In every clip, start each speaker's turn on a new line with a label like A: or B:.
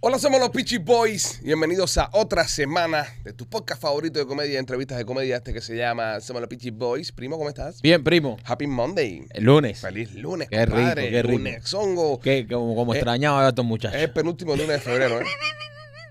A: Hola, somos los Peachy Boys. Bienvenidos a otra semana de tu podcast favorito de comedia, entrevistas de comedia, este que se llama Somos los Peachy Boys. Primo, ¿cómo estás?
B: Bien, primo.
A: Happy Monday.
B: El lunes.
A: Feliz lunes,
B: Qué rico,
A: compadre.
B: qué rico.
A: Lunes, zongo.
B: Que como, como
A: Eh,
B: extrañaba a estos
A: Es
B: muchachos.
A: el penúltimo lunes de febrero, ¿eh?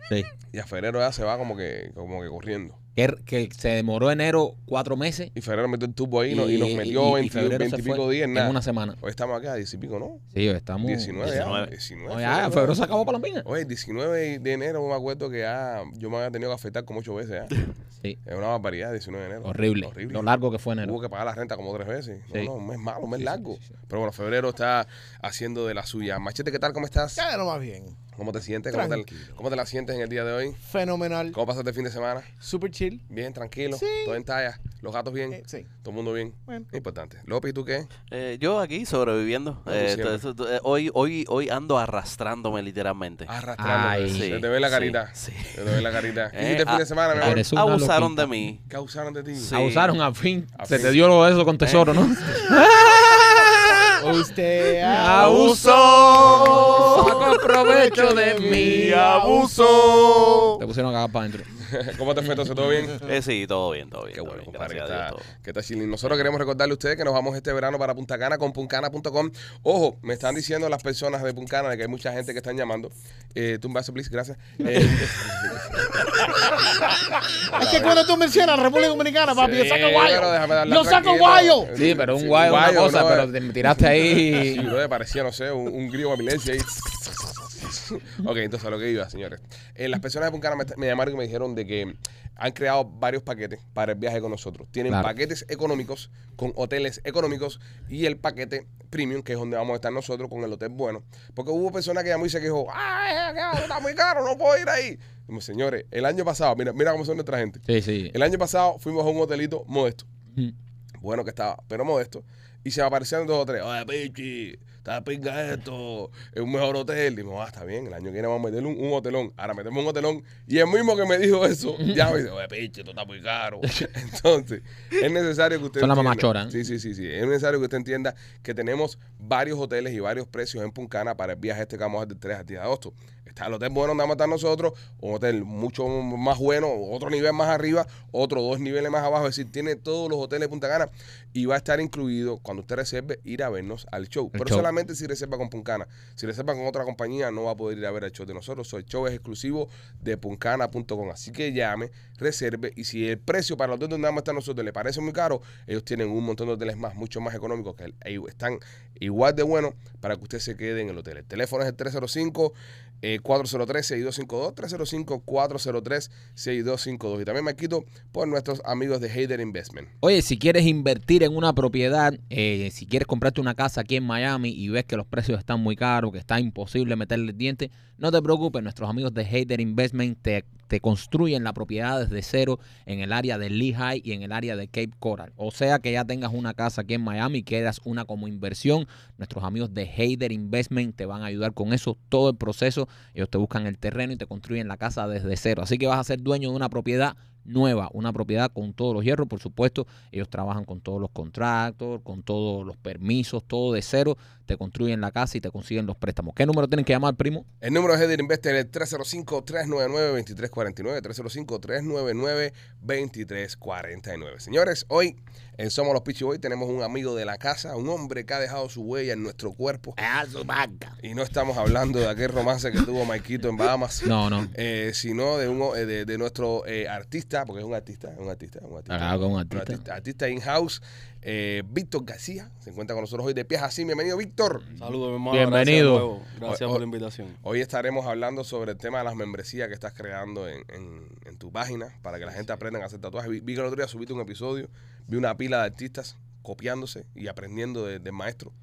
B: Sí.
A: Y a febrero ya se va como que, como que corriendo.
B: que, que se demoró enero cuatro meses.
A: Y febrero metió el tubo ahí y, nos- y nos metió
B: y- y
A: 20,
B: febrero se
A: 20 y
B: fue
A: pico días en
B: en
A: nada.
B: una semana.
A: Hoy estamos acá, 10 y pico, ¿no?
B: Sí, estamos.
A: 19, ya.
C: 19.
A: 19
B: No, ya, febrero se acabó para la mina.
A: Oye, el 19 de enero me acuerdo que ya yo me había tenido que afectar como ocho veces. ¿eh?
B: Sí.
A: Es una barbaridad, 19 de enero.
B: Horrible. Lo largo que fue enero.
A: Hubo que pagar la renta como tres veces. No,
B: Sí.
A: no, un mes malo, un mes
B: Sí, sí,
A: largo.
B: sí, sí.
A: Pero bueno, febrero está haciendo de la suya. Machete, ¿qué tal? ¿Cómo estás?
D: Ya, no más bien.
A: ¿Cómo te sientes? ¿Cómo te,
D: Tranquilo.
A: cómo te la sientes en el día de hoy?
D: Fenomenal.
A: ¿Cómo pasaste el fin de semana?
D: Super chill.
A: Bien, tranquilo.
D: Sí.
A: Todo en talla. Los gatos bien. Eh,
D: Eh, sí.
A: Todo el mundo bien.
D: Bueno.
A: Importante. López, ¿y tú qué?
C: Eh, yo aquí sobreviviendo.
A: Como
C: Eh,
A: siempre.
C: entonces, eh, hoy, hohoy, hoy ando arrastrándome literalmente.
B: Ah,
A: Arrastrando.
B: Ay.
A: Se
C: Sí,
A: te ve la
C: sí,
A: carita.
C: sí.
A: Se te ve la carita. ¿Qué
C: Eh,
A: hiciste el fin
C: ah,
A: de semana, mi amor?
B: eres- Es una
C: Abusaron
B: loquita.
C: de mí.
A: ¿Qué abusaron de ti?
C: Sí.
B: Abusaron al fin.
A: Al
B: se
A: fin.
B: te dio lo eso con tesoro, ¿no?
D: Usted Ah,
B: Abusó. Sacó provecho de mí.
C: abuso!
B: Te pusieron a cagar para adentro.
A: ¿Cómo te fue entonces? ¿Todo bien?
C: Eh, sí, todo bien, todo bien.
A: Qué
C: todo
A: bueno,
C: bien,
A: compadre, que
C: gracias a
A: está,
C: Dios, todo.
A: que está chilling. Nosotros queremos recordarle a ustedes que nos vamos este verano para Punta Cana con puncana.com. Ojo, me están diciendo las personas de Puncana de que hay mucha gente que están llamando. Eh, tú un vaso, please, gracias. Eh,
D: Es que cuando tú mencionas República Dominicana, papi, yo saco
A: sí, pero déjame
D: guayo.
A: darla
D: Yo saco
A: tranquila. Eh,
D: guayo.
B: Sí, pero un
A: Sí,
B: guayo, una cosa,
A: ¿no? eh.
B: pero te me tiraste
A: Sí,
B: ahí.
A: bro, me parecía, no sé, un, un griego amilense ahí. ok, entonces a lo que iba, señores. Eh, las personas de Puncana me, me llamaron y me dijeron de que han creado varios paquetes para el viaje con nosotros. Tienen
B: Claro.
A: paquetes económicos con hoteles económicos y el paquete premium, que es donde vamos a estar nosotros con el hotel bueno. Porque hubo personas que llamó y se quejó, ¡ay, eh, está muy caro, no puedo ir ahí! Como, señores, el año pasado, mira, mira cómo son nuestra gente.
B: Sí, sí.
A: El año pasado fuimos a un hotelito modesto
B: Mm.
A: bueno que estaba, pero modesto. Y se me aparecieron dos o tres. Oye, Pichi, está pinga esto. Es un mejor hotel. Dijimos, ah, está bien. El año que viene vamos a meter un, un hotelón. Ahora metemos un hotelón. Y el mismo que me dijo eso, ya me dice, oye, Pichi, esto está muy caro. Entonces, es necesario que usted.
B: Son las mamás
A: entienda-
B: choran.
A: Sí, sí, sí, sí. Es necesario que usted entienda que tenemos varios hoteles y varios precios en Puncana para el viaje este que vamos a hacer del 3 al 10 de agosto. Está el hotel bueno donde vamos a estar nosotros, un hotel mucho más bueno, otro nivel más arriba, otro dos niveles más abajo. Es decir, tiene todos los hoteles de Punta Cana y va a estar incluido cuando usted reserve ir a vernos al show. Pero
B: show.
A: solamente si reserva con Puncana. Si reserva con otra compañía, no va a poder ir a ver el show de nosotros. So, el show es exclusivo de puncana.com. Así que llame, reserve. Y si el precio para los hoteles donde vamos a estar nosotros le parece muy caro, ellos tienen un montón de hoteles más, mucho más económicos, que ahí están igual de buenos para que usted se quede en el hotel. El teléfono es el 305. eh, 403-6252, 305-403-6252. Y también me quito por nuestros amigos de Hader Investment.
B: Oye, si quieres invertir en una propiedad, eh, si quieres comprarte una casa aquí en Miami y ves que los precios están muy caros, que está imposible meterle el diente, no te preocupes, nuestros amigos de Hater Investment te, te construyen la propiedad desde cero en el área de Lehigh y en el área de Cape Coral. O sea que ya tengas una casa aquí en Miami y quieras una como inversión, nuestros amigos de Hader Investment te van a ayudar con eso, todo el proceso. Ellos te buscan el terreno y te construyen la casa desde cero. Así que vas a ser dueño de una propiedad nueva, una propiedad con todos los hierros, por supuesto, ellos trabajan con todos los contratos, con todos los permisos, todo de cero, te construyen la casa y te consiguen los préstamos. ¿Qué número tienen que llamar, primo?
A: El número de Header Invest es el 305-399-2349. 305-399-2349. Señores, hoy en Somos los Pichi Boy tenemos un amigo de la casa, un hombre que ha dejado su huella en nuestro cuerpo. Y no estamos hablando de aquel romance que tuvo Maikito en Bahamas.
B: No, no.
A: eh, sino de, un, eh, de, de nuestro eh, artista, porque es un artista, es un artista, es un artista.
B: Claro, que es un artista.
A: artista in-house, eh, Víctor García, se encuentra con nosotros hoy de pies así. Bienvenido, Víctor.
E: Saludos, mi hermano.
B: Bienvenido.
E: Gracias, de nuevo. Gracias por la invitación.
A: Hoy estaremos hablando sobre el tema de las membresías que estás creando en, en- en tu página para que la gente aprenda a hacer tatuajes. Vi, vi que el otro día subiste un episodio, vi una pila de artistas copiándose y aprendiendo de- del maestro.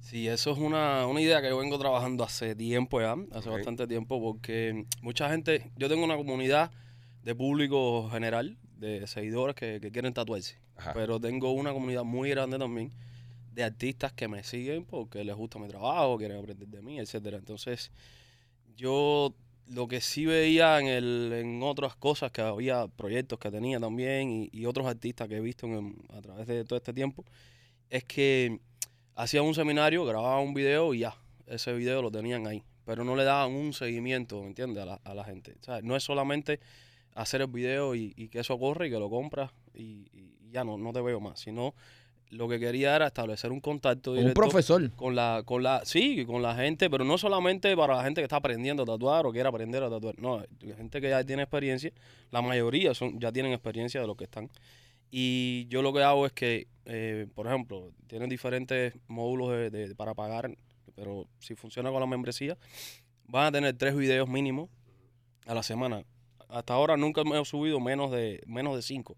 E: Sí, eso es una, una idea que yo vengo trabajando hace tiempo ya, hace
A: Ok.
E: bastante tiempo, porque mucha gente, yo tengo una comunidad de público general, de seguidores que, que quieren tatuarse,
A: Ajá.
B: Pues,
E: pero tengo una comunidad muy grande también de artistas que me siguen porque les gusta mi trabajo, quieren aprender de mí, etcétera. Entonces, yo lo que sí veía en, el, en otras cosas que había, proyectos que tenía también y, y otros artistas que he visto en- a través de todo este tiempo, es que hacían un seminario, grababan un video y ya, ese video lo tenían ahí. pero no le daban un seguimiento, ¿me entiendes? A la, a la gente. O sea, no es solamente hacer el video y, y que eso corre y que lo compras y, y ya no, no te veo más, sino lo que quería era establecer un contacto
B: Un
E: directo
B: profesor.
E: con la, con la, sí, con la gente, pero no solamente para la gente que está aprendiendo a tatuar o quiere aprender a tatuar. No, gente que ya tiene experiencia, la mayoría son, ya tienen experiencia de los que están. Y yo lo que hago es que, eh, por ejemplo, tienen diferentes módulos de- de- para pagar, pero si funciona con la membresía, van a tener tres videos mínimos a la semana. Hasta ahora nunca me he subido menos de, menos de cinco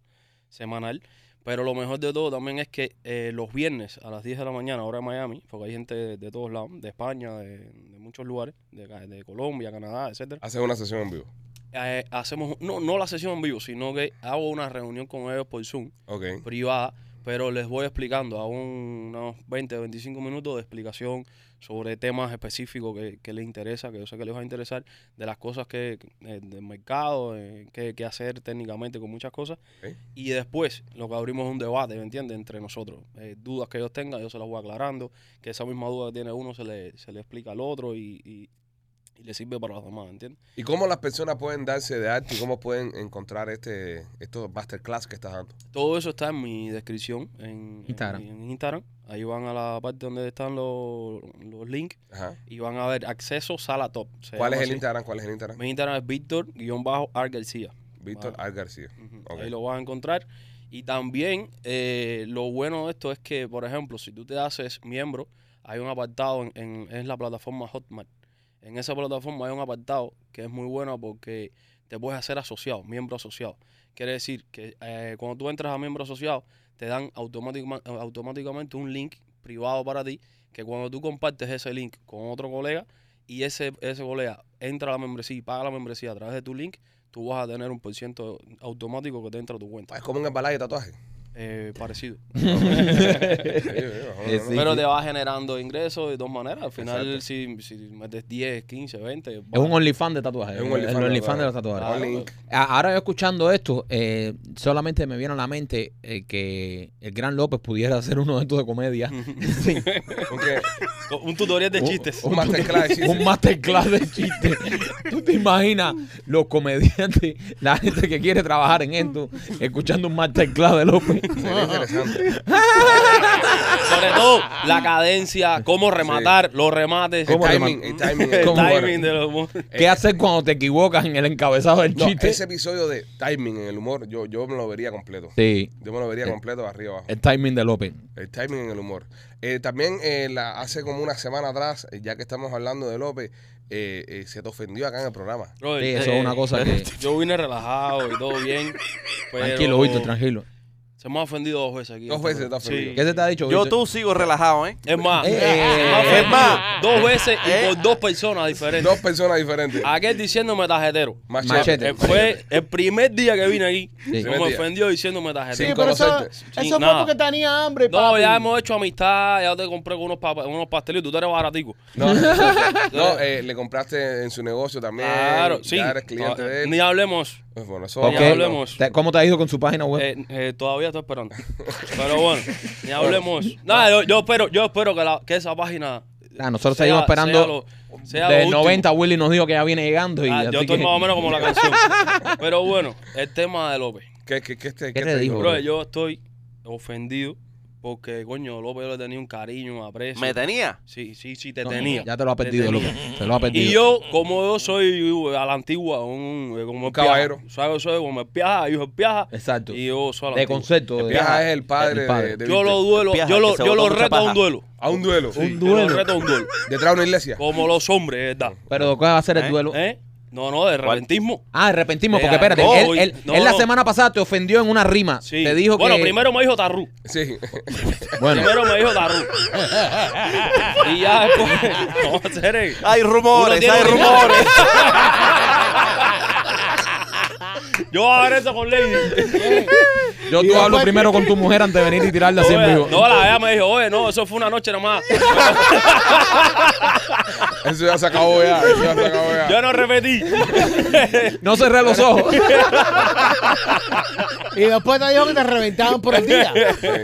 E: semanal. Pero lo mejor de todo también es que eh, los viernes a las 10 de la mañana, hora de Miami, porque hay gente de, de todos lados, de España, de, de muchos lugares, de, ca- de Colombia, Canadá, etcétera.
A: Haces una sesión en vivo.
E: eh, hacemos, no, no la sesión en vivo, sino que hago una reunión con ellos por Zoom,
A: Ok.
B: pues,
E: privada, pero les voy explicando, hago un- unos 20, 25 minutos de explicación sobre temas específicos que, que les interesa, que yo sé que les va a interesar, de las cosas que, eh, del mercado, eh, qué qué hacer técnicamente con muchas cosas.
A: Ok.
E: Y después lo que abrimos es un debate, ¿me entiendes? Entre nosotros. Eh, dudas que ellos tengan, yo se las voy aclarando. Que esa misma duda que tiene uno se le, se le explica al otro y, y, y le sirve para los demás, ¿me entiendes?
A: ¿Y cómo las personas pueden darse de arte y cómo pueden encontrar este estos masterclass que estás dando?
E: Todo eso está en mi descripción en
B: Instagram.
E: En, en Instagram. Ahí van a la parte donde están los, los links
A: Ajá.
E: y van a ver acceso sala top.
B: Pues,
E: Se
A: ¿Cuál
E: llama
A: es el
E: así.
A: Instagram? ¿Cuál es el Instagram?
E: Mi Instagram es Víctor-Ar García.
A: Víctor
E: Ah.
A: Al García.
E: Ujú,
A: Ok.
E: Ahí lo vas a encontrar. Y también eh, lo bueno de esto es que, por ejemplo, si tú te haces miembro, hay un apartado en, en- es la plataforma Hotmart. En esa plataforma hay un apartado que es muy bueno porque te puedes hacer asociado, miembro asociado. Quiere decir que eh, cuando tú entras a miembro asociado, te dan automáticamente, automáticamente un link privado para ti, que cuando tú compartes ese link con otro colega y ese, ese colega entra a la membresía y paga la membresía a través de tu link, tú vas a tener un por ciento automático que te entra a tu cuenta.
A: Es como un embalaje de tatuaje.
E: Eh, parecido.
A: Sí, sí,
B: Eh, sí.
E: Pero te va generando ingresos de dos maneras. Al final,
A: Exacto.
E: si, si metes 10, 15, 20.
B: Es un OnlyFans de tatuajes.
A: Es un
B: el- el
A: OnlyFans de
B: OnlyFans de los
E: claro,
B: tatuajes.
A: Only Inc.
B: A- Ahora yo escuchando esto, eh, solamente me viene a la mente eh, que el gran López pudiera hacer uno de estos de comedia. Sí.
A: ¿Un qué?
E: Un tutorial de
B: Un-
E: chistes.
A: Un masterclass. sí, sí.
B: Un masterclass de chistes. ¿Tú te imaginas los comediantes, la gente que quiere trabajar en esto, escuchando un masterclass de López?
A: Sería interesante.
E: Sobre todo, la cadencia, cómo rematar, los remates.
A: El
B: ¿Cómo le
A: timing,
B: man-
A: el timing.
E: El
A: es-
B: ¿Cómo era?
E: timing del humor.
B: ¿Qué hacer cuando te equivocas en el encabezado del
A: No,
B: chiste?
A: ese episodio de timing en el humor, yo, yo me lo vería completo.
B: Sí,
A: Yo me lo vería
B: Eh.
A: completo arriba abajo.
B: el timing de López.
A: El timing en el humor. Eh, también eh, la, hace como una semana atrás, eh, ya que estamos hablando de López, eh, eh, se te ofendió acá en el programa.
E: Bro,
B: Sí, eso es una cosa que...
E: eh, Yo vine relajado y todo bien. pero
B: Tranquilo, Víctor, tranquilo.
E: Se me ha ofendido dos veces aquí. Este
A: Dos veces te has ofendido.
B: ¿Qué se te ha dicho,
C: Yo
B: Víctor?
C: tú sigo relajado, ¿eh?
E: Es más,
B: Eh,
E: es más, dos veces
C: eh.
E: y por dos personas diferentes.
A: Dos personas diferentes.
E: Aquel diciéndome tarjetero.
A: Machete.
B: Machete.
E: Eh, Fue el primer día que vine aquí.
B: Sí.
E: como
A: Primer
E: me
A: día.
E: ofendió diciéndome
D: Sí,
E: tarjetero.
A: Sin
D: pero eso,
A: conocerte.
E: Sin
D: eso fue
E: nada.
D: porque tenía hambre,
A: pues,
E: No,
D: papi.
E: ya hemos hecho amistad, ya te compré unos, papa- unos pastelitos, tú eres baratico.
A: No, no, eh, le compraste en su negocio también.
E: Claro, sí.
A: Ya eres cliente
E: No,
A: de él.
E: Ni hablemos.
A: Pues bueno, eso
B: Ok.
E: Ya hablemos.
B: Te- ¿Cómo te ha ido con su página web?
E: Eh, eh, todavía estoy esperando. Pero bueno, ni hablemos. Nada, yo, yo espero, yo espero que, la- que esa página.
B: Ah, nosotros
E: sea-
B: seguimos esperando
E: sea lo- sea lo
B: de
E: último.
B: 90 Willy nos dijo que ya viene llegando. Y
E: Ah,
B: así
E: yo estoy
B: que-
E: más o menos como la canción. Pero bueno, el tema de López.
A: ¿Qué, qué, este, qué, te,
B: ¿Qué te dijo?
E: Bro, yo estoy ofendido porque, coño, López yo le tenía un cariño, un aprecio.
C: Me tenía.
E: Sí, sí, sí, te
B: No,
E: tenía.
B: Ya te lo ha
E: Te
B: perdido,
E: tenía.
B: López. Te lo ha perdido.
E: Y yo, como yo soy uh, a la antigua, un, eh, como el piaja.
A: caballero.
E: ¿Sabes? Yo soy como el piaja, hijo el piaja.
B: Exacto.
E: Y yo soy a la
B: de
E: antigua.
B: concepto. de-
A: Viaja es el padre,
B: El padre.
A: de, de
E: Yo
A: Víctor.
E: lo duelo,
C: El piaja
E: yo
C: que
E: lo,
C: se
E: yo
C: botó
E: lo
C: mucha
E: reto a un
C: paja.
E: duelo.
A: A un duelo.
E: Sí, yo lo reto a un duelo.
A: Detrás de una iglesia.
E: Como los hombres, ¿verdad?
B: Pero ¿cuál va a ser el
C: ¿Eh?
B: duelo?
E: ¿Eh? No, no, de reventismo.
B: Ah, arrepentimos,
E: Eh,
B: porque espérate,
E: no,
B: él,
E: hoy-
B: él-
E: no,
B: él la
E: no.
B: semana pasada te ofendió en una rima.
E: Sí.
B: Te dijo
E: bueno,
B: que...
E: primero me dijo Tarru.
A: Sí.
B: Bueno,
E: Primero me dijo Tarru. y ya después. No, en serio.
C: Hay rumores,
E: Uno tiene
C: hay
E: que-
C: rumores.
E: Yo voy a ver eso con Lady.
B: yo
D: Y
B: tú hablo
D: después-
B: primero con tu mujer antes de venir y tirarle así en
E: Oye,
B: vivo.
E: No, la ella me dijo, oye, no, eso fue una noche nomás.
A: Eso ya se acabó ya. Eso ya se acabó ya.
E: Yo no repetí.
B: No cerré los ojos.
D: Y después te dijo que te reventaban por el día.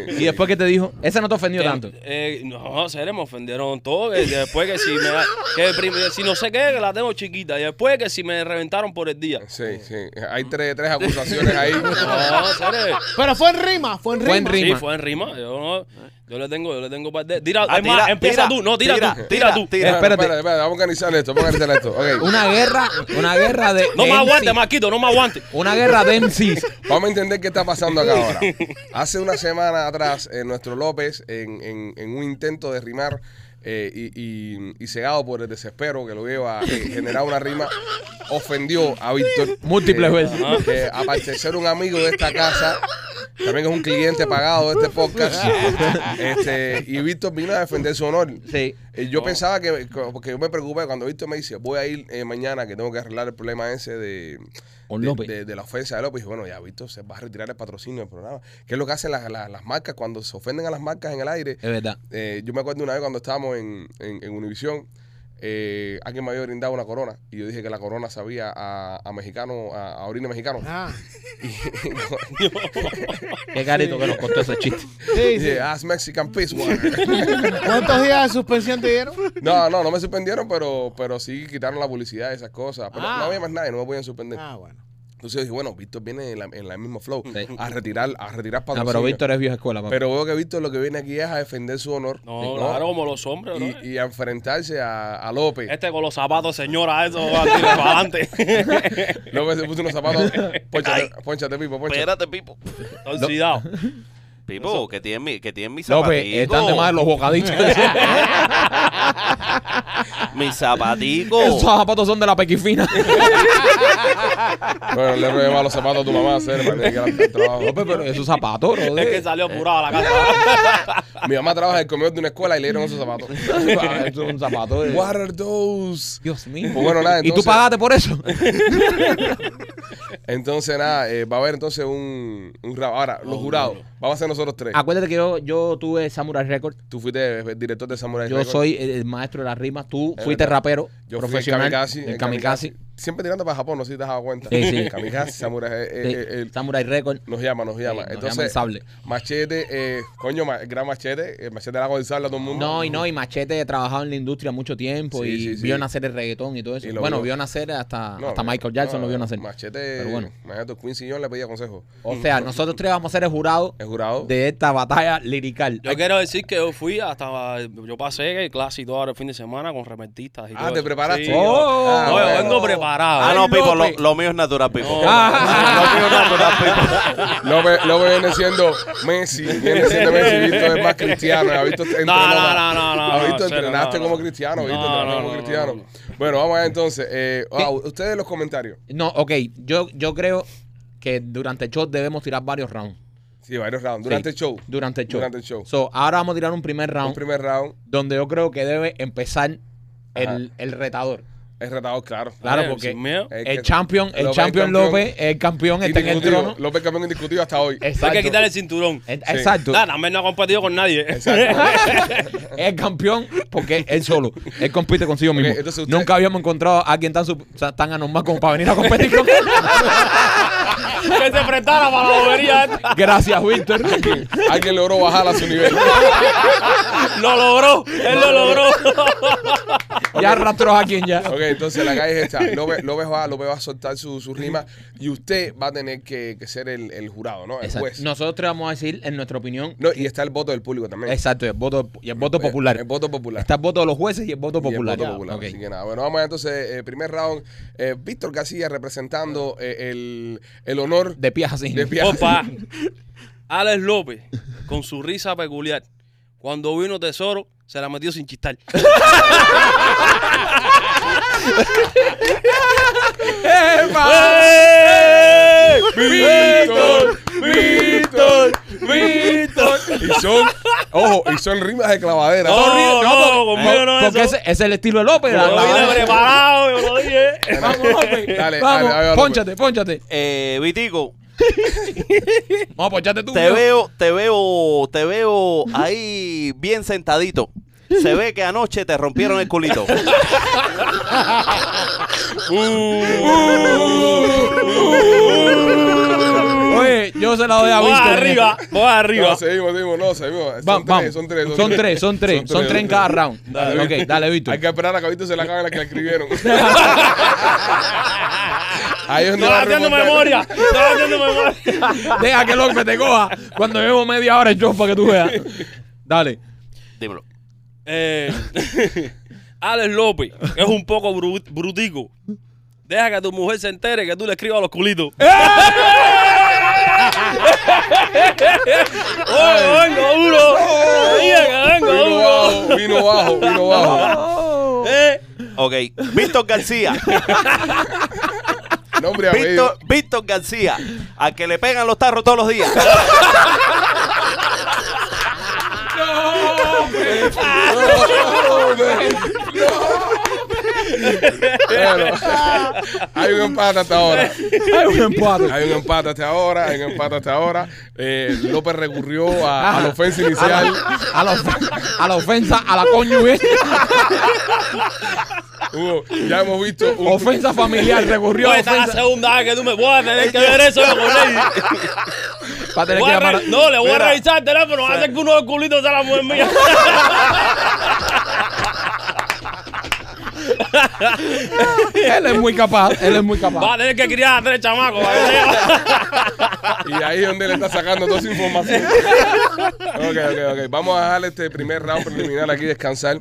B: y después que te dijo, esa no te ofendió tanto.
E: Eh, no, se me ofendieron todo. que después que si me da- que prim- si no sé qué, que la tengo chiquita. Y después que si me reventaron por el día.
A: Sí, sí. Hay tres, tres acusaciones ahí.
E: No, Cere.
D: Pero fue en rima, fue en
B: Fue en
D: rima.
B: rima.
E: Sí, fue en rima. Yo, no, yo le tengo, yo le tengo un par de. Tira,
C: Ah,
E: es más,
C: tira,
E: empieza
C: tira,
E: tú. No, tira,
C: tira,
E: tú. Tira,
C: tira,
E: tú.
C: tira.
B: Eh, espérate.
A: Espérate, espérate, vamos a organizar esto, vamos a organizar esto. Ok.
B: Una guerra, una guerra de.
E: No me
B: MCs.
E: aguante, Marquito, no me aguante.
B: Una guerra de MCs.
A: Vamos a entender qué está pasando acá ahora. Hace una semana atrás, eh, nuestro López, en, en- en un intento de rimar eh, y, y- y cegado por el desespero que lo lleva a eh, generar una rima, ofendió a Víctor. eh,
B: Múltiples veces.
A: Que aparte de ser un amigo de esta casa, también es un cliente pagado de este podcast. este, y Víctor vino a defender su honor.
B: Sí.
A: Eh, Yo pensaba que, porque yo me preocupé cuando Víctor me dice, voy a ir eh, mañana que tengo que arreglar el problema ese de,
B: Con
A: de-
B: López.
A: De, de la ofensa de López. Y Bueno, ya Víctor se va a retirar el patrocinio del programa. ¿Qué es lo que hacen las, las- las marcas cuando se ofenden a las marcas en el aire?
B: Es verdad.
A: Eh, yo me acuerdo una vez cuando estábamos en, en, en Univisión, eh, alguien me había brindado una corona y yo dije que la corona sabía a, a mexicano, a, a orina mexicano.
D: Ah,
B: Qué carito que nos costó ese chiste.
A: Y
D: sí, sí.
A: dije, "Ah, it's Mexican Peace Water".
D: ¿Cuántos días de suspensión te dieron?
A: no, no, no me suspendieron, pero, pero sí quitaron la publicidad de esas cosas. Pero
D: Ah.
A: no había más nadie, no me podían suspender.
D: Ah, bueno.
A: Entonces dije, bueno, Víctor viene en la, en la misma flow
B: Sí.
A: a retirar, a retirar
B: No,
A: patrocinio.
B: Ah, pero Víctor es vieja escuela, papá.
A: Pero veo que Víctor lo que viene aquí es a defender su honor.
E: No, claro, como los hombres, ¿no?
A: Y, y a enfrentarse a, a López.
E: Este con los zapatos, señora, eso va a tirar para adelante.
A: López se puso unos zapatos. Pónchate, pónchate, Pipo, pónchate.
C: Espérate, Pipo.
E: Torcidado.
C: Pipo, que tiene mi, que tiene mis
B: López, están de más los bocaditos.
C: Mis
B: Esos
C: zapaticos.
B: zapatos son de la pequifina.
A: Bueno, le robé más los zapatos a tu mamá, hacer para que ir al trabajo.
B: López, pero esos zapatos, bro.
E: Es que salió apurado a la casa.
A: Mi mamá trabaja en el comedor de una escuela y le dieron esos zapatos.
B: Eso es un zapato de-
A: What are those?
B: Dios mío.
A: Pues bueno, nada,
B: ¿Y tú
A: entonces-
B: pagaste por eso?
A: Entonces, nada, eh, va a haber entonces un, un rap. Ahora,
E: Oh,
A: los jurados. Vamos a ser nosotros tres.
B: Acuérdate que yo, yo tuve Samurai Records.
A: Tú fuiste el director de Samurai
B: Yo
A: Records.
B: soy el, el maestro de las rimas. Tú
A: Es
B: fuiste
A: verdad.
B: rapero
A: Yo fui
B: profesional.
A: el kamikaze,
B: el kamikaze.
A: Siempre tirando para Japón, no sé si te has dado cuenta.
B: Sí, sí.
A: Kamikaze, Samurai. eh, eh,
B: de
A: eh, el-
B: Samurai Records.
A: Nos llama, nos llama.
B: nos
A: Entonces,
B: llama el sable.
A: Machete, eh, coño, ma- el gran machete, el machete la sable a todo el mundo.
B: No, y no, y Machete trabajado en la industria mucho tiempo
A: Sí,
B: y
A: sí, sí.
B: vio nacer el reggaetón y todo eso.
A: Y lo
B: bueno,
A: vio.
B: vio. nacer hasta,
A: No,
B: hasta
A: no,
B: Michael Jackson
A: no,
B: lo vio nacer.
A: Machete,
B: Pero bueno.
A: Machete, Quincy John le pedía consejo.
B: O sea, nosotros tres vamos a ser el jurado
A: El jurado.
B: de esta batalla lirical.
E: Yo quiero decir que yo fui hasta. Yo pasé clase y todo ahora el fin de semana con remetistas y
A: Ah,
E: todo
A: ¿te
E: eso.
A: preparaste?
E: Sí,
B: Oh.
E: yo- no, yo
A: bueno.
E: vengo preparado. ¿eh?
C: Ah, no,
B: Ay,
C: Pipo, lo,
B: López. Ah.
C: lo mío es natural, Pipo.
E: No.
C: Lo mío es natural, Pipo.
A: López, López viene siendo Messi, viene siendo Messi, Víctor es más cristiano, ha visto entrenó
E: no,
A: más.
E: no, no, no,
A: Ha
E: no,
A: visto
E: en serio,
A: entrenaste
E: no,
A: como
E: no.
A: cristiano, ha visto
E: No,
A: entrenaste
E: no,
A: como
E: no,
A: cristiano.
E: no, no.
A: Bueno, vamos a ver entonces, eh, ah, ustedes los comentarios.
B: No, ok, yo, yo creo que durante el show debemos tirar varios rounds.
A: Sí, varios rounds. Durante
B: Sí,
A: el show.
B: Durante el show.
A: Durante el show.
B: So, ahora vamos a tirar un primer
A: Un
B: round
A: primer round
B: donde yo creo que debe empezar
A: Ajá.
B: el, el retador.
A: es retado, claro.
B: Claro,
E: Dale,
B: porque
E: sin miedo.
A: Eh,
B: el,
A: que-
B: champion, el
A: López es
B: champion
A: campeón.
B: López, el campeón está en el
A: Indiscutido.
B: trono.
A: López campeón indiscutido hasta hoy.
E: Hay
B: Exacto.
E: que quitar el cinturón.
B: Eh, Exacto.
E: Nada, también no ha competido con nadie.
B: es campeón porque él solo. Él compite consigo mismo.
A: entonces usted-
B: Nunca habíamos encontrado a alguien tan, sub- o sea, tan anormal como para venir a competir con él.
E: que se prestara para la bobería este. esta.
B: Gracias, Víctor.
A: Alguien logró bajar a su nivel.
E: Lo logró, él lo logró.
B: ya arrastró a quien ya.
A: Ok, entonces la calle es esta. López, López va, López va a soltar su, su rima y usted va a tener que, que ser el, el jurado, ¿no? El
B: Exacto.
A: juez. No.
B: Nosotros te vamos a decir, en nuestra opinión,
A: y está el voto del público también.
B: exacto, el voto, y el voto
A: Eh,
B: popular.
A: El, voto popular.
B: Está el voto de los jueces y el voto
A: Y el
B: popular.
A: voto popular.
B: Ok.
A: Así que nada, bueno, vamos allá, entonces, eh, primer round. Eh, Víctor Casilla representando eh, el, el honor
B: De pie así.
A: de Piazza.
E: Opa. Alex López, con su risa peculiar, cuando vino Tesoro, se la metió sin chistar. ¡Eh!
A: ¡Víctor! ¡Víctor! ¡Víctor! Y son, ojo, y son rimas de clavadera.
E: No, no,
B: no,
E: conmigo no es
B: Ah, Porque ese,
E: eso.
B: ese es el estilo de López. la-
E: Yo
B: la-
E: vine preparado, yo lo dije.
B: Vamos, López.
A: Dale, dale,
B: vamos,
A: pues. dale,
B: ponchate, ponchate.
C: Eh, Vitico,
B: Vamos a poncharte tú.
C: te
B: yo.
C: veo, te veo, te veo ahí bien sentadito. Se ve que anoche te rompieron el culito.
B: Oye, yo se la doy a
E: Vamos
B: Víctor. en
E: arriba, vamos arriba.
A: No, seguimos, seguimos, no, seguimos. Son,
B: Va-
A: tres,
B: vamos.
A: son tres,
B: Son tres, son tres. Son tres en cada round.
A: Dale,
B: Ok, dale, Víctor.
A: Hay que esperar a que Víctor se la acabe la que la escribieron. Ahí es donde va
E: Estás
A: a
E: haciendo
A: remontar.
E: memoria. Estás haciendo memoria.
B: Deja que López te coja cuando llevo media hora el show para que tú veas. Dale.
C: Dímelo.
E: Eh, Alex López es un poco bru- brutico. Deja que tu mujer se entere que tú le escribas los culitos. ¡Oye, vengo duro! Venga, vengo
A: Vino
E: duro!
A: bajo, vino bajo, vino bajo.
E: Eh,
C: Ok. Víctor García.
A: Este Nombre y apellido.
C: Víctor, Víctor García. Al que le pegan los tarros todos los días.
A: Bueno, hay un empate hasta ahora.
B: Hay un empate.
A: Hay un empate hasta ahora, hay un empate hasta ahora. Eh, López recurrió a, a la ofensa inicial.
B: A la, of- a la ofensa, a la ¿eh? cónyuge.
A: Hubo- ya hemos visto un-
B: Ofensa familiar. Recurrió a
E: oye, pues, esta es la
B: ofensa.
E: segunda vez que tú me voy a tener que ver eso con él.
B: Va a tener
E: Voy
B: que
E: a
B: llamar.
E: re-
B: a-
E: No, le voy
C: Mira.
E: a revisar el teléfono. Va a hacer que uno de los culitos sea la mujer mía.
B: Él es muy capaz. Él es muy
E: Va a
B: capaz.
E: tener que criar a tres chamacos. para que sea.
A: Y ahí es donde le está sacando toda esa información. Ok, ok, ok. Vamos a dejar este primer round preliminar aquí descansar.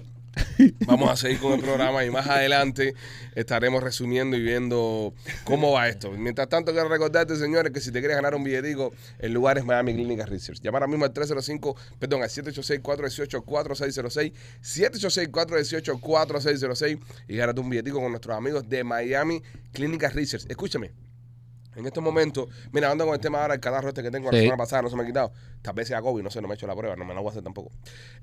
A: Vamos a seguir con el programa y más adelante estaremos resumiendo y viendo cómo va esto. Mientras tanto, quiero recordarte, señores, que si te quieres ganar un billetico, el lugar es Miami Clinic Research. Llama ahora mismo al 305, perdón, al 786-418-4606, 786-418-4606 y gánate un billetico con nuestros amigos de Miami Clinic Research. Escúchame, en estos momentos, mira, ando con el tema ahora del catarro este que tengo la
B: Sí.
A: semana pasada, no se me ha quitado. Tal vez sea COVID, no sé, no me he hecho la prueba, no me la voy a hacer tampoco.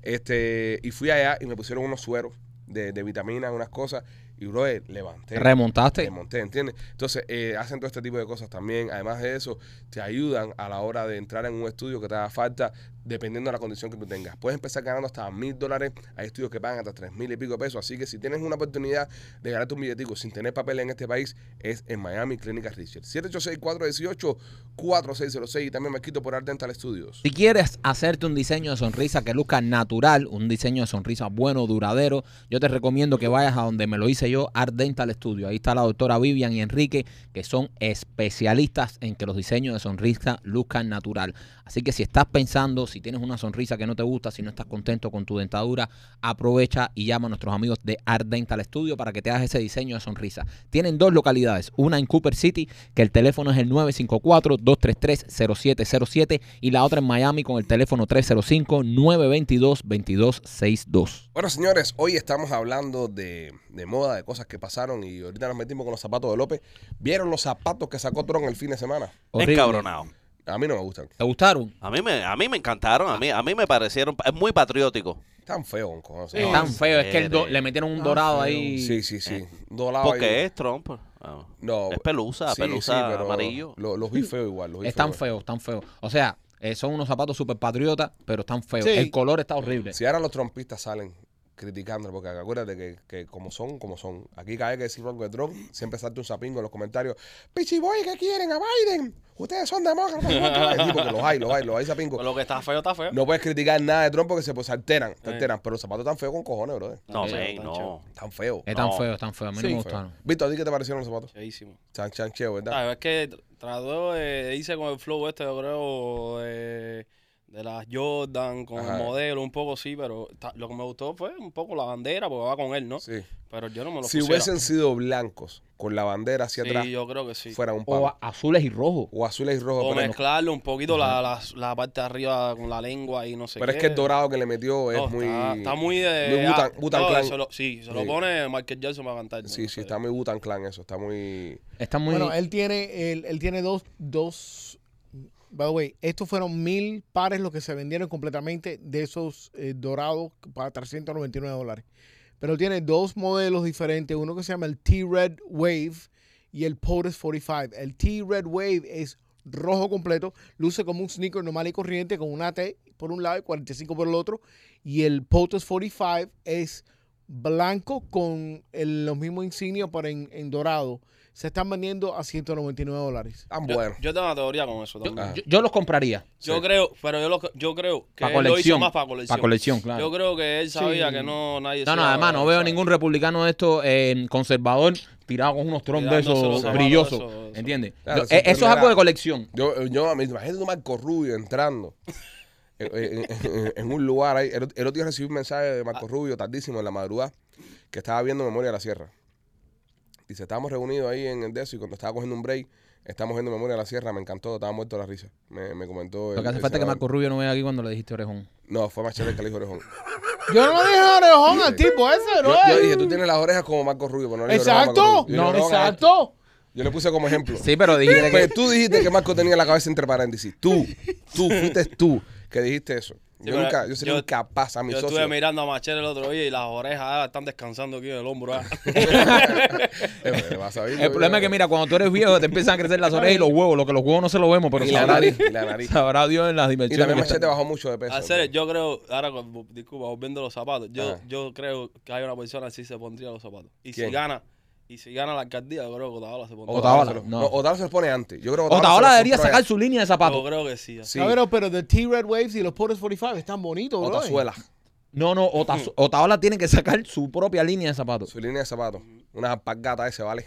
A: Este, y fui allá y me pusieron unos sueros de, de vitaminas, unas cosas, y bro, levanté.
B: Remontaste.
A: Remonté, ¿entiendes? Entonces, eh, hacen todo este tipo de cosas también. Además de eso, te ayudan a la hora de entrar en un estudio que te haga falta, dependiendo de la condición que tú tengas. Puedes empezar ganando hasta mil dólares. Hay estudios que pagan hasta tres mil y pico de pesos. Así que si tienes una oportunidad de ganarte un billetico sin tener papel en este país, es en Miami Clínica Richard. 786-418-4606. Y también me quito por Art Dental Studios.
B: Si quieres hacerte un diseño de sonrisa que luzca natural, un diseño de sonrisa bueno, duradero, yo te recomiendo que vayas a donde me lo hice yo, Art Dental Studio. Ahí está la doctora Vivian y Enrique, que son especialistas en que los diseños de sonrisa luzcan natural. Así que si estás pensando, si tienes una sonrisa que no te gusta, si no estás contento con tu dentadura, aprovecha y llama a nuestros amigos de Art Dental Studio para que te hagas ese diseño de sonrisa. Tienen dos localidades, una en Cooper City, que el teléfono es el 954-233-0707 y la otra en Miami con el teléfono 305-922-2262.
A: Bueno, señores, hoy estamos hablando de, de moda, de cosas que pasaron. Y ahorita nos metimos con los zapatos de López. ¿Vieron los zapatos que sacó Tron el fin de semana?
B: Horrible.
C: Encabronado.
A: A mí no me gustan.
B: ¿Te gustaron?
C: A mí me, a mí me encantaron. A mí, a mí me parecieron es muy patriótico.
A: Tan feo, Gonco, no sé.
D: Sí.
B: Tan feo, es que el do-
C: Eres.
B: le metieron un
D: Tan
B: dorado
D: feo.
B: ahí.
A: Sí, sí, sí. Dorado
C: Eh. Porque
A: ahí.
C: es Trump. Ah.
A: No.
C: Es pelusa,
A: Sí,
C: pelusa
A: sí, pero
C: amarillo.
A: lo- los vi feo igual. Los vi
B: Es tan
A: igual.
B: feo, tan feo. O sea, eh, son unos zapatos súper patriotas, pero están feos.
D: Sí.
B: El color está horrible.
A: Si ahora los trompistas salen criticando, porque acuérdate que, que como son, como son. Aquí cada vez que decimos algo de Trump, siempre salta un sapingo en los comentarios. Pichiboy, ¿qué quieren a Biden? Ustedes son demócratas. Sí, porque los hay, los hay, los hay sapingos.
E: Lo que está feo, está feo.
A: No puedes criticar nada de Trump porque se pues, alteran, se
E: Eh.
A: alteran. Pero los zapatos tan feos con cojones, brother.
C: No,
E: Sí,
C: men,
E: tan
C: no.
A: Tan feos.
B: Es tan
C: No.
B: feo, es tan feo. Eh, A mí no
D: Sí.
B: me
A: Feo.
B: gustaron.
A: Víctor, ¿a ti qué te parecieron los zapatos?
E: Cheísimo.
A: Chan, chan, cheo, ¿verdad?
E: Sabes que trató de hice con el flow este, yo creo, de, de las Jordan, con
A: Ajá.
E: el modelo, un poco sí, pero ta- lo que me gustó fue un poco la bandera, porque va con él, ¿no?
A: Sí.
E: Pero yo no me lo
A: Si
E: pusiera.
A: hubiesen sido blancos con la bandera hacia
E: Sí,
A: atrás,
E: yo creo que sí.
A: fuera un palo.
B: O a- azules y rojos.
A: O azules y rojos.
E: O
A: Pero, no.
E: mezclarlo un poquito la, la, la parte de arriba con la lengua y no sé
A: Pero
E: qué.
A: es que el dorado que le metió es
E: No,
A: muy.
E: Está, está muy de...
A: muy Wu-Tang-
E: ah,
A: Wu-Tang
E: no,
A: Clan.
E: se lo- sí, se lo
A: Sí.
E: pone Michael Jackson para cantar.
A: Sí, sí, está muy Butan Clan eso. Está muy.
B: Están muy...
D: Bueno, él tiene, él, él tiene dos, dos. By the way, estos fueron mil pares los que se vendieron completamente de esos eh, dorados para 399 dólares. Pero tiene dos modelos diferentes, uno que se llama el T-Red Wave y el POTUS 45. El T-Red Wave es rojo completo, luce como un sneaker normal y corriente con una T por un lado y 45 por el otro. Y el Potos 45 es blanco con el- los mismos insignias, pero en, en dorado. Se están vendiendo a 199 dólares.
A: Tan
E: Yo,
A: bueno.
E: yo tengo una teoría con eso
B: Yo,
E: también.
A: Ah.
B: yo- yo los compraría.
E: Yo
A: Sí.
E: creo, pero yo, lo, yo creo que
B: Pa'
E: él lo hizo
B: colección,
E: más para
B: Para
E: colección.
B: colección, claro.
E: Yo creo que él sabía
D: Sí.
E: que no nadie
B: No,
E: se
B: no,
E: iba a-
B: además no veo ningún republicano de estos eh, conservador tirado con unos trompes de
E: Tirándose los
B: esos
E: zapatos,
B: brillosos.
E: eso, eso.
B: ¿Entiendes?
A: Claro,
B: Lo-
A: eso
B: eh,
A: es
B: eso es algo
A: verdad.
B: de colección.
A: Yo, eh, yo me imagino a Marco Rubio entrando en, en- en- en un lugar ahí. El, ot- el otro día recibí un mensaje de
B: Ah.
A: Marco Rubio tardísimo en la madrugada que estaba viendo Memoria de la Sierra. Dice, estábamos reunidos ahí en el DESO y cuando estaba cogiendo un break, estábamos viendo Memoria de la Sierra, me encantó, estaba muerto de la risa. Me, me comentó.
B: Lo
A: el-
B: que hace
A: el
B: falta es que
A: senador.
B: Marco Rubio no vea aquí cuando le dijiste orejón.
A: No, fue Machete el que le dijo orejón.
D: Yo no le dije orejón al tipo ese,
A: Yo,
D: bro.
A: yo dije, tú tienes las orejas como Marco Rubio, pero no le dije orejón a Marco
D: Exacto.
A: Rubio. Yo le dije, orejón a este.
D: exacto.
A: Yo le puse como ejemplo.
B: Sí, pero dijiste que.
A: Pues tú dijiste que Marco tenía la cabeza entre paréntesis. Tú, tú, fuiste tú que dijiste eso. Yo
E: pero
A: nunca, yo sería
E: yo-
A: incapaz a mi
E: Yo
A: socio.
E: estuve mirando a Machete el otro día y las orejas ah, están descansando aquí en el hombro. ah.
A: Eh, me vas a ver,
B: El problema es que, mira, cuando tú eres viejo, te empiezan a crecer las orejas y los huevos. Lo que los huevos no se los vemos, pero
A: Y la
B: sabrá,
A: nariz,
B: Dios-
A: y la nariz.
B: sabrá Dios en las
A: Y
B: dimensiones.
A: también
B: que
A: Machete
B: está. Ah,
A: bajó mucho de peso.
E: Hacer, yo creo, ahora, con- disculpa, volviendo a los zapatos, yo,
A: Ajá.
E: yo creo que hay una persona que sí se pondría los zapatos. Y
A: Ah. ¿Quién?
E: si gana, y si gana la alcaldía, yo creo que Otaola se pondría.
B: Otaola,
A: se lo-
B: no.
A: no, Otaola se los pone antes. Yo creo que
B: Otaola
A: se los
B: debería
A: pone
B: sacar
A: antes.
B: su línea de
E: Yo
B: zapatos.
E: creo que sí. ah.
A: Sí.
D: No, pero, oh, pero the T-Red Waves y los Potters 45 están bonitos, bro.
A: Otazuela.
B: No, no, Ota- Otaola tiene que sacar su propia línea de zapatos.
A: Su línea de zapatos. Unas alpargatas ese, ¿vale?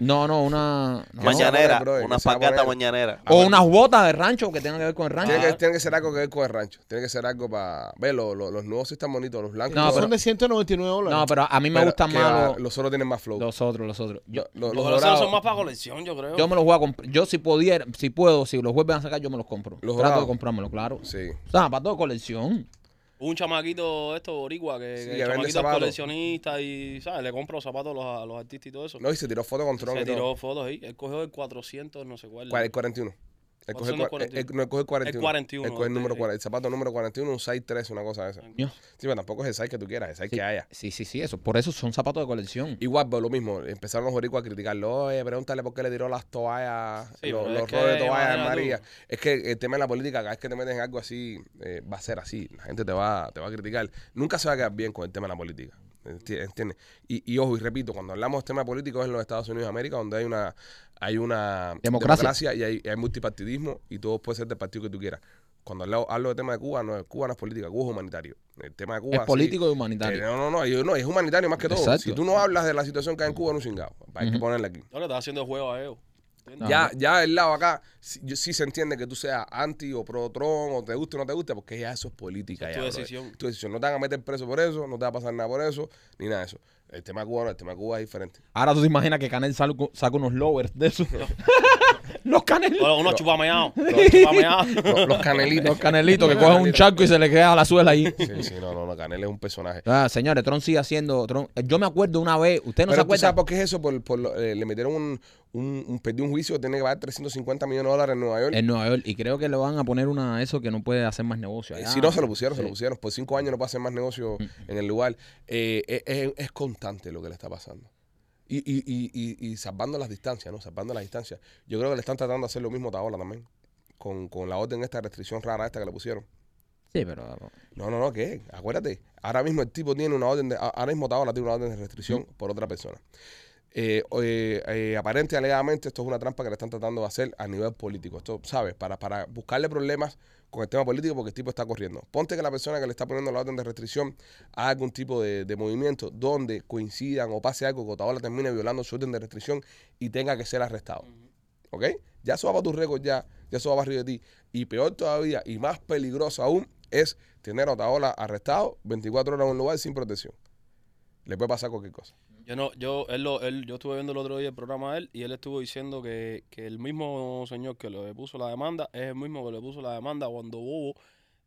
B: No, no, una. no.
A: No,
C: Mañanera,
A: brother,
C: una
A: que se va a
C: pagata
A: poner.
C: mañanera.
B: O unas botas de rancho que tengan que ver con el rancho.
A: Ah. Tiene que, tiene que ser algo que ver con el rancho. Tiene que ser algo para. Ve, lo- lo- los nuevos sí están bonitos, los blancos.
B: No,
A: los-
B: pero-
D: Son de 199 dólares.
B: No, pero a mí me
A: pero
B: gustan
A: que
B: más
A: va-
B: los,
A: los otros tienen más flow.
B: los otros, los otros. Yo,
A: Los-
E: Los
A: los
E: orejas
A: dorados-
E: son más para colección, yo creo.
B: yo me los voy a comprar. Yo si pudiera, si puedo, si los vuelven a sacar, yo me los compro.
A: Los
B: Trato
A: dorados.
B: de comprármelo, claro.
A: Sí.
B: O sea, para toda colección.
E: Un chamaquito, esto, boricua, que,
A: Sí, que
E: que el
A: vende
E: chamaquito es
A: zapatos.
E: coleccionista y, ¿sabes? Le compra los zapatos a los, a los artistas y todo eso.
A: No, y se tiró foto con Tron.
E: se
A: y todo.
E: tiró fotos ahí. Él cogió el 400, no sé cuál.
A: Cuar- el 41. Él coge el,
E: Opción del
A: cua- el-
E: 41.
A: el- no, él coge el 41.
E: El 41,
A: Él coge el, número
E: ok.
A: 40, el zapato número 41, un 6-3, una cosa de esa. Sí,
B: Yo-
A: pero tampoco es el 6 que tú quieras, el 6 que haya.
B: Sí, sí, sí, eso. Por eso son zapatos de colección.
A: Igual, pero pues, lo mismo, empezaron los boricuas a criticarlo. Oye, pregúntale por qué le tiró las toallas,
E: Sí,
A: los,
E: pero
A: los
E: es que,
A: rollos de toallas
E: imagínate
A: a María.
E: tú.
A: Es que el tema de la política, cada vez que te metes en algo así, eh, va a ser así. La gente te va, te va a criticar. Nunca se va a quedar bien con el tema de la política. Enti- ¿Entiendes? Y, y ojo, y repito, cuando hablamos de tema político es en los Estados Unidos de América, donde hay una, hay una
B: Democracia.
A: democracia y hay, y hay multipartidismo y todo puede ser del partido que tú quieras. Cuando hablo, hablo de tema de Cuba, no es Cuba no es política, Cuba es humanitario. El tema de Cuba
B: es
A: sí,
B: político y
A: que
B: humanitario.
A: Eh, no, no, no, yo- no, es humanitario más que todo.
B: Exacto.
A: Si tú no hablas de la situación que hay en Cuba, no chingado. Hay que
B: Ujú.
A: ponerle aquí.
E: No le estás haciendo juego a ellos.
B: No,
A: Ya, ya del lado acá, sí, yo- sí se entiende que tú seas anti o pro Trump o te guste o no te guste, porque ya eso es política.
E: Es
A: ya,
E: tu
A: brother.
E: decisión.
A: Tu decisión. No te van a meter preso por eso, no te va a pasar nada por eso, ni nada de eso. El tema cubano, el tema de Cuba es diferente.
B: Ahora tú te imaginas que Canel sal- saca unos lowers de esos. los Canel.
E: Bueno, unos chupameados. Unos chupameados.
A: Los, los canelitos.
B: Los canelitos que cogen un charco y se le queda la suela ahí.
A: Sí, sí, no, no, no, Canel es un personaje.
B: Ah, señores, Tron sigue haciendo. Tron- Yo me acuerdo una vez, usted no se
A: Pero tú
B: acuerda.
A: sabes por qué es eso, por, por lo- eh, le metieron un, un, un, perdió un juicio, tiene que pagar 350 millones de dólares en Nueva York.
B: En Nueva York. Y creo que le van a poner una de eso que no puede hacer más negocio.
A: Eh,
B: allá.
A: Si no, se lo pusieron, se lo
B: Sí.
A: pusieron. Por cinco años no puede hacer más negocio en el lugar. Eh, es, es- es constante lo que le está pasando. Y, y, y, y, y salvando las distancias, ¿no? Salvando las distancias. Yo creo que le están tratando de hacer lo mismo a Taola también. Con, con la orden esta restricción rara esta que le pusieron.
B: Sí, pero.
A: No, no, no, ¿qué? Acuérdate. Ahora mismo el tipo tiene una orden de... a- Ahora mismo Taola tiene una orden de restricción por otra persona. Eh, o- eh, eh, aparente y alegadamente esto es una trampa que le están tratando de hacer a nivel político. Esto, ¿sabes? Para, para buscarle problemas con el tema político porque el tipo está corriendo. Ponte que la persona que le está poniendo la orden de restricción haga algún tipo de, de movimiento donde coincidan o pase algo que Otaola termine violando su orden de restricción y tenga que ser arrestado. ¿Ok? Ya eso va para tu récord ya, ya eso va para arriba de ti. Y peor todavía y más peligroso aún es tener a Otaola arrestado 24 horas en un lugar sin protección. Le puede pasar cualquier cosa.
E: Yo no, yo, él lo, él, yo estuve viendo el otro día el programa de él y él estuvo diciendo que, que el mismo señor que le puso la demanda es el mismo que le puso la demanda cuando Bobo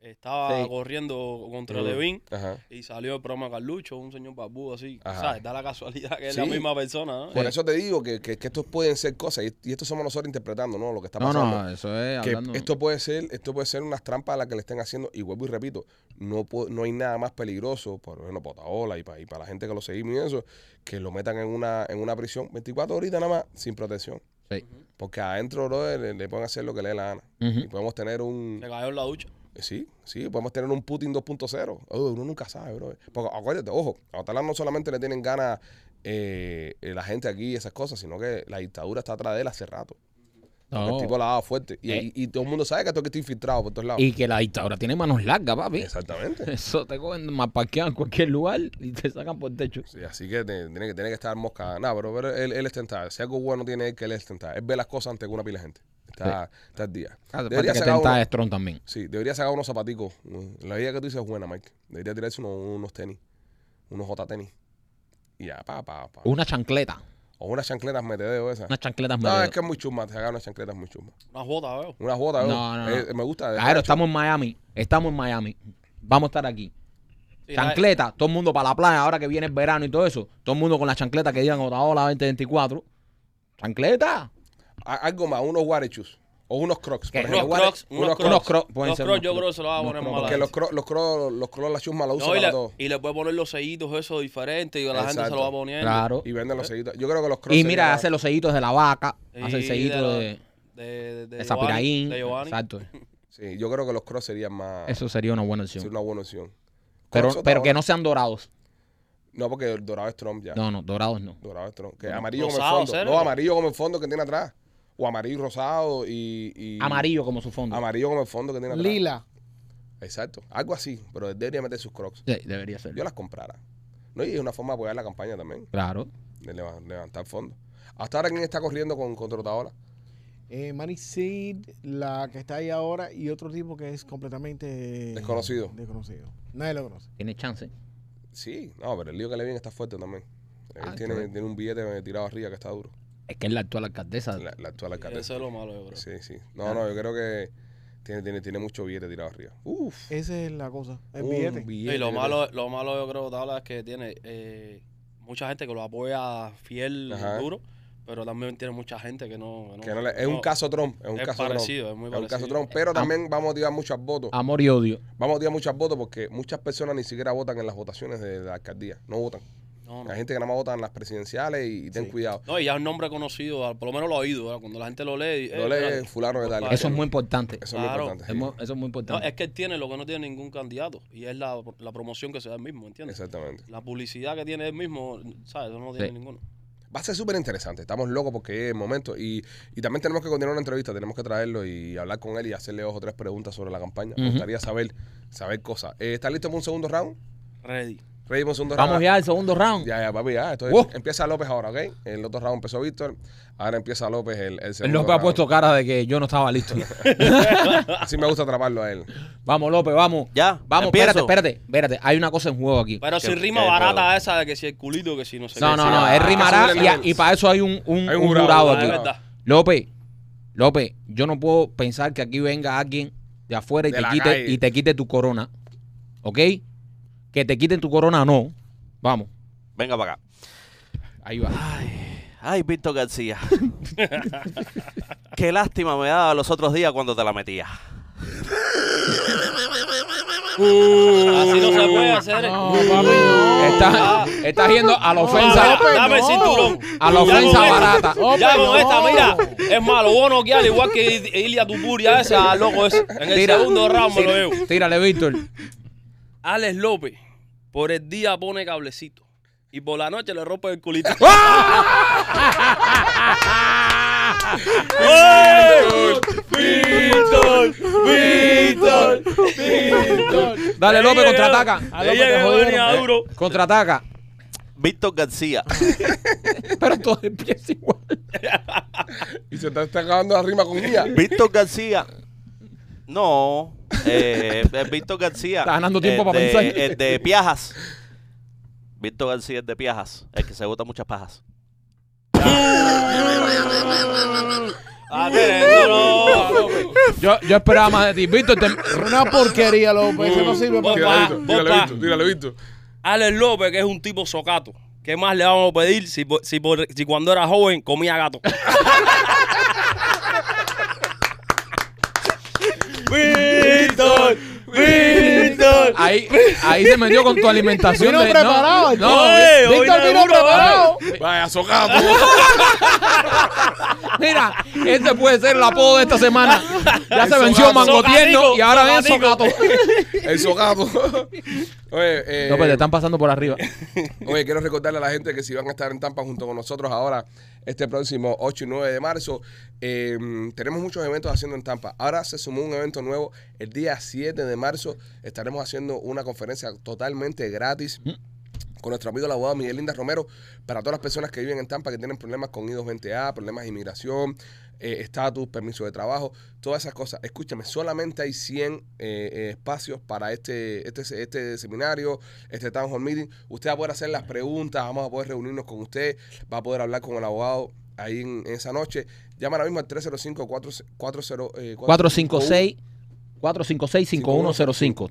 E: estaba
B: Sí. Mm.
E: corriendo contra
A: Ujú.
E: Levin
A: Ajá.
E: y salió el programa Carlucho, un señor barbudo así.
A: Ajá.
E: ¿Sabes? Da la casualidad que es
A: Sí.
E: la misma persona. ¿no?
A: Por eso te digo que, que, que estos pueden ser cosas, y, y esto somos nosotros interpretando, ¿no? Lo que está
B: No,
A: pasando.
B: no, eso es
A: Que
B: hablando.
A: esto puede ser, esto puede ser unas trampas a las que le estén haciendo, y vuelvo y repito, no po- no hay nada más peligroso, por ejemplo, para Otaola y para, y para la gente que lo seguimos y eso, que lo metan en una, en una prisión 24 horitas nada más, sin protección.
B: Sí.
A: Porque adentro, brother, le, le pueden hacer lo que le dé la gana. Y
B: Ujú.
A: podemos tener un.
E: Se cayó en la ducha.
A: Eh, Sí, sí, podemos tener un Putin 2.0. Oh, Uno nunca sabe, bro. Porque acuérdate, ojo, a Otalá no solamente le tienen ganas eh, eh, la gente aquí y esas cosas, sino que la dictadura está atrás de él hace rato.
B: No.
A: El tipo la daba fuerte. Y,
B: Eh.
A: y- y todo el mundo sabe que esto que está infiltrado por todos lados.
B: Y que la dictadura tiene manos largas, papi.
A: Exactamente.
B: Eso te cogen, más parquean en cualquier lugar y te sacan por el techo.
A: Sí, así que te- tiene que tiene que estar mosca. Nada, pero, pero él, él es tentado. Si algo bueno tiene él, que él es tentado. Él ve las cosas ante una pila de gente. Está, está al día.
B: Hace
A: Debería
B: falta Ah, que
A: sacar
B: tentas
A: uno-
B: de Strong también.
A: Sí, debería sacar unos zapaticos. La idea que tú dices es buena, Mike. Debería tirarse uno- unos tenis. Unos J tenis. Y ya, pa, pa, pa.
B: Una chancleta.
A: O unas chancletas metedeo esas.
B: Unas chancletas
A: No,
B: medio-
A: es que es muy chuma. Sacar unas chancletas muy chuma.
E: Una jota, veo.
A: Unas botas, ¿veo?
B: No, no, no.
A: Eh, me gusta.
B: Cajero, estamos en Miami. Estamos en Miami. Vamos a estar aquí.
E: Sí,
B: Chancleta, todo el mundo para la playa, ahora que viene el verano y todo eso. Todo el mundo con la chancleta que digan Otaola 2024. Chancleta.
A: A- Algo más, unos guarechus. O unos crocs.
B: ¿Qué?
A: Por
E: Unos
A: ejemplo,
B: Igual,
E: crocs,
A: unos
E: unos
A: crocs.
E: crocs.
B: Unos crocs, pueden
E: Unos
B: ser
E: crocs,
B: unos
E: yo creo
B: crocs.
E: que se los va a
B: Unos
E: poner
B: crocs,
E: mal.
A: que los crocs, los crocs, los crocs, la chusma la usan
E: No, y,
A: para
E: le,
A: todo.
E: y le puede poner los sellitos esos diferentes y la gente se
A: Exacto.
E: los va poniendo.
B: Claro.
A: Y venden los sellitos. Yo creo que los crocs.
B: Y mira,
A: serían-
B: hace los sellitos de la vaca.
E: Y
B: hace el sellito de,
E: de, de,
B: de
E: de Giovanni,
B: Sapiraín.
E: de Giovanni. Ah.
B: Exacto.
A: Sí, yo creo que los crocs serían más.
B: Eso sería una buena opción.
A: sería una buena opción. Crocs
B: Pero,
A: otra
B: pero que
A: hora.
B: no sean dorados.
A: No, porque el dorado es Trump ya.
B: No, no, dorados no.
A: Dorado es Trump. Que amarillo
E: rosado,
A: como el fondo.
E: cero.
A: No, amarillo como el fondo que tiene atrás. O amarillo rosado y. y-
B: Amarillo como su fondo.
A: Amarillo como el fondo que tiene atrás.
D: Lila.
A: Exacto. Algo así. Pero él debería meter sus crocs.
B: Sí, debería ser.
A: Yo las comprara. No, y es una forma de apoyar la campaña también.
B: Claro.
A: De leva- levantar fondos. Hasta ahora, ¿quién está corriendo con contra Otaola?
D: Eh, Manny Seed, la que está ahí ahora, y otro tipo que es completamente eh,
A: Desconocido.
D: Desconocido. Nadie lo conoce.
B: Tiene chance.
A: Sí. No, pero el lío que le viene está fuerte también. Él
B: Ah,
A: tiene,
B: claro.
A: tiene un billete tirado arriba que está duro.
B: Es que es la actual alcaldesa.
A: La, la actual
E: Y Eso
A: alcaldesa.
E: es lo malo, yo creo.
A: Sí, sí. No, no, yo creo que tiene, tiene, tiene mucho billete tirado arriba. Uf.
D: Esa Eh, es la cosa. El
A: un
D: billete.
E: No, y lo malo, lo malo yo creo, Tabla, es que tiene eh, mucha gente que lo apoya fiel,
A: Ajá.
E: duro, pero también tiene mucha gente que no...
A: Que no le- es un caso Trump. Es un
E: es
A: caso
E: parecido,
A: Trump.
E: es muy
A: un caso
E: parecido.
A: Trump.
B: Ah.
A: Pero también va a motivar muchas votos.
B: Amor y odio.
A: Va a motivar muchas votos porque muchas personas ni siquiera votan en las votaciones de la alcaldía. No votan.
E: No, no.
A: Hay gente que nada más vota en las presidenciales y ten cuidado.
E: No, y ya es un nombre conocido, al- por lo menos lo he oído, ¿verdad? cuando la gente lo lee... eh,
A: No le
E: espérate.
A: fulano de tal.
E: Claro.
B: Eso es muy importante.
A: Eso es muy
E: Claro.
A: importante.
B: Es
A: sí.
B: mu- Eso es muy
E: No,
B: importante.
E: es que él tiene lo que no tiene ningún candidato, y es la, la promoción que se da él mismo, ¿entiendes?
A: Exactamente.
E: La publicidad que tiene él mismo, ¿sabes? Eso no tiene
B: Sí.
E: ninguno.
A: Va a ser súper interesante. Estamos locos porque llegue el momento. Y, y también tenemos que continuar una entrevista. Tenemos que traerlo y hablar con él y hacerle dos o tres preguntas sobre la campaña. Me
B: Ujú.
A: gustaría saber, saber cosas. Eh, ¿Estás listo para un segundo round?
E: Ready.
A: Ready para un segundo
B: Vamos
A: round.
B: ya al segundo round.
A: Ya, ya, papi, ya. Esto es-
B: Wow.
A: Empieza López ahora, ¿ok? El otro round empezó Víctor. Ahora empieza López el, el segundo.
B: López ha
A: round.
B: puesto cara de que yo no estaba listo.
A: Así me gusta atraparlo a él.
B: vamos, López, vamos.
C: Ya,
B: Vamos,
C: empiezo.
B: espérate, espérate, espérate. Hay una cosa en juego aquí.
E: Pero
C: Que-
E: sin rima
C: que hay
E: barata
C: juego.
E: esa de que si el culito, que si no sé
B: No,
E: qué,
B: no,
E: si-
B: no.
E: Ah,
A: hay
B: Él
A: que
B: rimará
A: subirle
B: y, a-
A: niveles.
B: y para eso hay un, un,
A: Hay un
B: un
A: jurado,
B: jurado
E: ah, es
B: aquí.
E: verdad.
B: López, López, yo no puedo pensar que aquí venga alguien de afuera y,
A: De
B: te
A: la
B: quite,
A: calle.
B: y te quite tu corona. ¿Ok? Que te quiten tu corona, no. Vamos.
C: Venga para acá.
B: Ahí va.
C: Ay, Víctor García. Qué lástima me daba los otros días cuando te la metía.
E: Así no se puede hacer.
B: Estás estás yendo a la ofensa.
E: Dame, Ah, dame el
D: no.
E: cinturón.
B: A la
E: Ya
B: ofensa
E: con esta-
B: barata.
E: Ya
D: Hombre,
E: con esta,
D: no.
E: mira. Es malo, voy a noquear igual que Il- Ilia Tupuria ese, ah, loco ese. En el
B: Tira.
E: segundo round me lo
B: Tira-
E: veo.
B: Tírale, Víctor.
E: Alex López, por el día pone cablecito. Y por la noche le rompe el culito. ¡Víctor! ¡Víctor!
B: Dale, López,
E: Ella que-
B: contraataca. eh,
E: ella que venía duro.
B: Contraataca.
C: Víctor García.
B: Pero todo empieza igual.
A: Y se está, está acabando la rima con ella.
C: Víctor García. No. Eh, eh, Víctor García.
B: Está ganando tiempo
C: el
B: para
C: de-
B: pensar.
C: El de Piajas. Víctor García es de Piajas. El que se bota muchas pajas.
E: ¡Atento!
B: Yo, yo esperaba más de ti. Víctor, te-
D: Una porquería, López. Eso no sirve para
E: Papá,
A: Tírale, Víctor. Tírale,
E: papá.
A: Víctor. Tírale, Víctor.
E: Alex López, que es un tipo socato. ¿Qué más le vamos a pedir si, por- si, por- si cuando era joven comía gato? ¡Víctor! ¡Víctor!
B: ahí, ahí se metió con tu alimentación.
D: Vino
B: de- no,
D: preparado,
B: No,
E: Oye,
D: Víctor
E: hoy
D: vino
E: nadie-
D: preparado.
A: Vaya, socado.
B: mira, este puede ser el apodo de esta semana. Ya se
A: El
B: venció
A: sogato.
B: Mango Tierno
E: Sogatico,
B: y ahora ven Socato.
E: sogatico.
A: El socato. Oye, eh,
B: No, pero te están pasando por arriba.
A: Oye, quiero recordarle a la gente que si van a estar en Tampa junto con nosotros ahora, este próximo 8 y 9 de marzo, eh, tenemos muchos eventos haciendo en Tampa. Ahora se sumó un evento nuevo. El día 7 de marzo estaremos haciendo una conferencia totalmente gratis con nuestro amigo el abogado Miguel Linda Romero, para todas las personas que viven en Tampa que tienen problemas con I220A, problemas de inmigración, eh, estatus, permiso de trabajo, todas esas cosas. Escúchame, solamente hay 100 eh, eh, espacios para este, este, se- este seminario, este town hall meeting. Usted va a poder hacer las preguntas, vamos a poder reunirnos con usted, va a poder hablar con el abogado ahí en, en esa noche. Llama ahora mismo al 305 440 eh,
B: 456 456-5105.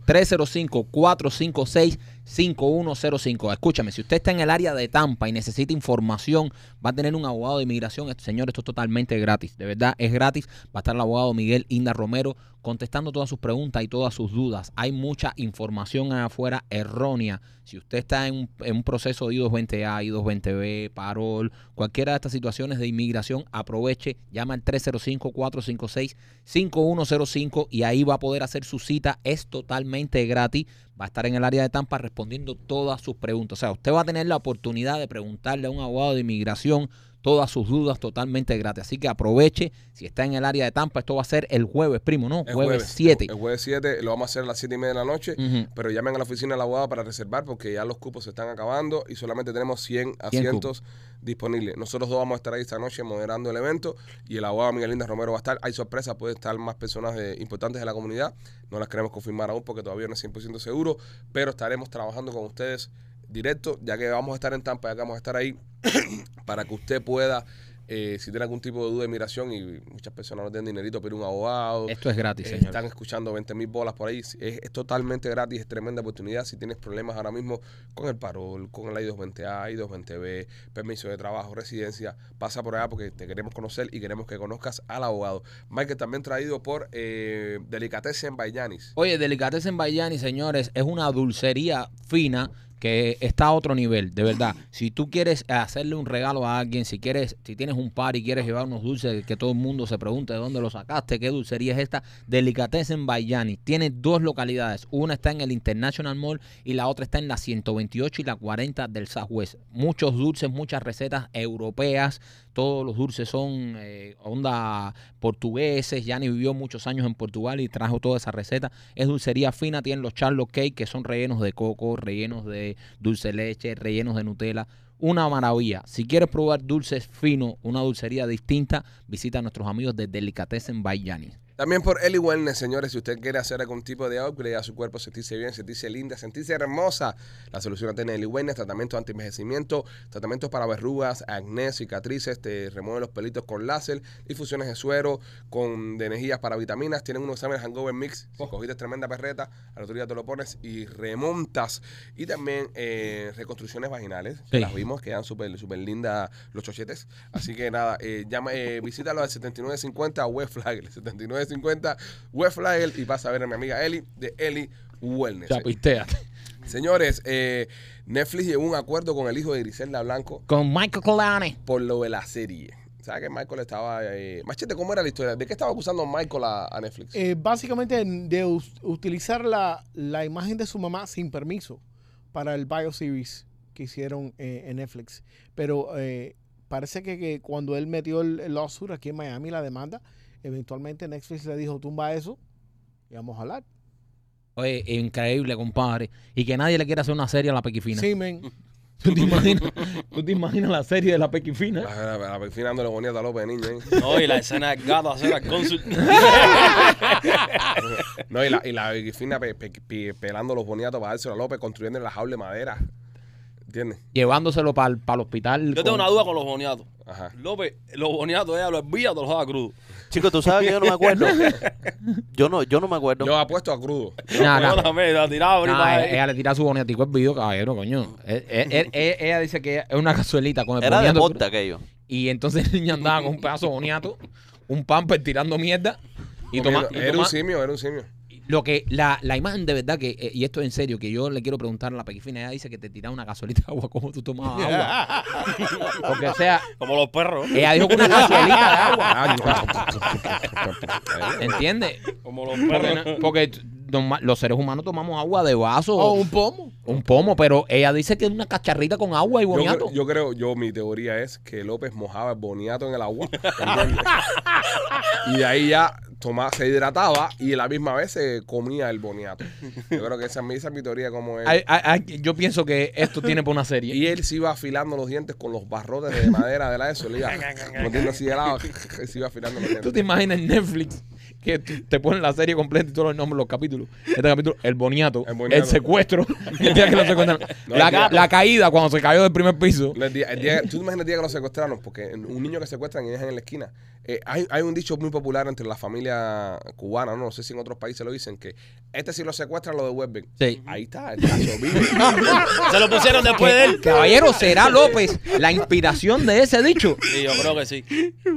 B: 305-456-5105. Escúchame, si usted está en el área de Tampa y necesita información, va a tener un abogado de inmigración. Este señor, esto es totalmente gratis. De verdad, es gratis. Va a estar el abogado Miguel Inda Romero contestando todas sus preguntas y todas sus dudas. Hay mucha información allá afuera errónea. Si usted está en un, en un proceso de I220A, I220B, parol, cualquiera de estas situaciones de inmigración, aproveche, llama al 305-456-5105 y ahí va a poder hacer su cita. Es totalmente gratis. Va a estar en el área de Tampa respondiendo todas sus preguntas. O sea, usted va a tener la oportunidad de preguntarle a un abogado de inmigración todas sus dudas totalmente gratis. Así que aproveche, si está en el área de Tampa, esto va a ser el jueves, primo, ¿no?
A: El
B: jueves 7.
A: El jueves 7 lo vamos a hacer a las 7 y media de la noche.
B: Ujú.
A: Pero llamen a la oficina de la abogada para reservar porque ya los cupos se están acabando y solamente tenemos 100
B: 100
A: asientos disponibles. Nosotros dos vamos a estar ahí esta noche moderando el evento y el abogado Miguel Linda Romero va a estar. Hay sorpresas, pueden estar más personas de- importantes de la comunidad. No las queremos confirmar aún porque todavía no es 100% seguro, pero estaremos trabajando con ustedes directo ya que vamos a estar en Tampa, ya que vamos a estar ahí para que usted pueda... eh, si tiene algún tipo de duda de migración y muchas personas no tienen dinerito, pero un abogado,
B: Esto es gratis,
A: eh,
B: señor.
A: Están escuchando 20 mil bolas por ahí. Es, es totalmente gratis, es tremenda oportunidad. Si tienes problemas ahora mismo con el parol, con el I220A, I220B, permiso de trabajo, residencia, pasa por allá porque te queremos conocer y queremos que conozcas al abogado. Michael también traído por eh, Delicatessen by Yanis.
B: Oye, Delicatessen Bayani, señores, es una dulcería fina que está a otro nivel, de verdad. Si tú quieres hacerle un regalo a alguien, si quieres, si tienes un par y quieres llevar unos dulces que todo el mundo se pregunte de dónde los sacaste, qué dulcería es esta, Delicatessen Bayani. Tiene dos localidades, una está en el International Mall y la otra está en la 128 y la 40 del Southwest. Muchos dulces, muchas recetas europeas, todos los dulces son eh, onda portugueses. Yanni vivió muchos años en Portugal y trajo toda esa receta. Es dulcería fina, tienen los charlotte cake que son rellenos de coco, rellenos de dulce de leche, rellenos de Nutella. Una maravilla. Si quieres probar dulces finos, una dulcería distinta, visita a nuestros amigos de Delicatessen by Yanni.
A: También por Eli Wellness, señores. Si usted quiere hacer algún tipo de upgrade a su cuerpo, sentirse bien, sentirse linda, sentirse hermosa, la solución la tiene Eli Wellness. Tratamiento anti-envejecimiento, tratamientos para verrugas, acné, cicatrices, te remueve los pelitos con láser, difusiones de suero, con de energías para vitaminas. Tienen unos exámenes hangover mix. Si cogiste tremenda perreta, al otro día te lo pones y remontas. Y también eh, reconstrucciones vaginales. que
B: Sí.
A: Las vimos, quedan súper super lindas los chochetes. Así que nada, eh, llama, eh, visítalo al 7950 West Flagel. 7950 West Flagel y vas a ver a mi amiga Eli de Eli Wellness.
B: Chapisteate.
A: Señores, eh, Netflix llegó a un acuerdo con el hijo de Griselda Blanco
B: Con Michael Colani.
A: por lo de la serie. ¿Sabes que Michael estaba... eh, Machete, ¿cómo era la historia? ¿De qué estaba acusando Michael a, a Netflix?
D: Eh, básicamente de us- utilizar la, la imagen de su mamá sin permiso para el bio series que hicieron eh, en Netflix. Pero eh, parece que, que cuando él metió el, el lawsuit aquí en Miami, la demanda, eventualmente Netflix le dijo, tumba eso y vamos a hablar.
B: Oye, increíble, compadre. Y que nadie le quiera hacer una serie a la Pequifina.
D: Sí, men.
B: ¿Tú, te imaginas, ¿Tú te imaginas la serie de la Pequifina?
A: La, la, la perfilándole bonita a López de niño. ¿eh?
E: No, y la escena del gato hacer al cónsul.
A: No, y la, y la Fina pe- pe- pe- pelando los boniatos para dárselo a López, construyendo la jaula de madera. ¿Entiendes?
B: Llevándoselo para el hospital.
E: Yo tengo
B: con-
E: una duda con los boniatos.
A: Ajá.
E: López, los boniatos ella los envía, te los da crudo.
C: Chicos, tú sabes que yo no me acuerdo. Yo no, yo no me acuerdo.
A: Yo apuesto a crudo.
B: Nah, nah.
E: Perdóname, la tiraba ahorita.
B: Nah,
E: ahí.
B: ella, ella le tira su bonetico al video, caballero, coño. Eh, eh, eh, eh, ella dice que es una cazuelita con el
C: Era de
B: boniato.
C: porta aquello.
B: Y entonces la niña andaba con un pedazo de boniato, un pamper tirando mierda. Y, toma, y,
A: Era
B: toma-
A: un simio, era un simio.
B: y Lo que, la, la imagen de verdad que, eh, y esto en serio, que yo le quiero preguntar a la pequifina, ella dice que te tiraba una gasolita de agua, ¿cómo tú tomabas agua? Porque, o sea,
E: Como los perros. ¿eh?
B: ella dijo que una gasolita de agua,
A: Ay,
B: ¿entiendes?
E: Como los
B: Porque,
E: perros.
B: na- porque t- toma- los seres humanos tomamos agua de vaso,
D: O
B: un,
D: un pomo.
B: pomo, pero ella dice que es una cacharrita con agua y
A: Yo,
B: boniato.
A: creo- yo creo, yo mi teoría es que López mojaba el boniato en el agua. ¿entiendes? y de ahí ya tomaba, se hidrataba y la misma vez se comía el boniato. Yo creo que esa, es mi- esa es mi teoría como es.
B: Ay, ay, ay, yo pienso que esto tiene por una serie.
A: Y él se iba afilando los dientes con los barrotes de madera de la ESO. Le iba metiendo así de lado. y se iba afilando los
B: ¿Tú
A: dientes.
B: te imaginas en Netflix que tú- te ponen la serie completa y todos los nombres, los capítulos? Este capítulo, el boniato,
A: El
B: el,
A: boniato.
B: secuestro, el día que lo secuestraron,
A: No, el
B: la,
A: gato.
B: la caída cuando se cayó del primer piso.
A: El día- el día- ¿Tú te imaginas el día que lo secuestraron? Porque un niño que secuestran y dejan en la esquina. Eh, hay, hay un dicho muy popular entre la familia cubana, no, no sé si en otros países lo dicen, que este si lo secuestran lo devuelven.
B: Sí.
A: Ahí está, el caso vive.
E: Se lo pusieron después de él.
B: Caballero, ¿será López la inspiración de ese dicho?
E: Sí, yo creo que sí.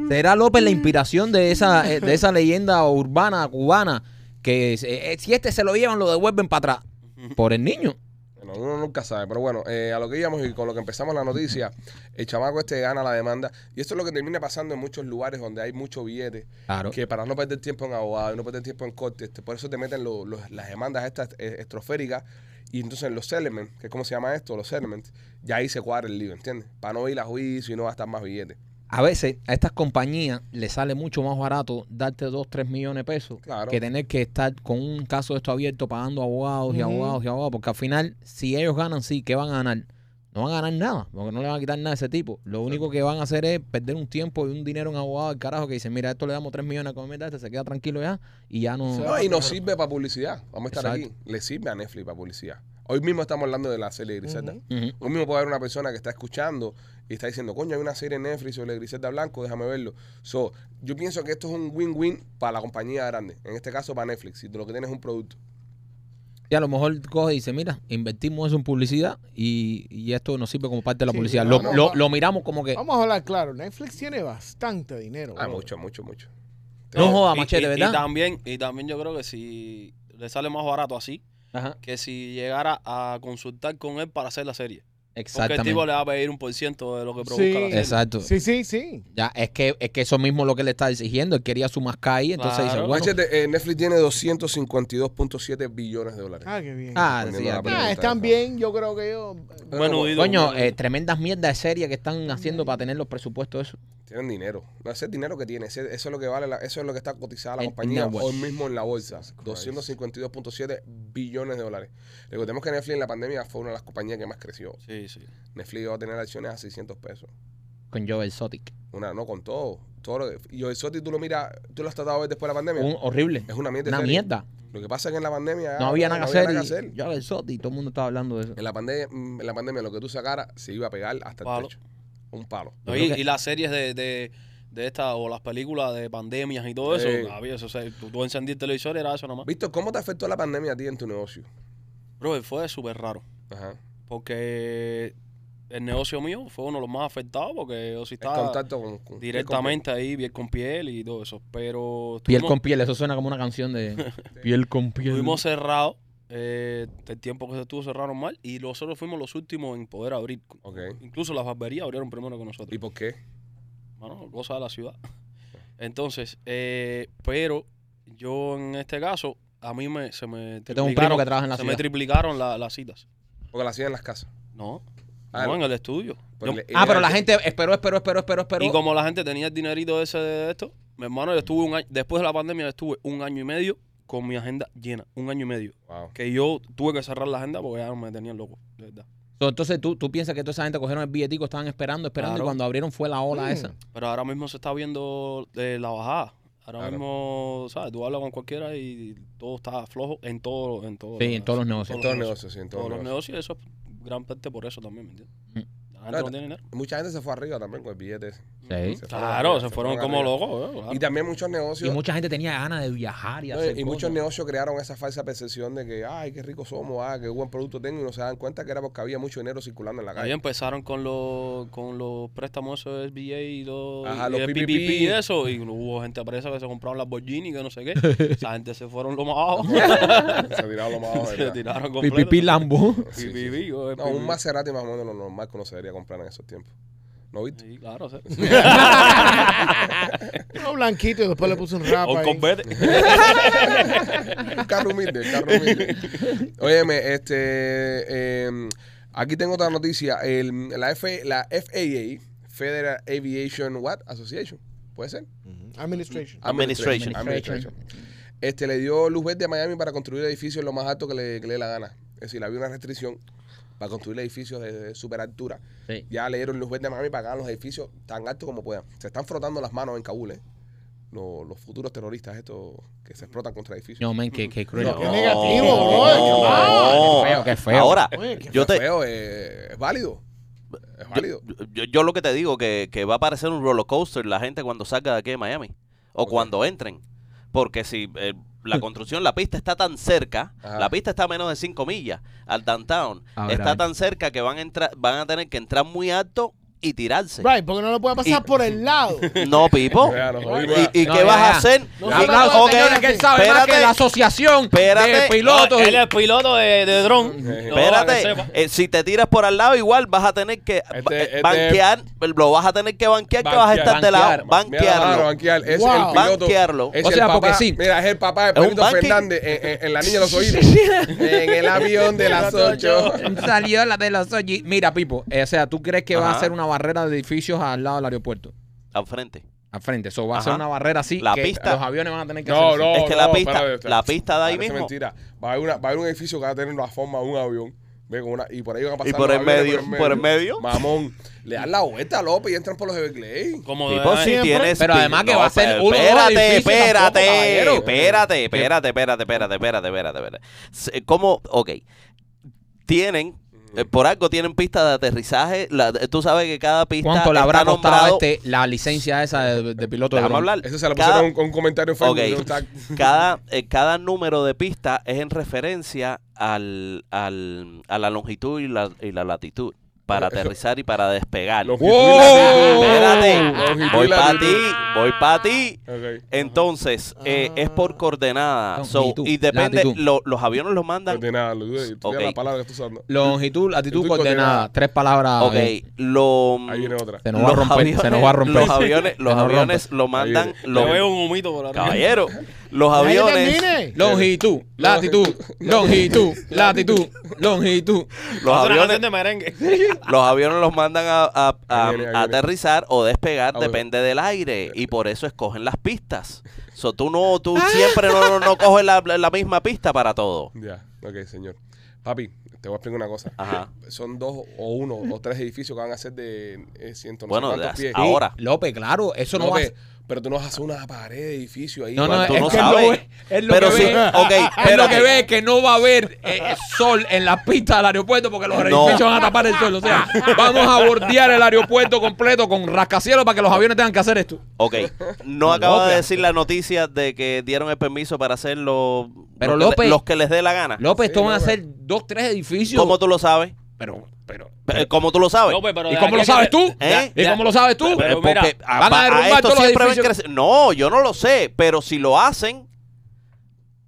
B: ¿Será López la inspiración de esa, eh, de esa leyenda urbana cubana que eh, eh, si este se lo llevan, lo devuelven para atrás? Por el niño.
A: Bueno, uno nunca sabe, pero bueno, eh, a lo que íbamos y con lo que empezamos la noticia, el chamaco este gana la demanda y esto es lo que termina pasando en muchos lugares donde hay mucho billete,
B: Claro.
A: que para no perder tiempo en abogado y no perder tiempo en corte, este, por eso te meten lo- los- las demandas estas eh, estroféricas y entonces los settlements, que es como se llama esto, los settlements, ya ahí se cuadra el lío, ¿entiendes? Para no ir a juicio y no gastar más billetes.
B: A veces a estas compañías les sale mucho más barato darte 2, 3 millones de pesos
A: Claro.
B: que tener que estar con un caso de esto abierto pagando abogados y
D: Ujú.
B: abogados y abogados. Porque al final, si ellos ganan, sí, ¿qué van a ganar? No van a ganar nada, porque no le van a quitar nada a ese tipo. Lo único que van a hacer es perder un tiempo y un dinero en abogados al carajo que dicen, mira, esto le damos 3 millones a comer, este se queda tranquilo ya y ya no...
D: Se va.
A: No, y nos sirve para publicidad, vamos a estar
B: Exacto.
A: aquí, le sirve a Netflix para publicidad. Hoy mismo estamos hablando de la serie de Griselda.
D: Ujú.
B: Ujú.
A: Hoy mismo puede haber una persona que está escuchando y está diciendo, coño, hay una serie en Netflix sobre Griselda Blanco, déjame verlo. So, yo pienso que esto es un win-win para la compañía grande, en este caso para Netflix, si tú lo que tienes es un producto.
B: Y a lo mejor coge y dice, mira, invertimos eso en publicidad y, y esto nos sirve como parte de la
D: Sí,
B: publicidad.
D: no,
B: Lo-
D: no,
B: lo,
D: va.
B: lo miramos como que...
D: Vamos a hablar claro. Netflix tiene bastante dinero.
A: Ah,
D: bro.
A: mucho, mucho, mucho. Eh,
B: No joda,
E: Y-
B: machete,
E: y-
B: ¿verdad?
E: Y también, y también yo creo que si le sale más barato así
B: Ajá,
E: que si llegara a consultar con él para hacer la serie. Porque el
B: exactamente.
E: tipo le va a pedir un por ciento de lo que
D: Sí.
E: produzca la serie.
B: Exacto.
D: Sí, sí, sí.
B: Ya, es que, es que eso mismo es lo que le está exigiendo. Él quería su masca ahí, entonces
E: Claro.
B: dice, bueno,
A: Machete, eh, Netflix tiene 252.7 billones de dólares.
D: Ah, qué bien. Ah,
B: ah, sí, ya, pero-
A: pregunta
D: están
A: esa.
D: bien. Yo creo que yo.
A: Pero
E: Bueno,
A: como-
E: Guido,
B: coño,
E: bueno,
B: eh, tremendas mierdas de serie que están haciendo para tener los presupuestos eso.
A: Tienen dinero. No, ese es el dinero que tiene. ese- eso es lo que vale. la- eso es lo que está cotizada la
B: En-
A: compañía
B: en la
A: hoy
B: bolsa.
A: mismo en la bolsa. 252.7 billones de dólares. Recordemos que Netflix en la pandemia fue una de las compañías que más creció.
E: Sí, sí.
A: Netflix va a tener acciones a 600 pesos.
B: Con Joel Sotic.
A: Una, no, con todo. todo lo que- y el Soti, tú lo miras, tú lo has tratado de ver después de la pandemia.
B: Un, horrible.
A: es una mierda. de
B: Una
A: serie.
B: mierda.
A: Lo que pasa es que en la pandemia.
B: No había nada que hacer. y
A: hacer.
B: Joel Sotic, todo el mundo estaba hablando de eso.
A: En la, pandemia, en la pandemia, lo que tú sacaras se iba a pegar hasta el
E: Palo.
A: techo. Un palo.
E: No,
B: creo
E: y,
B: que-
E: y las series de, de, de estas o las películas de pandemias y todo eso,
A: Eh.
E: había eso, o sea, tú, tú encendí el televisor y era eso nomás.
A: Víctor, ¿cómo te afectó la pandemia a ti en tu negocio?
E: Bro, fue súper raro.
A: Ajá.
E: Porque el negocio mío fue uno de los más afectados porque yo sí
A: El
E: estaba
A: contacto con. con-
E: directamente ahí, piel con piel y todo eso. Pero
B: Piel
E: estuvimos-
B: con piel, eso suena como una canción de piel con piel.
E: estuvimos cerrados eh, el tiempo que se estuvo cerraron mal y nosotros fuimos los últimos en poder abrir.
A: Ok.
E: Incluso las barberías abrieron primero que
A: ¿Y
E: nosotros.
A: por qué?
E: Bueno, cosa de la ciudad. Entonces, eh, pero yo en este caso, a mí me, se me
B: Yo tengo un primo
E: triplicaron,
B: que trabaja en la
E: se me
B: ciudad.
E: triplicaron la- las citas.
A: Porque la hacían en las casas.
E: No,
A: Ah,
E: no en el estudio.
A: Porque
E: Yo-
A: le-
B: Ah, pero
A: era-
B: la gente esperó, esperó, esperó, esperó, esperó.
E: Y como la gente tenía el dinerito ese de esto, mi hermano, yo estuve un año, después de la pandemia, yo estuve un año y medio con mi agenda llena, un año y medio.
A: Wow.
E: Que yo tuve que cerrar la agenda porque ya me tenían loco, de verdad.
B: So, Entonces ¿tú, tú piensas que toda esa gente cogieron el billetico, estaban esperando, esperando
E: Claro.
B: y cuando abrieron fue la ola
D: Mm.
B: esa.
E: Pero ahora mismo se está viendo eh, la bajada. Ahora
A: Claro.
E: mismo, ¿sabes? Tú hablas con cualquiera y todo está flojo en todo. En todo
B: Sí, en todos los negocios.
A: En todos los negocios, sí, en
E: Todos los
A: negocios.
E: negocios, eso es gran parte por eso también, ¿me entiendes?
B: Mm.
E: Ya La gente no tiene dinero.
A: Mucha gente se fue arriba también con el billete ese.
B: Sí.
A: Se fueron
E: Claro,
A: arriba,
E: se fueron como
A: arriba.
E: locos. ¿eh? Claro.
A: Y también muchos
B: Y
A: negocios.
B: mucha gente tenía ganas de viajar y
A: No,
B: hacer
A: y muchos
B: cosas.
A: negocios crearon esa falsa percepción de que, ay, qué ricos somos, ah, qué buen producto tengo, y no se dan cuenta que era porque había mucho dinero circulando en la
E: Ahí
A: calle.
E: empezaron con los con los préstamos esos del SBA y los,
A: Ajá,
E: y
A: los
E: el
A: PPP.
E: y eso. Y hubo gente presa que se compraron las Lamborghini que no sé qué. Esa gente se fueron lo más abajo.
A: se tiraron lo más abajo,
E: se
A: ¿verdad?
E: tiraron completo.
B: Pipipi Lambo.
A: Sí, sí,
E: PPP,
A: sí.
E: o el
A: No, un
E: PPP.
A: Maserati más o menos lo normal que uno se debería comprar en esos tiempos. ¿No viste?
E: Sí, claro. sí.
D: Uno blanquito y después le puse un rap.
C: O
D: ahí.
C: converte.
A: Un carro humilde, un carro humilde. Óyeme, este. eh, aquí tengo otra noticia. El- la, F, la FAA, Federal Aviation what? Association, ¿puede ser?
D: Administration.
C: Administration.
A: Administration. Este le dio luz verde a Miami para construir edificios lo más alto que le, que le dé la gana. Es decir, había una restricción para construir edificios de, de super altura.
B: Sí.
A: Ya le dieron luz verde a Miami para que hagan los edificios tan altos como puedan. Se están frotando las manos en Kabul, ¿eh? Los, los futuros terroristas estos que se explotan contra edificios.
B: No, men, qué, qué cruel.
D: No, qué
B: No,
D: negativo,
C: No,
D: bro, qué
B: mal. Qué feo, qué feo.
C: Ahora,
D: Oye, qué
C: yo
A: Está
C: te,
A: feo, eh, es válido. Es válido.
C: Yo, yo lo que te digo que, que va a parecer un roller coaster la gente cuando salga de aquí de Miami o
A: Ok.
C: cuando entren. Porque si eh, la construcción, la pista está tan cerca,
A: Ajá.
C: la pista está a menos de 5 millas al downtown,
B: Ahora
C: está
B: ven.
C: tan cerca que van a, entrar, van a tener que entrar muy alto y tirarse.
D: Right, porque no lo puede pasar
C: Y-
D: por el lado.
C: No, Pipo.
A: Ya, nos jodimos.
C: ¿Y, y
B: No,
C: qué
B: ya,
C: vas
B: ya.
C: a hacer?
D: No,
C: Y-
D: se trata de
C: ok,
D: señores que
B: Él sabe más que
C: espérate.
B: la asociación de
C: Espérate.
B: pilotos.
E: Ah, él es piloto de, de dron. No, para que
C: Espérate,
E: sepa.
C: eh, si te tiras por al lado, igual vas a tener que ba-
A: Este- este-
C: banquear, lo vas a tener que banquear, que vas a
A: Banquear.
C: estar de lado,
A: Mira la mano,
C: banquearlo.
A: banquear. Es
D: Wow.
A: el piloto.
C: Banquearlo.
A: Es
B: O sea,
A: el papá,
B: porque sí.
A: Mira, es el papá de
C: Es un
A: Pedrito
C: banking.
A: Fernández en, en- en La Niña de los Oídos. en el avión de las ocho.
B: Salió la de los oye. Mira, Pipo, eh, o sea, ¿tú crees que va a
C: Ajá.
B: ser una barrera de edificios al lado del aeropuerto?
C: Al frente.
B: Al frente. Eso va a ser
C: Ajá.
B: una barrera así.
C: La
B: que
C: pista.
B: Los aviones van a tener que
A: No,
B: hacer
A: no.
B: así.
C: es que la
A: no,
C: pista,
A: espérate, espérate.
C: la pista da ahí
A: Parece
C: mismo.
A: mentira. Va a, haber una- va a haber un edificio que va a tener la forma de un avión. Ve, con una- y por ahí van a pasar
C: Y por
A: los
C: el
A: aviones
C: medio, por el medio.
A: Mamón, le dan la vuelta a López y entran por los Everglades.
E: Como de-
C: Tipo, pues, si
E: ay,
C: tienes.
B: Pero además que va a ser
C: pero
B: uno, dos
C: Espérate,
B: edificios tampoco,
C: espérate,
B: caballero.
C: espérate, espérate, espérate, espérate, espérate, espérate, espérate. Se- ¿Cómo? Ok. Tienen. eh, Por algo tienen pistas de aterrizaje. la- eh, tú sabes que cada pista.
B: ¿Cuánto le
C: está
B: habrá costado a
C: nombrado-
B: este la licencia esa de, de piloto de
C: Déjame
B: dron?
C: hablar.
A: Eso se lo
C: Cada-
A: pusieron con un comentario en Facebook,
C: Ok.
A: ¿no? Está-
C: cada, eh, cada número de pista es en referencia al, al- a la longitud y la, y la latitud para
A: Eso-
C: aterrizar y para despegar.
A: Eh, longitud y
B: ¡Wow!
A: latitud.
C: Espérate,
A: Longitud y
C: voy para
A: latitud. Ah.
C: ti, voy para ti.
A: Ok.
C: Entonces, eh, es por coordenada. So,
B: Ah. Longitud,
C: y depende,
B: latitud.
C: lo- los aviones los mandan.
A: Coordenada, lo dudo, y tú
C: Ok.
A: mira la palabra que estás usando.
B: Longitud, latitud,
A: Longitud,
B: coordenada.
A: coordenada.
B: Tres palabras.
C: Ah, Ok,
B: eh,
C: lo.
A: Ahí viene otra.
B: Se nos va a
C: los
B: romper, se nos va a romper.
C: Los aviones, los
B: Se nos
C: aviones lo mandan.
A: viene.
E: Le
C: Los,
E: veo un humito por arriba.
C: caballero, los
D: Ahí
C: aviones.
D: termine.
B: Longitud, latitud, longitud, latitud, longitud.
C: Los
E: Es una
C: aviones
E: canción de merengue.
C: Los aviones los mandan a, a- a-
A: Ahí viene, ahí
C: a
A: viene.
C: aterrizar o despegar,
A: Ah, bueno.
C: depende del aire. Y por eso escogen las pistas. So, tú no, tú siempre no, no, no coges la, la misma pista para todo.
A: Ya, ok, señor. Papi, te voy a explicar una cosa.
C: Ajá.
A: Son dos o uno o tres edificios que van a ser de eh, ciento no
C: Bueno,
A: sé cuántos
C: de-
A: pies.
C: ahora.
B: López, claro, eso no,
A: No,
B: va
A: ve,
B: a
A: pero tú no vas a hacer una pared de edificio ahí.
B: No, no,
A: Juan, tú
B: es
C: no
B: que él lo
C: sabes.
B: ve- él lo
C: Pero
B: que
C: sí,
B: ve-
C: ok,
B: Es lo que
C: espérate.
B: ve es que no va a haber eh, eh, sol en las pistas del aeropuerto porque los edificios van a tapar el sol. O sea, vamos a bordear el aeropuerto completo con rascacielos para que los aviones tengan que hacer esto.
C: Ok. No acaba
B: López.
C: de decir la noticia de que dieron el permiso para hacer los,
B: Pero,
C: los, que,
B: López-
C: le- los que les dé la gana.
B: López,
A: Sí,
B: esto van a
A: López.
B: ser dos, tres edificios.
C: ¿Cómo tú lo sabes?
B: Pero, pero.
C: Eh, ¿Cómo tú lo sabes?
E: López, pues, pero
B: ¿Y
E: de
B: cómo lo
E: aquí a
B: sabes
E: que-
B: tú?
C: ¿Eh?
B: ¿Y cómo lo sabes tú?
E: Pero
C: Eh,
E: mira,
C: porque a-
B: van a
C: pa- a
B: derrumbar
C: esto
B: todos los
C: siempre van
B: edificios.
C: creciendo. No, yo no lo sé, pero si lo hacen,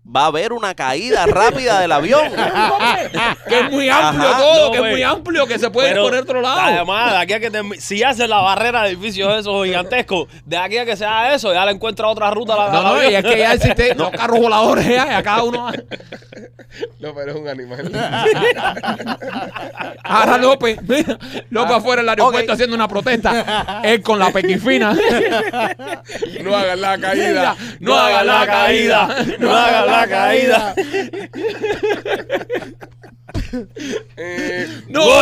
C: va a haber una caída rápida del avión.
B: Ah, que es muy amplio
C: Ajá,
B: todo,
E: no,
B: que es
E: güey.
B: muy amplio, que se puede
E: Pero,
B: ir por el otro lado.
E: Además, de aquí a que termi- si hace la barrera de edificios esos gigantescos, de aquí a que se haga eso, ya le encuentra otra ruta a la,
B: no,
E: a la
B: no,
E: vía.
B: y es que ya existe los carros voladores, ya, y a cada uno.
A: No, pero es un animal.
B: Ahora López, mira, López afuera del aeropuerto
C: ok.
B: haciendo una protesta. Él con la pequifina.
A: no hagan la caída.
B: no haga la caída.
E: no haga la caída.
A: Eh,
B: No,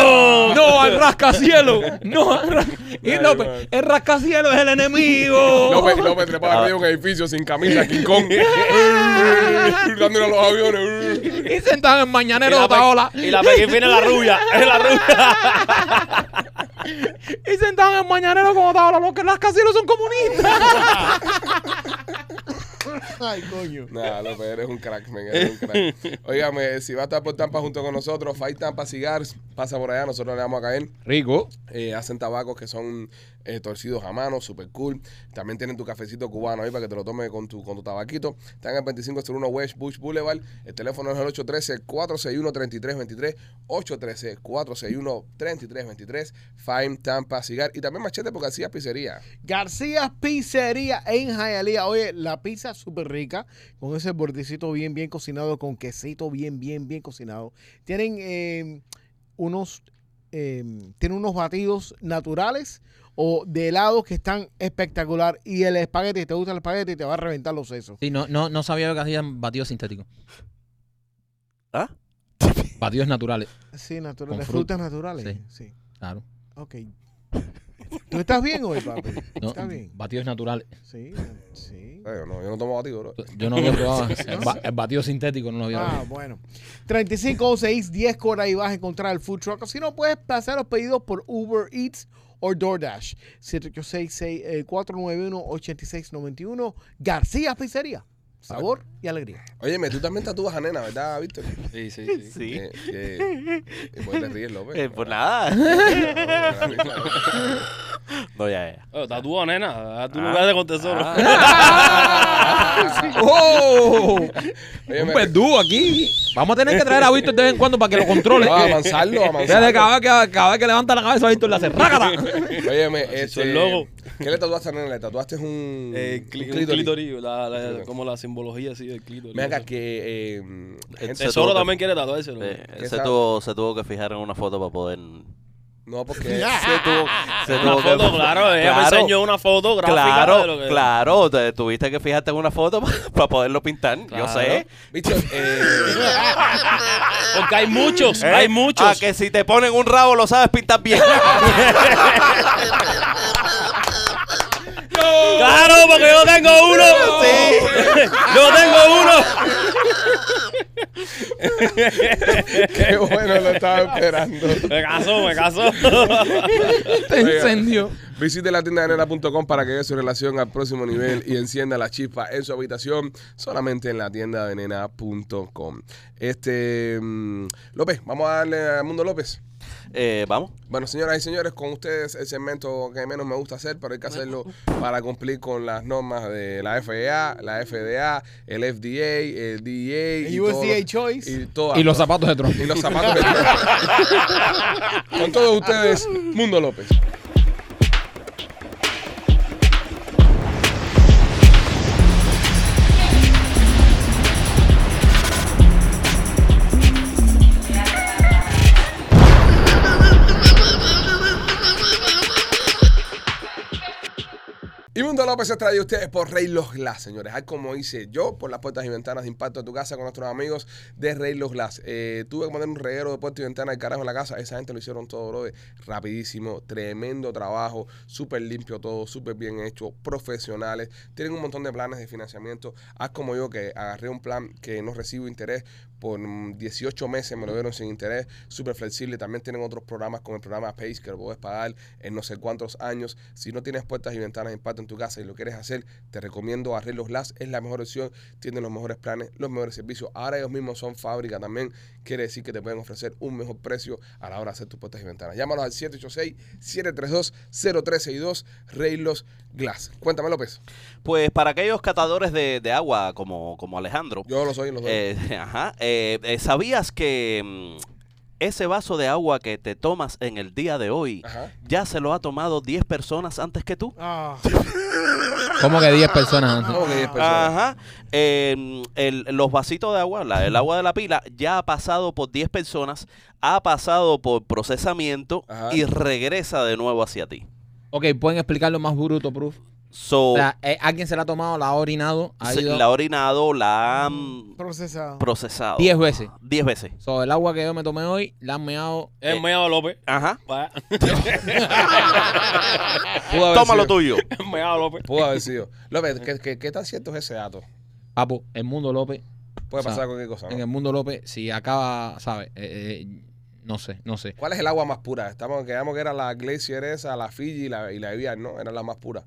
B: al- no al rascacielo. No al ra- Y
A: Ay,
B: López,
A: man.
B: el rascacielo es el enemigo.
A: López, López trepaba arriba de un edificio sin camisa, King Kong. Dándole a los aviones.
B: Y sentado en el
E: Y
B: mañanero de
E: la, pe-
B: Otaola.
E: y la pequifina es la rubia. Es la rubia.
B: Y sentaban en mañanero como estaban los que las casillas son comunistas.
D: Ay, coño.
A: Nah, López, eres un crack, men, eres un crack. Óigame, si va a estar por Tampa junto con nosotros, Fight Tampa Cigars, pasa por allá, nosotros le vamos a caer.
B: Rico.
A: Eh, hacen tabacos que son eh, torcidos a mano, super cool. También tienen tu cafecito cubano ahí para que te lo tomes con tu, con tu tabaquito. Están en 2501 West Bush Boulevard. El teléfono es el 813-461-3323. 813-461-3323. Fine Tampa Cigar. Y también machete porque hacía pizzería.
D: García Pizzería en Jayalía. Oye, la pizza súper rica, con ese bordecito bien, bien cocinado, con quesito bien, bien, bien cocinado. Tienen eh, unos, eh, tienen unos batidos naturales o de helado que están espectacular. Y el espagueti, te gusta el espagueti, te va a reventar los sesos.
B: Sí, no, no, no sabía que hacían batidos sintéticos.
C: ¿Ah?
B: Batidos naturales.
D: Sí, natural,
B: Con
D: de
B: fru-
D: frutas naturales. Sí.
B: Claro.
D: Ok. ¿Tú estás bien hoy, papi?
B: No,
D: ¿Estás bien?
B: Batidos naturales.
D: Sí, sí.
A: Ay, Yo no, yo no tomo batido, bro.
B: Yo no había probado. El, ba- el batido sintético no lo había
D: Ah,
B: probado.
D: bueno. 35 6 10 con ahí vas a encontrar el food truck. Si no, puedes pasar los pedidos por Uber Eats o DoorDash. eh, 786-491-8691. García Pizzería. Sabor y alegría.
A: Óyeme, tú también tatúas a nena, ¿verdad, Víctor?
E: Sí, sí, sí.
C: Sí.
A: Eh, eh, ¿Y por qué te ríes, López?
C: Eh, pues nada.
A: nada.
C: No, ya, ya.
E: Oye, tatúa, nena. A tu lugar de contesoro.
C: Ah.
B: ¡Oh!
A: Oye,
B: Un
A: me-
B: verdugo aquí. Vamos a tener que traer a Víctor de vez en cuando para que lo controle.
A: No, avanzarlo, avanzarlo.
B: Fíjate, cada vez que, cada vez que levanta la cabeza, Víctor le hace rácata.
A: Óyeme,
E: Así
A: este,
E: soy loco.
A: ¿qué le tatuaste a nena? ¿Le tatuaste un,
E: Eh,
A: un
E: cli- un
A: clítoris?
E: clítoris, la- la-
A: Clítoris.
E: como la simbología así del clítoris.
A: Ven acá, que... Eh,
C: El
A: gente-
C: sexo.
E: Tesoro
C: tuvo que-
E: también quiere tatuárselo.
C: Eh,
A: ¿Qué
C: se,
A: sabe?
C: tuvo, se tuvo que fijar en una foto para poder.
A: no, porque...
C: Se tuvo, se
E: Ah, Una
C: tuvo que-
E: foto, claro, ella me enseñó una foto gráfica de lo
C: Claro,
E: que-
C: claro, te- tuviste que fijarte en una foto para poderlo pintar, yo
E: Claro.
C: sé.
A: Víctor, eh,
E: Porque hay muchos,
C: ¿Eh?
E: hay
C: Ah,
E: muchos.
C: que si te ponen un rabo lo sabes pintar bien.
E: Claro, porque yo tengo uno.
A: Eh.
C: Sí.
E: yo tengo uno.
A: qué bueno, lo estaba esperando.
E: Me casó, me casó.
B: Te incendió.
A: Visite la tienda de nena.com para que lleve su relación al próximo nivel y encienda la chispa en su habitación solamente en la tienda de nena.com. Este, mm, López, vamos a darle a Mundo López.
C: Eh, vamos.
A: Bueno, señoras y señores, con ustedes el segmento que menos me gusta hacer, pero hay que hacerlo para cumplir con las normas de la FAA, la FDA, el FDA, el DEA
D: El
A: todos los-
D: USDA Choice.
A: y, todas-
B: Y los zapatos de Trump.
A: y los zapatos. de- con todos ustedes, Mundo López. Y Mundo López pues, se trae a ustedes por Rey Los Glass, señores. Hay como hice yo, por las puertas y ventanas de impacto de tu casa con nuestros amigos de Rey Los Glass. Eh, tuve que poner un reguero de puertas y ventanas de carajo en la casa. Esa gente lo hicieron todo, bro. Rapidísimo, tremendo trabajo, súper limpio todo, súper bien hecho, profesionales. Tienen un montón de planes de financiamiento. Haz como yo que agarré un plan que no recibo interés por mm, 18 meses, me lo dieron sin interés, súper flexible. También tienen otros programas como el programa Pace que lo puedes pagar en no sé cuántos años. Si no tienes puertas y ventanas de impacto en tu casa y lo quieres hacer, te recomiendo Arreglos Las. Es la mejor opción. Tienen los mejores planes, los mejores servicios. Ahora ellos mismos son fábrica también. Quiere decir que te pueden ofrecer un mejor precio a la hora de hacer tus puertas y ventanas. Llámalos al 786-732-0362 Reylos Glass. Cuéntame, López.
C: Pues para aquellos catadores de, de agua como, como Alejandro,
A: Yo lo soy, lo soy.
C: eh, ajá, eh, eh, ¿sabías que mm, ese vaso de agua que te tomas en el día de hoy
A: Ajá.
C: ya se lo ha tomado 10 personas antes que tú?
D: Ah,
B: ¿Cómo que 10 personas antes?
A: ¿Cómo que diez
C: Pues
A: personas?
C: Ajá. Eh, el- los vasitos de agua, la- el agua de la pila, ya ha pasado por 10 personas, ha pasado por procesamiento
A: Ajá.
C: y regresa de nuevo hacia ti.
B: Ok, ¿pueden explicarlo más bruto, proof?
C: So,
B: O sea, eh, alguien se la ha tomado, la ha orinado, ha
C: se-
B: ido
C: la ha orinado, la han
D: procesado.
C: procesado.
B: 10 veces.
C: 10 veces.
B: So, el agua que yo me tomé hoy, la han meado. eh,
E: Es meado López.
C: Ajá.
E: Va,
A: Pudo haber
C: Toma lo
A: sido.
C: tuyo.
E: Es meado López.
A: Pudo haber sido. López, ¿qué, qué, qué tan cierto es ese dato?
B: Papo, el mundo López.
A: Puede
B: O sea,
A: Ah. pasar cualquier cosa,
B: En
A: ¿no?
B: el mundo López, si acaba, ¿sabes? Eh, eh, No sé, no sé.
A: ¿Cuál es el agua más pura? Estamos, quedamos que era la Glacier esa, la Fiji y la, y la Evian, ¿no? Era la más pura.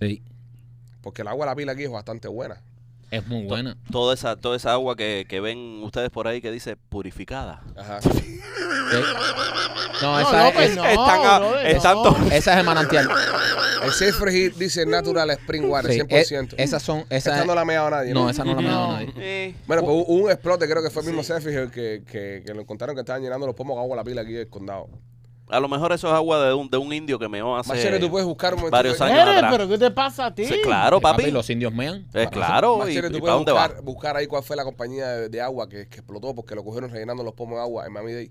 B: Sí.
A: Porque el agua de la pila aquí es bastante buena.
B: Es muy buena.
C: Toda esa, toda esa agua que, que ven ustedes por ahí que dice purificada.
A: Ajá.
B: Sí. Eh, No,
D: No,
B: esa,
D: López,
B: es,
D: no,
C: están a-
D: brother,
C: están
D: no.
C: to-
B: esa es el manantial.
A: El Safe Heat dice Natural Spring Water,
B: Sí,
A: 100%.
B: e- esas son.
A: Esta
B: Esa,
A: no la me ha dado nadie.
B: no, esa no la me
D: No.
B: nadie.
C: Eh,
A: Bueno, pues hubo un explote, creo que fue el mismo Safe Heat que, que, que lo encontraron que estaban llenando los pomos con agua de la pila aquí del condado.
C: a lo mejor eso es agua de un, de un indio que meó hace...
A: Machete, tú puedes buscar un momento.
C: varios años.
D: Eres,
C: atrás.
D: pero ¿qué te pasa a ti?
C: Sí, claro, papi.
B: Los indios mean.
C: Eh, claro, ¿y,
A: Machete, tú
C: y
A: puedes
C: para dónde va?
A: buscar, buscar ahí cuál fue la compañía de, de agua que, que explotó porque lo cogieron rellenando los pomos de agua en Miami Day.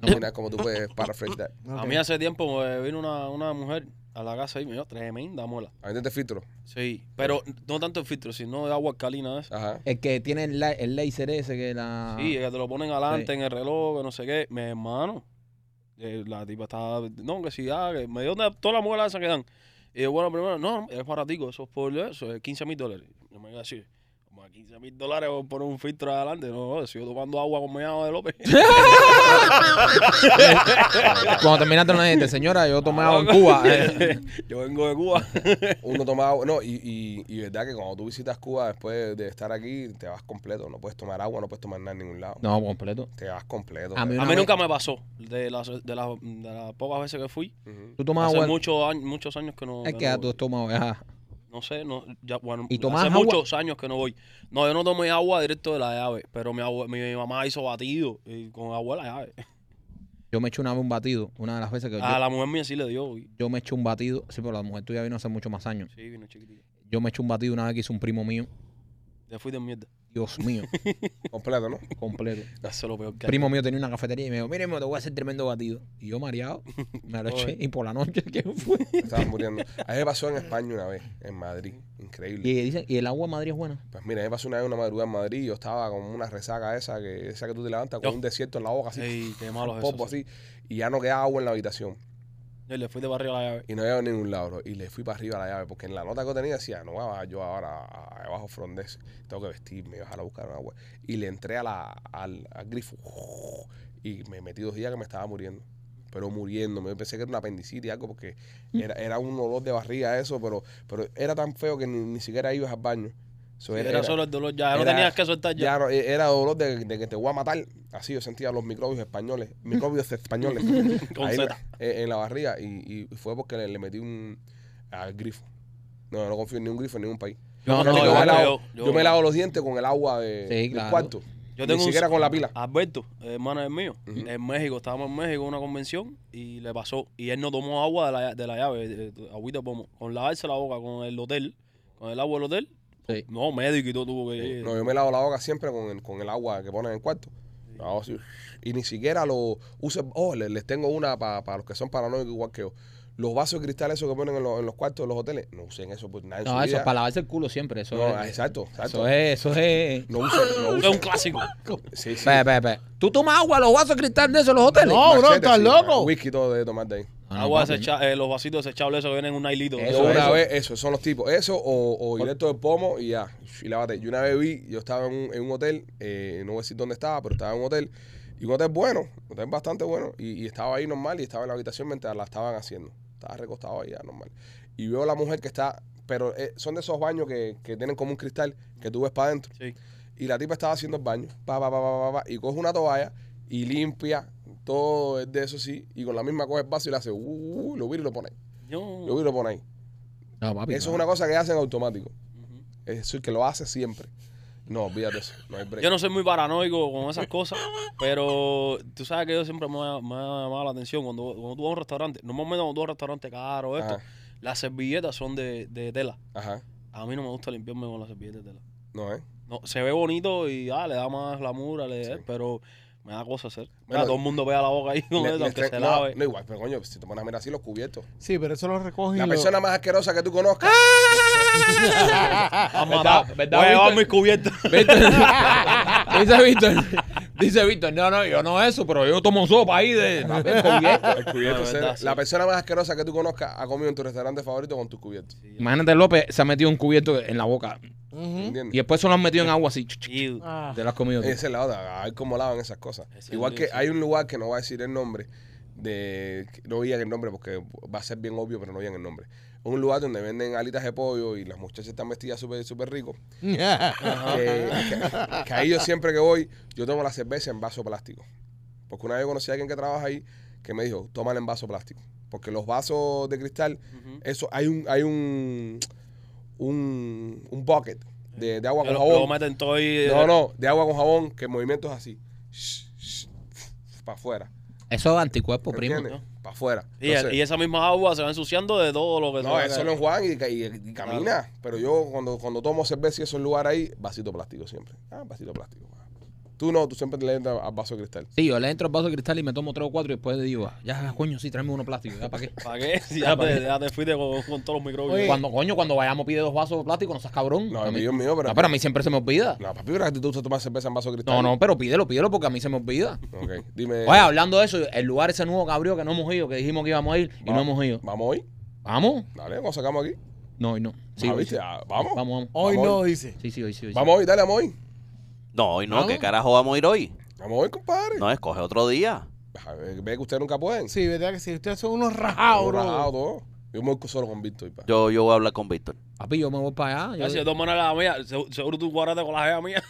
A: No, mira cómo tú puedes paraphrase that.
D: Ok.
E: A mí hace tiempo eh, vino una, una mujer a la casa y me dio tremenda mola.
A: A ver, te filtro.
E: Sí, pero no tanto el filtro, sino de agua alcalina esa.
A: Ajá.
B: El que tiene el, la- el laser ese que la.
E: Sí, que te lo ponen adelante
B: Sí.
E: en el reloj, que no sé qué. Mi hermano, eh, la tipa estaba, no, que si, ah, que me dio una- toda la muela esa que dan. Y yo, bueno, primero, no, es baratico, eso es por eso, es 15 mil dólares. No me voy a decir, como a 15 mil dólares por poner un filtro adelante. No, no, sigo tomando agua con meado de López.
B: Cuando terminaste la gente, señora, yo tomé agua en Cuba. Eh,
E: yo vengo de Cuba.
A: Uno toma agua. No, y, y, y verdad que cuando tú visitas Cuba después de estar aquí, te vas completo. No puedes tomar agua, no puedes tomar nada en ningún lado.
B: No, completo.
A: Te vas completo.
B: A mí
E: A
B: Una
E: mí
B: vez-
E: nunca me pasó, de las, de las, de las pocas veces que fui.
A: Ujú.
B: Tú tomas
E: hace
B: agua.
E: muchos años, muchos años que no.
B: Es
E: que
B: que
E: no
B: a
E: voy.
B: tu estómago. ajá.
E: No sé, no, ya, bueno,
B: ¿Y
E: hace
B: tomás agua?
E: muchos años que no voy. No, yo no tomé agua directo de la llave, pero mi, abue- mi mamá hizo batido y con agua de la llave.
B: Yo me eché una vez un batido. Una de las veces que yo,
E: A la mujer mía sí le dio. y-
B: yo me eché un batido. Sí, pero la mujer tuya vino hace muchos más años.
E: sí, vino chiquitito.
B: Yo me eché un batido una vez que hizo un primo mío.
E: Le fui de mierda.
B: Dios mío,
A: Completo, ¿no?
B: completo.
E: Eso es lo peor que hay.
B: primo mío tenía una cafetería y me dijo, mire, te voy a hacer tremendo batido. Y yo mareado, me lo eché. Y por la noche, ¿qué fue?
A: Estabas muriendo. A mí me pasó en España una vez, en Madrid. Increíble.
B: Y dicen, y el agua en Madrid es buena.
A: Pues mira, a mí me pasó una vez una madrugada en Madrid. Yo estaba con una resaca esa que, esa que tú te levantas con
E: Yo.
A: un desierto en la boca, así.
E: Ey, qué malo es eso.
A: popo,
E: sí.
A: así. Y ya no quedaba agua en la habitación.
E: Yo le fui de barrio a la llave.
A: Y no había ningún lado, bro. Y le fui para arriba a la llave, porque en la nota que yo tenía decía, no voy a bajar yo ahora a- abajo Frondes, tengo que vestirme, y bajar a buscar un agua. Y le entré a la, al, al grifo y me metí dos días que me estaba muriendo. Pero muriendo, me pensé que era una apendicitis, algo, porque era, era un olor de barriga eso, pero, pero era tan feo que ni, ni siquiera ibas al baño. Eso
E: Era, solo el dolor ya. No
A: Pues era-
E: tenías que soltar ya.
A: ya no, eh, era dolor de, de que te voy a matar. Así yo sentía los microbios españoles, microbios españoles
E: Con
A: ahí
E: zeta.
A: eh, en la barriga. Y, y fue porque le, le metí un al grifo. No, no confío en ningún grifo en ningún país.
B: No,
A: Yo
E: no,
A: me
E: yo-
A: lavo-
E: yo-
A: yo,
E: yo-
A: me lavo los dientes con el agua de,
B: Sí,
A: del
B: claro.
A: cuarto.
E: Yo
A: Ni
E: tengo un-
A: siquiera con la pila.
E: Alberto, hermano del mío,
A: Ujú.
E: en México, estábamos en México en una convención y le pasó. Y él no tomó agua de la, de la llave, de- de- agüita de pomo. Con lavarse la boca con el hotel, con el agua del hotel.
B: Sí.
E: No, médico y todo tuvo que.
A: No, yo me lavo la boca siempre con el, con el agua que ponen en el cuarto. Me hago así, Y ni siquiera lo uso. Oh, le- les, tengo una para los que son paranoicos igual que yo. Los vasos de cristal esos que ponen en, los- en los cuartos de los hoteles. No usen eso por nada en
B: No,
A: su
B: eso es
A: vida.
B: para lavarse el culo siempre. Eso
A: No,
B: es.
A: exacto, exacto.
B: Eso es, eso es.
A: No usen, no
E: Eso
A: usen.
E: es un clásico.
B: Ah,
A: Sí, sí.
B: Pe, pe, pe. ¿Tú tomas agua los vasos de cristal de esos en los hoteles?
D: No. bro, estás
A: sí,
D: loco.
A: Whisky todo de tomar de ahí.
B: No, Ah, no,
E: agua
B: papi,
E: desecha- eh, los vasitos desechables esos que vienen en un ailito.
A: Yo
B: Eso,
A: una
B: eso.
A: vez, eso, son los tipos. Eso o, o directo del pomo y ya. Y lávate. Yo una vez vi, yo estaba en un, en un hotel, eh, no voy a decir dónde estaba, pero estaba en un hotel. Y un hotel bueno, un hotel bastante bueno. Y, y estaba ahí normal y estaba en la habitación mientras la estaban haciendo. Estaba recostado ahí ya normal. Y veo a la mujer que está, pero eh, son de esos baños que, que tienen como un cristal que tú ves para adentro.
E: Sí.
A: Y la tipa estaba haciendo el baño, pa, pa, pa, pa, pa, pa, y coge una toalla y limpia todo de eso sí, y con la misma coge el vaso y le hace, uh, uh, uh, lo vira y lo pone ahí,
E: Yo-
A: lo vira y lo pone ahí.
B: No, papi.
A: Eso
B: no.
A: es una cosa que hacen automático,
E: Ujú.
A: es decir, que lo hace siempre. No, olvídate eso, no hay break.
E: Yo no soy muy paranoico con esas cosas, pero tú sabes que yo siempre me, ha- me ha llamado la atención cuando, cuando tú vas a un restaurante. Normalmente cuando tú vas a un restaurante caro, esto,
A: Ajá,
E: las servilletas son de, de tela.
A: ajá,
E: A mí no me gusta limpiarme con las servilletas de tela.
A: no, ¿eh?
E: No, se ve bonito y ah, le da más glamour, le,
A: Sí.
E: pero me da cosa hacer. Mira,
A: Bueno,
E: todo el mundo pega la boca ahí con
A: Le-
E: eso,
A: le
E: aunque
A: estre-
E: se
A: no,
E: lave.
A: no, igual, pero coño, si te pones a mirar así los cubiertos.
D: Sí, pero eso lo recogen.
A: La
D: y lo-
A: persona más asquerosa que tú conozcas.
E: Ah, matado.
B: verdad,
E: Voy a llevar
B: Víctor?
E: mis cubiertas.
B: Víctor- dice Víctor. Dice Víctor, no, no, yo no eso, pero yo tomo sopa ahí de.
A: El cubierto, el cubierto,
E: No, es
A: cero.
E: Ah, verdad, sí.
A: La persona más asquerosa que tú conozcas ha comido en tu restaurante favorito con tus cubiertos.
B: Imagínate, López se ha metido un cubierto en la boca.
D: Ujú.
A: ¿Entiendes?
B: Y después se lo han metido en agua así.
E: Ew.
D: Ah.
B: Te lo has comido tú.
A: Esa es la otra, hay como lavan esas cosas.
E: Ese
A: Igual que
E: es el-
A: hay un lugar que no voy a decir el nombre, de que no digan el nombre porque va a ser bien obvio, pero no digan el nombre. Un lugar donde venden alitas de pollo y las muchachas están vestidas súper súper rico. Que, que- que ahí yo siempre que voy, yo tomo la cerveza en vaso plástico. Porque una vez conocí a alguien que trabaja ahí que me dijo, tómala en vaso plástico. Porque los vasos de cristal,
E: Ujú.
A: eso hay un, hay un, un, un bucket de, de agua
E: Que
A: con
E: lo-
A: jabón.
E: lo meten todo eh, y-
A: No, no, de agua con jabón, que el movimiento es así. Para afuera.
B: Eso es anticuerpo, primo.
A: ¿Entiendes? Para afuera.
E: Y, y esa misma agua se va ensuciando de todo lo que se
A: no,
E: va
A: eso
E: a-
A: lo Juan y, y- y camina. Pero yo cuando, cuando tomo cerveza y esos lugares ahí, vasito plástico siempre. Ah, vasito plástico. Tú no, tú siempre le entras al vaso de cristal.
B: Sí, yo le entro al vaso de cristal y me tomo tres o cuatro y después digo, ah, ya, coño, sí, tráeme uno plástico. ¿Ya para qué?
E: ¿Para qué? Si ya, te, ya te fuiste con, con todos los microbios.
D: Oye,
B: Cuando, coño, cuando vayamos pide dos vasos de plástico, no seas cabrón.
A: No,
B: A
A: el
B: mí-
A: mío es mío, pero.
B: No, pero a mí siempre se me olvida.
A: No, papi, pero tú usas tomar cerveza en vaso de
B: No,
A: cristal.
B: no, pero pídelo, pídelo porque a mí se me olvida.
A: Ok, dime.
B: Oye, hablando de eso, el lugar ese nuevo que abrió que no hemos ido, que dijimos que íbamos a ir y
A: va-
B: no hemos ido.
A: ¿Vamos hoy?
B: ¿Vamos?
A: Dale, vamos, sacamos aquí.
B: No, hoy no. Sí,
A: Ah,
B: hoy
A: ¿viste?
B: sí.
A: Ah, vamos. Vamos,
B: Vamos, vamos.
D: Hoy
A: Vamos.
D: no, dice.
B: Sí, sí, hoy sí, hoy sí.
A: hoy, dale, vamos hoy.
C: No, hoy no,
D: Vamos.
C: ¿qué carajo vamos a ir hoy?
A: Vamos hoy, compadre.
C: No, escoge otro día.
A: A ver, Ve que ustedes nunca pueden.
D: Sí, verdad que sí. Ustedes son unos rajados,
A: Yo
D: bro.
A: rajado todo. Yo me voy solo con Víctor. pa.
C: Yo, yo voy a hablar con Víctor.
B: Papi, yo me voy para allá.
E: Ya, si
B: Yo,
E: de todas maneras la mía, se- seguro tú guardaste con la gea mía.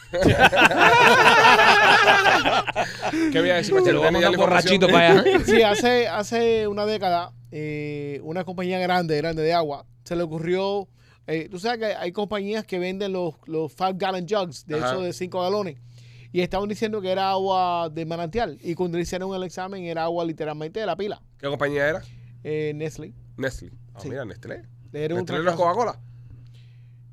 A: ¿Qué voy a decir?
B: te
A: Machete?
B: lo voy a
A: Dale ya
B: mandar
A: la
B: borrachito
A: información.
B: para allá.
D: Sí, hace, hace una década, eh, una compañía grande, grande de agua, se le ocurrió. eh, Tú sabes que hay compañías que venden los, los five gallon jugs, de
A: Ajá.
D: esos de 5 galones. Y estaban diciendo que era agua de manantial. Y cuando le hicieron el examen, era agua literalmente de la pila.
A: ¿Qué compañía era?
D: Eh, Nestlé.
A: Nestlé. Ah,
D: Sí.
A: mira, Nestlé.
D: Era
A: Nestlé Ah. no
D: un
A: es
D: fracaso.
A: Coca-Cola.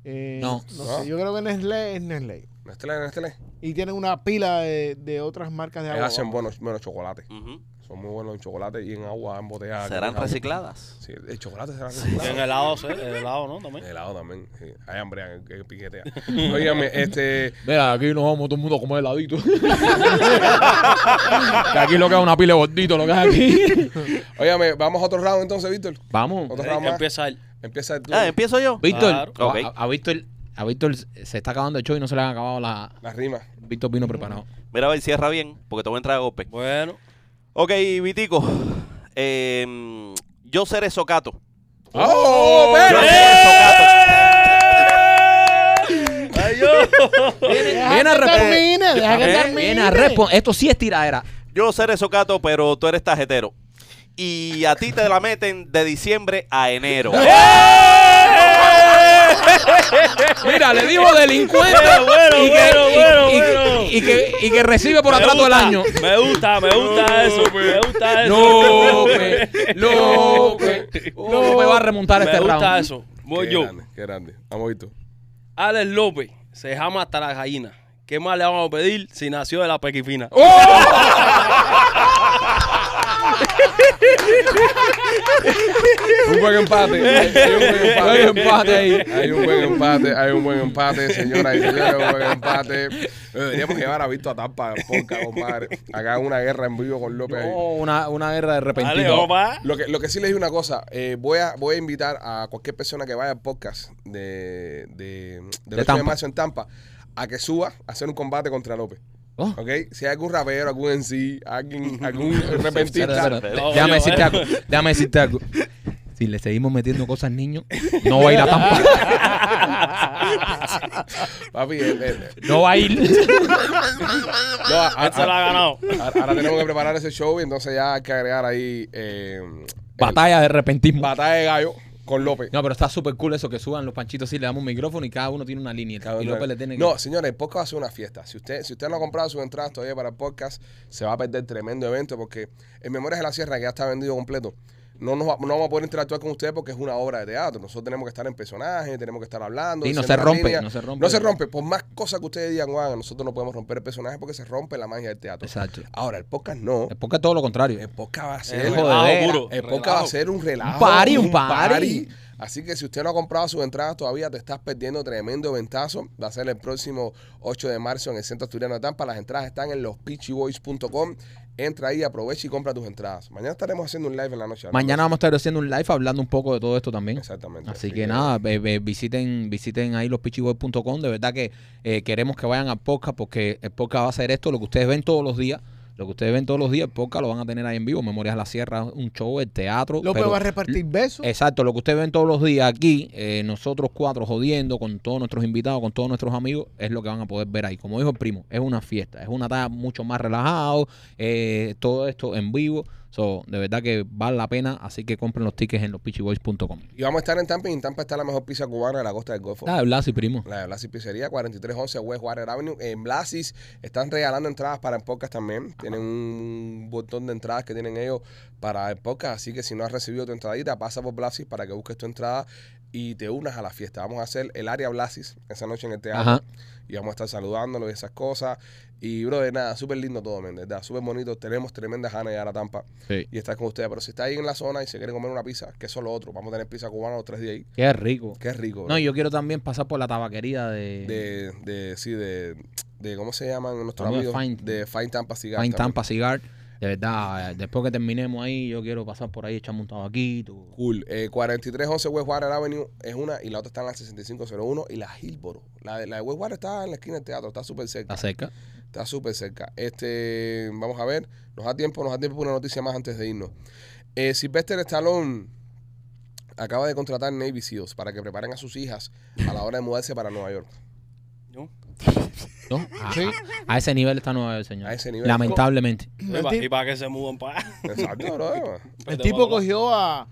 D: Eh,
B: No.
A: No.
D: sé, yo creo que Nestlé es Nestlé.
A: Nestlé, Nestlé.
D: Y tienen una pila de, de otras marcas de
A: Ellos
D: agua.
A: hacen buenos, buenos chocolates.
C: Ujú.
A: Son muy buenos en chocolate y en agua, en botella.
C: Ah, Serán
A: en agua.
C: recicladas.
A: Sí, el chocolate será
E: En
A: reciclado.
E: helado, sí, en helado, ¿no? También.
A: El helado también. Sí. Hay hambre que piquetea. Óigame, este.
B: Mira, aquí nos vamos todo el mundo a comer heladito. que aquí lo que es una pila de gordito, lo que es aquí.
A: Óigame, vamos a otro round entonces, Víctor.
B: Vamos.
A: Otro
E: Eh,
A: round más.
E: empieza él.
A: Empieza tú.
C: Ah, empiezo yo.
B: Víctor,
C: Claro.
B: a- a, a Víctor, a Víctor se está acabando el show y no se le han acabado la...
A: Las rimas.
B: Víctor vino preparado.
C: Mira, a ver, cierra bien, porque te voy a entrar a golpe.
E: Bueno.
C: Ok, Vitico. Em, yo seré socato.
A: ¡Oh!
C: Yo
A: pero-
C: seré socato.
E: Ay, yo.
B: Viene a
D: Deja que
B: responder.
D: termine, deja que
C: Eh,
D: termine.
B: Viene a respon- Esto sí es tiradera.
C: Yo seré socato, pero tú eres tajetero. Y a ti te la meten de diciembre a enero.
B: Mira, le digo delincuente y, que,
E: bueno,
B: y-
E: bueno,
B: y-
E: bueno.
B: y que, y que recibe por atraso del año.
E: Me gusta, me gusta eso. Me gusta eso.
B: López, López, López va a remontar
E: me
B: este
E: gusta
B: round.
E: eso. Voy
A: qué
E: yo.
A: grande, qué grande. Vamos, Víctor.
E: Alex López se llama hasta la gallina. ¿Qué más le vamos a pedir si nació de la pequifina?
A: Un buen empate. Hay un buen empate.
B: Hay empate ahí.
A: Hay un buen empate, hay un buen empate, señoras y señores, un buen empate. Eh, Deberíamos llevar a Víctor a Tampa, porca, compadre. Acá una guerra en vivo con López. ahí.
B: No, Oh, una, una guerra de
E: Dale,
B: repentino.
E: papá.
A: Lo que, lo que sí les digo una cosa, eh, voy, a, voy a invitar a cualquier persona que vaya al podcast de, de, del 8 de
B: Tampa.
A: marzo en Tampa a que suba a hacer un combate contra López.
B: Oh.
A: ¿Ok? Si hay algún rapero, algún en sí, alguien, algún repentista.
B: Espera, espera, espera.
E: No,
B: Déjame
E: yo,
B: decirte
E: eh.
B: algo. Déjame decirte algo. Si le seguimos metiendo cosas al niño, no va a ir a Tampa.
A: Papi, eh, eh,
B: No va a ir.
A: no, a- a-
E: Él se la ha ganado.
A: Ahora ahora tenemos que preparar ese show y entonces ya hay que agregar ahí eh,
B: Batalla de repentismo.
A: batalla de gallo con López.
B: No, pero está súper cool eso que suban los panchitos y le damos un micrófono y cada uno tiene una línea.
A: Cada
B: y
A: uno-
B: López le tiene que.
A: No, señores, el podcast va a ser una fiesta. Si usted, si usted no ha comprado sus entradas todavía para el podcast, se va a perder tremendo evento porque en Memorias de la Sierra, que ya está vendido completo, no, nos va- no vamos a poder interactuar con ustedes porque es una obra de teatro. Nosotros tenemos que estar en personaje, tenemos que estar hablando.
B: Sí, no
A: diciendo
B: se
A: la
B: rompe,
A: línea.
B: no se rompe.
A: No se rompe. Por más cosas que ustedes digan, "Guau, nosotros no podemos romper el personaje porque se rompe la magia del teatro.
B: Exacto.
A: Ahora, el podcast no.
B: Es porque todo lo contrario.
A: El podcast va a ser...
E: Es
B: joder.
E: relajo
B: vera.
E: puro.
A: El
E: Relajo.
A: podcast va a ser un relajo.
B: Un party, un party.
A: Así que si usted no ha comprado sus entradas todavía, te estás perdiendo tremendo ventazo. Va a ser el próximo 8 de marzo en el Centro Asturiano de Tampa. Las entradas están en lospitchyboys.com Entra ahí, aprovecha y compra tus entradas. Mañana estaremos haciendo un live en la noche. hablando
B: Mañana
A: de
B: vamos a estar haciendo un live hablando un poco de todo esto
A: eso.
B: también.
A: Exactamente.
B: Así que nada, ve- ve- visiten, visiten ahí lospichiboy.com. De verdad que eh, queremos que vayan al podcast porque el podcast va a ser esto, lo que ustedes ven todos los días. Lo que ustedes ven todos los días, el podcast lo van a tener ahí en vivo. Memorias de la Sierra, un show, el teatro.
D: López
B: pero-
D: va a repartir besos.
B: Exacto, lo que ustedes ven todos los días aquí, eh, nosotros cuatro jodiendo con todos nuestros invitados, con todos nuestros amigos, es lo que van a poder ver ahí. Como dijo el primo, es una fiesta, es una tarde mucho más relajado, eh, todo esto en vivo. So, de verdad que vale la pena, así que compren los tickets en lospitchyboys.com.
A: Y vamos a estar en Tampa y en Tampa está la mejor pizza cubana de la costa del Golfo.
B: Dale, Blasi, Ah, primo.
A: La de Blasis Pizzería, 4311 West Water Avenue. En Blasis están regalando entradas para el podcast también. Tienen un montón de entradas que tienen ellos para el podcast. Así que si no has recibido tu entradita, pasa por Blasis para que busques tu entrada y te unas a la fiesta. Vamos a hacer el área Blasis esa noche en el teatro.
B: Ajá.
A: Y vamos a estar saludándolos y esas cosas. Y, bro, de nada, súper lindo todo, men, de verdad. Súper bonito. Tenemos tremendas ganas de llegar a Tampa
B: Sí.
A: y estar con ustedes. Pero si está ahí en la zona y se quiere comer una pizza, que eso es lo otro. Vamos a tener pizza cubana los tres días ahí.
B: Qué rico.
A: Qué rico, bro
B: No, yo quiero también pasar por la tabaquería de,
A: de, de sí, de, de ¿cómo se llaman nuestros
B: Amigos
A: amigos?
B: Fine-
A: de Fine Tampa pues. Cigar.
B: Fine
A: también.
B: Tampa Cigar. De verdad, eh, después que terminemos ahí, yo quiero pasar por ahí, echarme un tabaquito.
A: Cool. Eh, 4311 West Water Avenue es una y la otra está en la 6501 y la Hillboro. La, de- la de West Water está en la esquina del teatro, está súper cerca.
B: Está cerca.
A: Está súper cerca. Este, vamos a ver, nos da tiempo, nos da tiempo para una noticia más antes de irnos. Eh, Sylvester Stallone acaba de contratar Navy SEALs para que preparen a sus hijas a la hora de mudarse para Nueva York.
E: ¿no?
B: ¿no? A, a- a ese nivel está Nueva York, señor.
A: A ese nivel.
B: Lamentablemente.
E: Y
D: El
E: pa-
D: ti-
E: y para que se mudan para
A: Exacto, bro.
E: Pues
D: El tipo cogió a,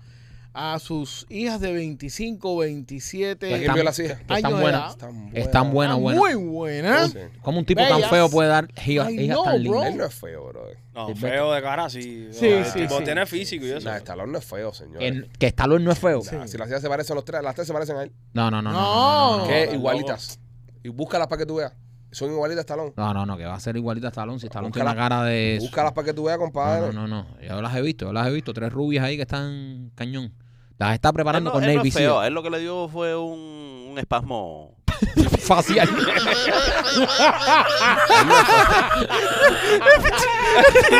D: a sus hijas de 25, 27.
A: ¿Quién
B: Pues Están-
A: vio las hijas?
D: Años
B: Están
D: de
B: buenas.
D: edad.
A: Están
B: Están buenas,
D: Ah,
B: buenas.
D: Muy buena.
A: Sí.
B: ¿Cómo un tipo tan
D: Bellas.
B: feo puede dar hijas,
D: I
B: hijas
D: know,
B: tan
D: bro.
B: lindas?
A: Él no es feo, bro.
E: No,
B: Silvestre.
E: feo de cara, sí.
D: Sí,
E: Ah,
D: sí,
E: tipo,
D: sí.
E: Tiene físico y eso.
A: No, Stallone no es feo, señor. Ah,
B: Que, que Stallone no es feo.
A: Si las hijas se parecen a los tres, las tres se parecen a él.
B: No, no, no. No, no, no,
D: No.
B: no.
A: que
E: no,
A: igualitas. Y búscalas para que tú veas. Son igualitas a Stallone.
B: No, no, no, que va a ser igualita a Stallone. Si Stallone tiene
A: Búscala-
B: una cara de.
A: Búscalas para que tú veas,
B: No,
A: compadre.
B: no, no, no. Yo las he visto, yo las he visto. Tres rubias ahí que están cañón. Las está preparando
C: no-
B: con
C: él no
B: Navy
C: es feo,
B: Seal.
C: él lo que le dio fue un, un espasmo.
B: Facial.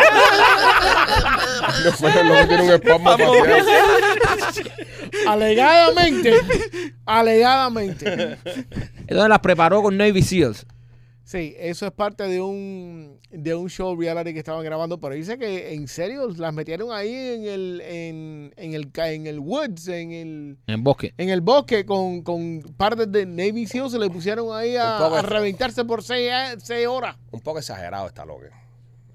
A: No fue lo que tiene un espasmo facial.
D: Alegadamente. alegadamente.
B: Entonces las preparó con Navy Seals.
D: Sí, eso es parte de un, de un show reality que estaban grabando, pero dice que en serio las metieron ahí en el, en, en el, ca- en el woods, en el,
B: En el bosque.
D: en el bosque con, con partes de Navy SEAL, se le pusieron ahí a,
A: Un
B: Pues,
A: poco
D: a
A: de-
D: reventarse por seis, seis horas.
A: Un poco exagerado está loco.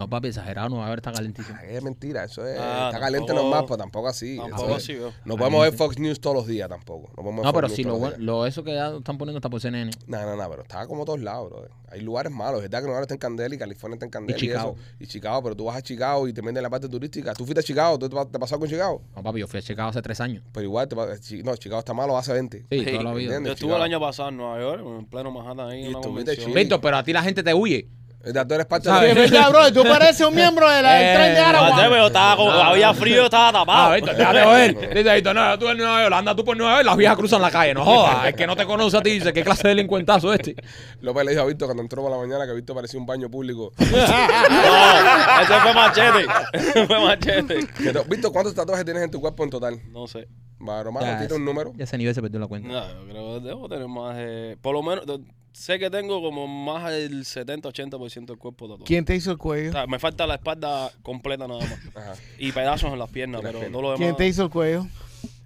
B: No, papi, exagerado, no va a ver, está calentísimo.
A: Ay, Es mentira, eso es.
E: Ah,
A: está caliente
E: tampoco-
A: normal, pero tampoco así.
E: Tampoco
A: Eso
E: así,
A: es-
E: veo.
A: No podemos ver Fox News todos los días tampoco. No, podemos ver
B: No,
A: Fox
B: pero
A: News
B: si lo,
A: todos los
B: bueno-
A: días.
B: lo eso que ya están poniendo está por CNN.
A: No, no, no, pero está como todos lados, bro. Hay lugares malos. Es verdad que Nueva York está en Candela y California está en Candela y,
B: Chicago.
A: eso. Y Chicago, pero tú vas a Chicago y te meten en la parte turística. Tú fuiste a Chicago, tú te, pa- te pasado con Chicago.
B: No, papi, yo fui a Chicago hace tres años.
A: Pero igual, te pa- Chi- no, Chicago está malo hace 20.
B: Sí,
C: Sí,
B: toda la vida.
A: ¿entiendes? de
E: Yo estuve el
A: Chicago.
E: año pasado en Nueva York, en pleno Manhattan, ahí
A: Y
E: en una
A: estuviste
E: convención.
A: chill.
B: Víctor, pero a ti la gente te huye.
A: Ya tú eres parte
B: ¿Sabes?
A: de
D: Es
A: la-
D: verdad, bro, tú pareces un miembro de la, del tren de
B: Eh,
E: Ah,
D: Aragua.
E: te veo, estaba como- había frío, estaba
B: Ah,
E: tapado.
B: déjate joder. Dice Víctor, no, tú en Nueva York, anda tú por Nueva York, las viejas cruzan la calle, no jodas. Es que no te conoce a ti, dice, ¿qué clase de delincuentazo este?
A: López le dijo a Víctor cuando entró por la mañana que Víctor parecía un baño público.
E: No, ese fue machete. Ese fue machete.
A: Que no- Víctor, ¿cuántos tatuajes tienes en tu cuerpo en total?
E: No sé.
A: Bueno, mano, tira un número.
B: Ya ese nivel se perdió la cuenta.
E: No, yo creo que debo tener más. eh, por lo menos, do- sé que tengo como más del 70-80% del cuerpo tatuado.
D: ¿Quién te hizo el
E: O
D: cuello?
E: sea, me falta la espalda completa nada más.
A: Ajá.
E: Y pedazos en las piernas, pero todo lo demás.
D: ¿Quién te hizo el cuello?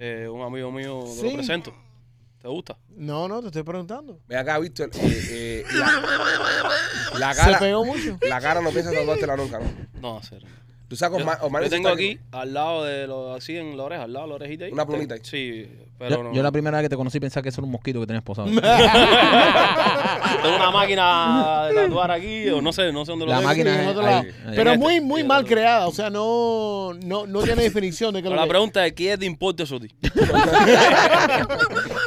E: eh, un amigo mío, te
D: Sí.
E: lo presento. ¿Te gusta?
D: No, no, te estoy preguntando.
A: Ve acá, Víctor. eh, eh, la, la
D: Se
A: cara.
D: pegó mucho.
A: La cara no piensas tatuártela nunca, ¿no?
E: No, hacer.
A: Tú sacas
E: Yo,
A: Omar, Omar
E: yo
A: hizo
E: tengo
A: esta-
E: aquí, al lado de lo, así en la oreja, al lado de la orejita ahí.
A: Una plumita ahí.
E: Sí, pero
B: Yo,
E: no.
B: yo la primera vez que te conocí pensaba que eso era un mosquito que tenías posado.
E: Tengo una máquina de tatuar aquí, o no sé, no sé dónde lo
B: La
E: tengo.
B: máquina
D: Sí, en
B: es-
D: otro
B: ahí,
D: lado.
B: ahí.
D: Pero
E: En
D: muy,
E: este.
D: muy mal creada. O sea, no, no, no tiene definición de qué
E: Pero
D: lo
E: la
D: que-
E: pregunta es, ¿qué te importa eso a ti?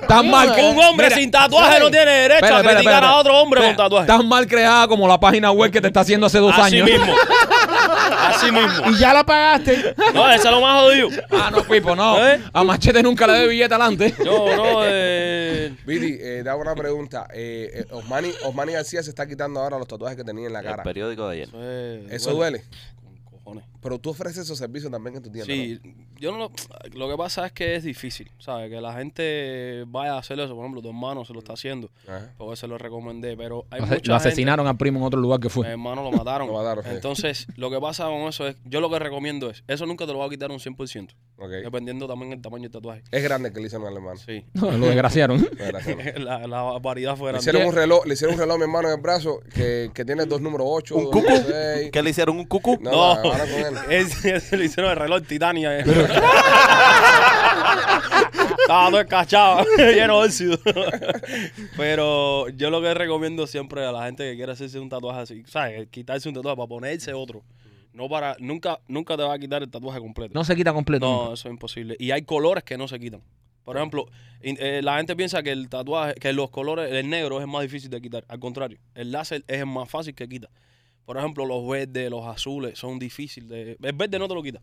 B: Tan mal
E: Que un hombre sin tatuaje no tiene derecho a criticar a otro hombre con tatuaje.
B: Tan mal creada como la página web que te está haciendo hace dos
E: Así
B: años.
E: mismo. Así mismo.
D: Y ya la pagaste.
E: No, eso es lo más jodido.
B: Ah, no, Pipo, no.
E: ¿Eh?
B: A Machete nunca le doy billete adelante.
E: Yo, bro, eh,
A: Viti, eh, te hago una pregunta. Eh, eh, Osmani, Osmani García se está quitando ahora los tatuajes que tenía en la
C: El
A: cara.
C: periódico de ayer.
E: eso, es-
A: ¿Eso duele?
E: Con cojones.
A: Pero tú ofreces esos servicios también en tu tienda.
E: Sí, yo no lo, lo que pasa es que es difícil, ¿sabes? Que la gente vaya a hacer eso, por ejemplo, tu hermano se lo está haciendo,
A: ¿no? Ajá.
E: porque se lo recomendé, pero hay
B: Lo ase-
E: mucha
B: lo
E: gente-
B: asesinaron pues. al primo en otro lugar que
E: Mi
B: fue.
E: hermano lo mataron.
A: Lo mataron, sí.
E: Entonces, lo que pasa con eso es, yo lo que recomiendo es, eso nunca te lo va a quitar un 100%,
A: Ok. Mm.
E: dependiendo también del tamaño del tatuaje.
A: Es grande que le hicieron al hermano.
E: Sí.
B: No, lo desgraciaron.
A: Desgraciado.
E: la, la variedad fue
A: Le
E: grande.
A: hicieron un reloj, le hicieron un reloj a mi hermano en el brazo que, que tiene dos números 8,
C: ¿Un
A: dos
C: cucú?
A: números 6.
C: ¿Qué le hicieron? ¿Un cucú?
A: No,
E: No. Eh.
A: ahora con él.
E: Ese, ese le hicieron el reloj Titania. eh. Estaba todo escachado, lleno de óxido. Pero yo lo que recomiendo siempre a la gente que quiere hacerse un tatuaje así, ¿sabes? Quitarse un tatuaje para ponerse otro. No para, nunca, nunca te va a quitar el tatuaje completo.
B: No se quita completo.
E: No, eso es imposible. Y hay colores que no se quitan. Por ejemplo, in- eh, la gente piensa que el tatuaje, que los colores, el negro es el más difícil de quitar. Al contrario, el láser es el más fácil que quita. Por ejemplo, los verdes, los azules son difíciles. De... El verde no te lo quita.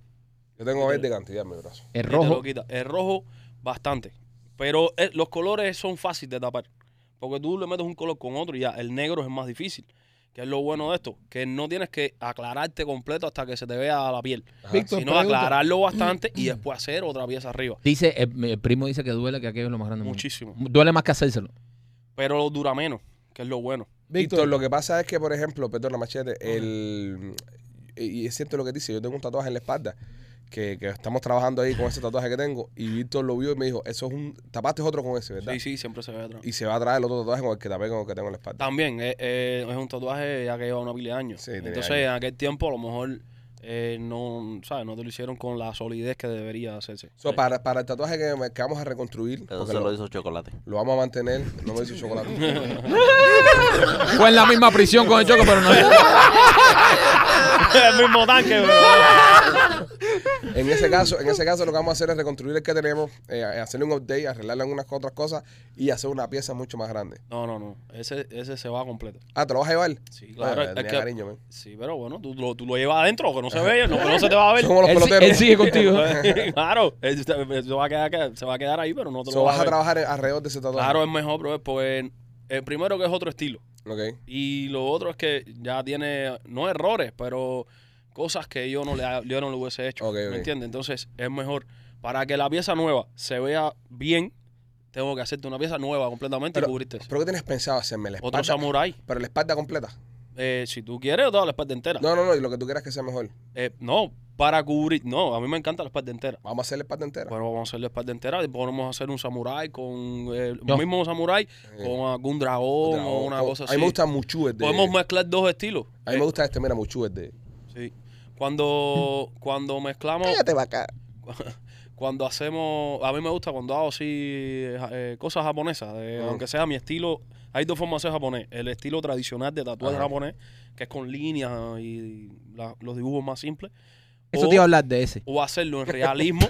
A: Yo tengo verde cantidad en mi brazo.
B: El
E: ni te
B: rojo.
E: lo quita. El rojo, bastante. Pero eh, los colores son fáciles de tapar. Porque tú le metes un color con otro y ya. El negro es el más difícil. Que es lo bueno de esto. Que no tienes que aclararte completo hasta que se te vea la piel.
A: Ajá.
D: Víctor,
E: Sino
D: pregunta.
E: aclararlo bastante y después hacer otra pieza arriba.
B: Dice, el, el primo dice que duele, que aquello es lo más grande. del mundo.
E: Muchísimo.
B: Duele más que hacérselo.
E: Pero dura menos, que es lo bueno.
A: Víctor,
D: Víctor,
A: lo que pasa es que, por ejemplo, perdona, machete, el, y y es cierto lo que dice, yo tengo un tatuaje en la espalda, que, que estamos trabajando ahí con ese tatuaje que tengo, y Víctor lo vio y me dijo, eso es un, tapaste otro con ese, ¿verdad?
E: Sí, sí, siempre se ve atrás.
A: Y se va a traer el otro tatuaje con el que tapé con el que tengo en la espalda.
E: También eh, eh, es un tatuaje ya que lleva una pila de años.
A: Sí, tiene
E: Entonces,
A: años.
E: en aquel tiempo, a lo mejor eh, no, ¿sabes? no te lo hicieron con la solidez que debería hacerse.
A: So,
E: Sí.
A: para, para el tatuaje que, me- que vamos a reconstruir,
C: Eso
A: porque
C: se lo
A: lo,
C: hizo chocolate.
A: lo vamos a mantener, no me hizo chocolate.
B: Fue en la misma prisión con el choque, pero no.
E: el mismo tanque, bro.
A: En ese caso, en ese caso lo que vamos a hacer es reconstruir el que tenemos, eh, hacerle un update, arreglarle algunas otras cosas y hacer una pieza mucho más grande.
E: No, no, no. Ese, ese se va completo.
A: Ah, ¿te lo vas a llevar?
E: Sí, claro.
A: Ah,
E: es
A: tenía
E: que-
A: cariño, man.
E: sí, pero bueno, tú, lo, tú lo llevas adentro, que no se ve, no, que no se te va a ver.
A: Somos los
B: él, sí-
A: peloteros.
B: él sigue contigo.
E: claro, él se, se va a quedar, acá- se va a quedar ahí, pero no te lo
A: So,
E: vas
A: vas a
E: ver.
A: trabajar alrededor de ese tatuaje.
E: Claro, es mejor, bro, pues el primero que es otro estilo.
A: Ok.
E: Y lo otro es que ya tiene, no errores, pero cosas que yo no le, ha- yo no le hubiese hecho.
A: Ok, ok.
E: ¿Me entiendes? Entonces es mejor. Para que la pieza nueva se vea bien, tengo que hacerte una pieza nueva completamente
A: Pero-
E: y cubrirte. eso.
A: ¿Pero qué tienes pensado hacerme? ¿La
E: Otro
A: espalda?
E: samurái.
A: ¿Pero la espalda completa?
E: Eh, si tú quieres, yo te hago la espalda entera. Eh, No.
A: No, no, no. y Lo que tú quieras que sea mejor.
E: para cubrir. No, a mí me encanta la espalda entera.
A: Vamos a hacer la espalda entera.
E: Bueno, vamos a hacer la espalda entera. y Podemos hacer un samurái con. eh, el
B: Yo-
E: mismo samurái
A: Sí.
E: con algún dragón,
A: Otra,
E: o una
A: o-
E: cosa
A: a
E: así.
A: mí me gusta Muchu el de...
E: Podemos mezclar dos estilos.
A: A mí
E: Eh,
A: me gusta este, mira, Muchu el de...
E: Sí. Cuando, cuando mezclamos,
A: Cállate, vaca.
E: cuando hacemos, a mí me gusta cuando hago así eh, ja- eh, cosas japonesas, eh,
A: Ajá.
E: aunque sea mi estilo, hay dos formas de hacer japonés, el estilo tradicional de tatuaje
A: Ajá.
E: japonés, que es con líneas y la- los dibujos más simples,
B: Eso
E: o,
B: te iba a hablar de ese.
E: o hacerlo en realismo,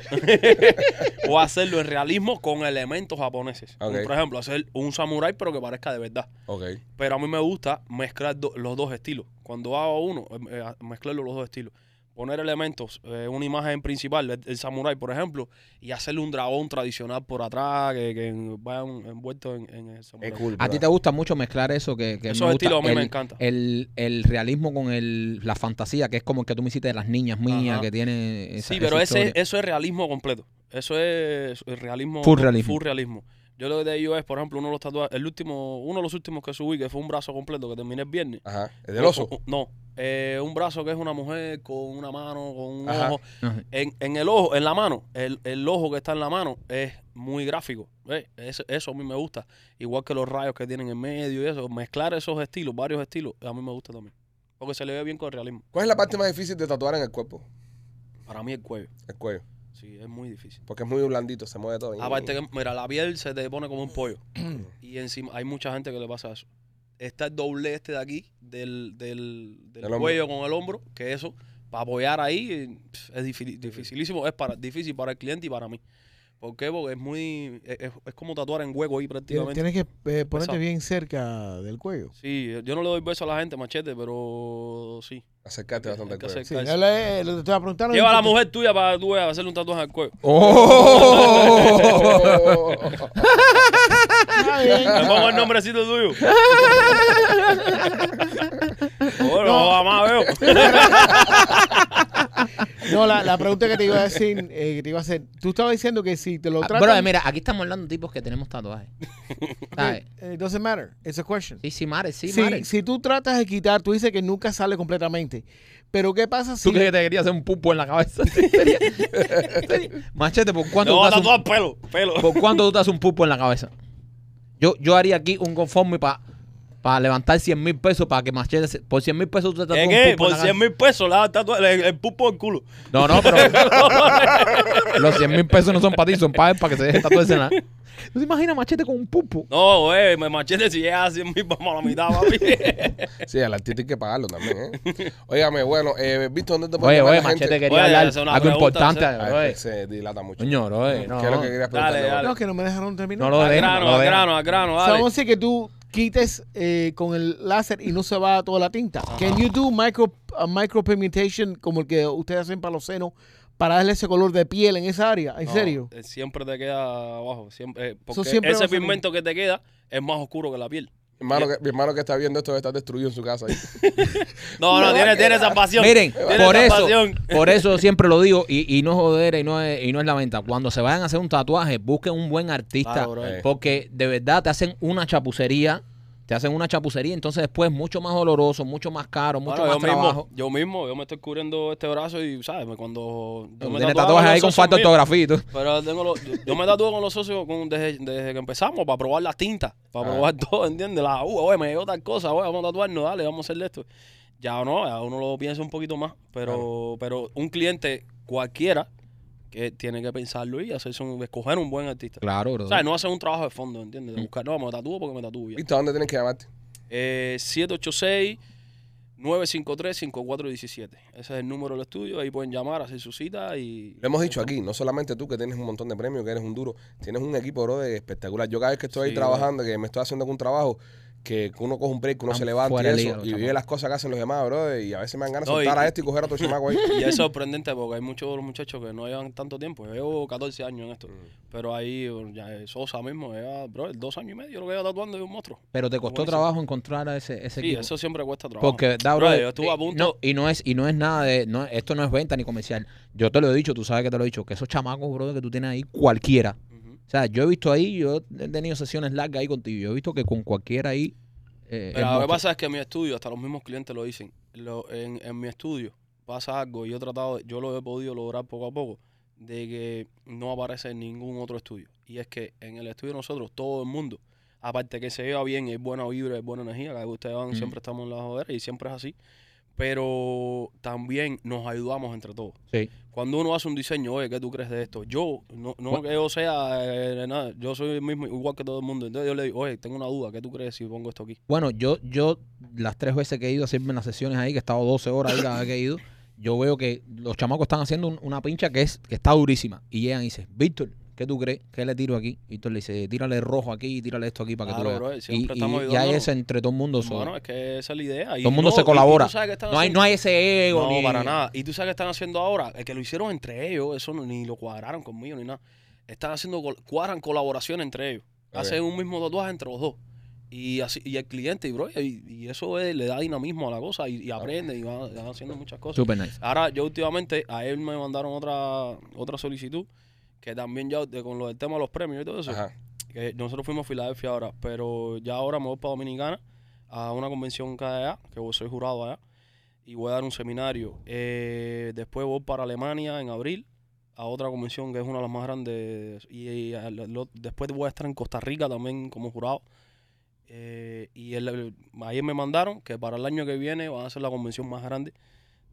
E: o hacerlo en realismo con elementos japoneses, Como,
A: Ok.
E: por ejemplo, hacer un samurái pero que parezca de verdad.
A: Ok.
E: Pero a mí me gusta mezclar do- los dos estilos. Cuando hago uno, em- eh, mezclarlo los dos estilos. Poner elementos, eh, una imagen principal, el, el samurái, por ejemplo, y hacerle un dragón tradicional por atrás, que, que vaya un- envuelto en, en el
A: Es
E: samurái.
A: cool,
B: A ti te
A: bro.
B: gusta mucho mezclar eso que, que me
E: Esos
B: gusta.
E: estilos a mí me
B: El- e-
E: encantan.
B: El, el realismo con el, la fantasía, que es como el que tú me hiciste de las niñas mías,
E: Ajá.
B: que tiene. esa-
E: sí, pero
B: esa
E: ese,
B: historia.
E: eso es realismo completo. Eso es el realismo.
B: Full realismo.
E: full realismo. Yo lo que te digo es, por ejemplo, uno de los tatuajes, el último, uno de los últimos que subí, que fue un brazo completo que terminé el viernes.
A: Ajá. ¿El del oso?
E: O- o- No, eh, un brazo que es una mujer con una mano, con un
A: Ajá.
E: ojo.
B: Ajá.
E: En, en el ojo, en la mano, el, el ojo que está en la mano es muy gráfico. ¿ves? Es- eso a mí me gusta. Igual que los rayos que tienen en medio y eso. Mezclar esos estilos, varios estilos, a mí me gusta también. Porque se le ve bien con el realismo.
A: ¿Cuál es la parte más difícil de tatuar en el cuerpo?
E: Para mí el cuello.
A: El cuello.
E: Sí, es muy difícil.
A: Porque es muy blandito, se mueve todo.
E: Ah,
A: Mm,
E: Aparte que, mira, la piel se te pone como un pollo. y encima, hay mucha gente que le pasa eso. Está el doble este de aquí, del, del, del
A: Del hombro.
E: cuello con el hombro, que eso, para apoyar ahí, eh, pf, es difi- dificilísimo, es para, difícil para el cliente y para mí. ¿Por qué? Porque es muy, es, es- es como tatuar en hueco ahí
D: tienes,
E: prácticamente.
D: tienes que eh, ponerte
E: Pesado.
D: bien cerca del cuello.
E: Sí, yo no le doy beso a la gente, machete, pero sí.
A: Acercarte
E: hay
A: bastante al
E: que
A: cuello.
D: Sí,
E: acercarse.
D: él es- lo que te estaba preguntando.
E: Lleva a la
D: Víctor,
E: mujer tuya para tú veas, hacerle un tatuaje al cuello.
B: ¡Oh!
D: está bien.
E: Le pongo el nombrecito tuyo. bueno, no. vamos a ver.
D: No, la, la pregunta que te iba a decir, eh, que te iba a hacer, tú estabas diciendo que si te lo
B: Ah,
D: tratan...
B: brother, mira, aquí estamos hablando de tipos que tenemos tatuajes. ¿Sabes?
D: eh, It doesn't matter. It's a question.
B: Sí, sí, mares, sí,
D: si,
B: mares.
D: si tú tratas de quitar, tú dices que nunca sale completamente. Pero ¿qué pasa si...
B: ¿Tú crees que te quería hacer un pupo en la cabeza? Machete, ¿por cuánto,
E: No,
B: tú te haces
E: tatuar pelo, pelo.
B: un, ¿por cuánto tú te haces un pupo en la cabeza? Yo, yo haría aquí un conforme para levantar 100 mil pesos para que Machete... se- por 100 mil pesos tú te tatúas
E: ¿Es
B: un
E: que
B: pupo en
E: Por
B: la
E: 100
B: cabeza.
E: mil pesos la tatua, el, el pupo en culo.
B: No, no, pero los 100 mil pesos no son para ti, son para él, para que se deje tatuarse en la... ¿Tú te imaginas Machete con un pupo?
E: No, güey, me machete si llega a 100 mil, vamos a la mitad, papi.
A: Sí, al artista hay que pagarlo también, ¿eh? Óigame, bueno, eh, ¿viste dónde te puede
B: Oye,
A: llevar
B: oye,
A: la gente?
B: Machete
E: Oye,
B: quería hablar
E: hacer una
B: algo
E: pregunta,
B: importante.
E: hacer-
A: Ay,
B: oye.
A: se dilata mucho.
B: Señor,
A: ¿Qué
B: oye,
A: es lo que
B: no.
A: querías
E: Dale,
A: preguntarle?
E: dale.
D: No, que no me dejaron terminar.
B: No lo
E: Al
B: dejen, no
E: grano,
B: lo
E: al
B: dejen.
E: grano, al grano, dale.
D: Sabemos si que tú quites eh, con el láser y no se va toda la tinta. Can you do micro, a micro pigmentation como el que ustedes hacen para los senos para darle ese color de piel en esa área? ¿En
E: No,
D: serio?
E: eh, Siempre te queda abajo. Siempre, eh, porque
D: siempre va
E: ese
D: a salir.
E: pigmento que te queda es más oscuro que la piel.
A: Mi hermano, que, mi hermano que está viendo esto debe estar destruido en su casa. ahí.
E: No, no, tiene, tiene esa pasión.
B: Miren,
E: Tiene
B: por
E: esa
B: eso,
E: pasión.
B: por eso siempre lo digo y, y no es joder y no es, y no es la venta. Cuando se vayan a hacer un tatuaje, busquen un buen artista
E: Claro, bro.
A: Eh.
B: porque de verdad te hacen una chapucería, te hacen una chapucería, entonces después es mucho más doloroso, mucho más caro, mucho
E: Bueno,
B: más
E: yo
B: trabajo.
E: mismo, yo mismo, yo me estoy cubriendo este brazo y, ¿sabes? Me- Cuando yo me
B: Tiene
E: tatuaba,
B: tatuajes ahí
E: los
B: con
E: socios
B: falta de
E: míos,
B: ortografía y todo.
E: Pero tengo los- yo, yo me tatué con los socios con- desde, desde que empezamos para probar las tintas, para
A: Ah.
E: probar todo, ¿entiendes? La uva, oye, me llegó tal cosa, oye, vamos a tatuarnos, dale, vamos a hacerle esto. Ya no, ya uno lo piensa un poquito más, pero, pero un cliente cualquiera que tiene que pensarlo y hacerse un, escoger un buen artista.
B: Claro, bro.
E: O sea, no hacer un trabajo de fondo, ¿entiendes? De
B: Mm.
E: buscar, no, me tatúo porque me tatúo ya.
A: ¿Viste a dónde tienen que llamarte?
E: Eh, 786-953-5417. Ese es el número del estudio. Ahí pueden llamar, hacer su cita y.
A: Lo hemos dicho aquí, no solamente tú que tienes un montón de premios, que eres un duro, tienes un equipo, bro, de espectacular. Yo cada vez que estoy ahí
E: Sí,
A: trabajando, que me estoy haciendo algún trabajo, que uno coge un break, que uno
B: Están
A: se levanta y
B: fuera de liga
A: eso,
B: los
A: y vive
B: chamacos.
A: las cosas que hacen los demás, bro, y a veces me dan ganas de
E: No, y-
A: soltar a este y coger a otro chamaco ahí.
E: Y es sorprendente porque hay muchos de los muchachos que no llevan tanto tiempo. Yo llevo 14 años en esto. Pero ahí, ya, eh, Sosa mismo, lleva, bro, dos años y medio lo que lleva tatuando y es un monstruo.
B: Pero te costó
E: Buenísimo.
B: trabajo encontrar a ese, ese
E: Sí,
B: equipo.
E: eso siempre cuesta trabajo.
B: Porque, ¿verdad,
E: Bro,
B: brother?
E: yo estuve
B: Eh,
E: a punto.
B: No, y no es, y no es nada de. No, esto no es venta ni comercial. Yo te lo he dicho, tú sabes que te lo he dicho, que esos chamacos, brother, que tú tienes ahí, cualquiera.
E: Ujú.
B: O sea, yo he visto ahí, yo he tenido sesiones largas ahí contigo. Yo he visto que con cualquiera ahí. eh, es
E: Pero lo que
B: monstruo.
E: pasa es que en mi estudio, hasta los mismos clientes lo dicen, lo- en, en mi estudio pasa algo, y yo he tratado, yo lo he podido lograr poco a poco, de que no aparece en ningún otro estudio. Y es que en el estudio de nosotros, todo el mundo, aparte que se lleva bien, es buena vibra, es buena energía, cada vez que ustedes van,
B: Mm.
E: siempre estamos en la jodera y siempre es así. Pero también nos ayudamos entre todos.
B: Sí.
E: Cuando uno hace un diseño, oye, ¿qué tú crees de esto? Yo, no, no
B: Bueno.
E: que yo sea eh, de nada, yo soy el mismo, igual que todo el mundo. Entonces yo le digo, oye, tengo una duda, ¿qué tú crees si pongo esto aquí?
B: Bueno, yo, yo las tres veces que he ido a hacerme las sesiones ahí, que he estado 12 horas ahí cada vez que he ido, yo veo que los chamacos están haciendo un- una pincha que es que está durísima. Y llegan y dicen, Víctor, ¿qué tú crees? ¿Qué le tiro aquí? Víctor le dice, tírale rojo aquí, tírale esto aquí para que
E: Claro,
B: tú
E: brother,
B: veas.
E: siempre
B: Y,
E: estamos
B: y- y hay
E: ayudándonos.
B: ese entre todo el mundo. so-
E: Bueno, es que esa es la idea. Y
B: todo el mundo
E: no, y-
B: se
E: y
B: colabora.
E: tú sabes que están
B: No hay,
E: haciendo-
B: no hay ese ego.
E: No,
B: ni-
E: para nada. Y tú sabes que están haciendo ahora. El que lo hicieron entre ellos, eso no- ni lo cuadraron conmigo ni nada. Están haciendo, col- cuadran colaboración entre ellos.
A: Ok.
E: Hacen un mismo tatuaje entre los dos. Y, así, y el cliente, y, bro, y, y eso es- le da dinamismo a la cosa. Y, y aprenden y van, van haciendo muchas cosas.
B: Super nice.
E: Ahora, yo últimamente, a él me mandaron otra otra solicitud. Que también ya de- con lo del tema de los premios y todo eso.
A: Ajá.
E: que nosotros fuimos a Filadelfia ahora, pero ya ahora me voy para Dominicana a una convención que hay allá, que yo soy jurado allá, y voy a dar un seminario. Eh, después voy para Alemania en abril a otra convención que es una de las más grandes, y, y al- lo- después voy a estar en Costa Rica también como jurado. Eh, y el- el- ayer me mandaron que para el año que viene van a ser la convención más grande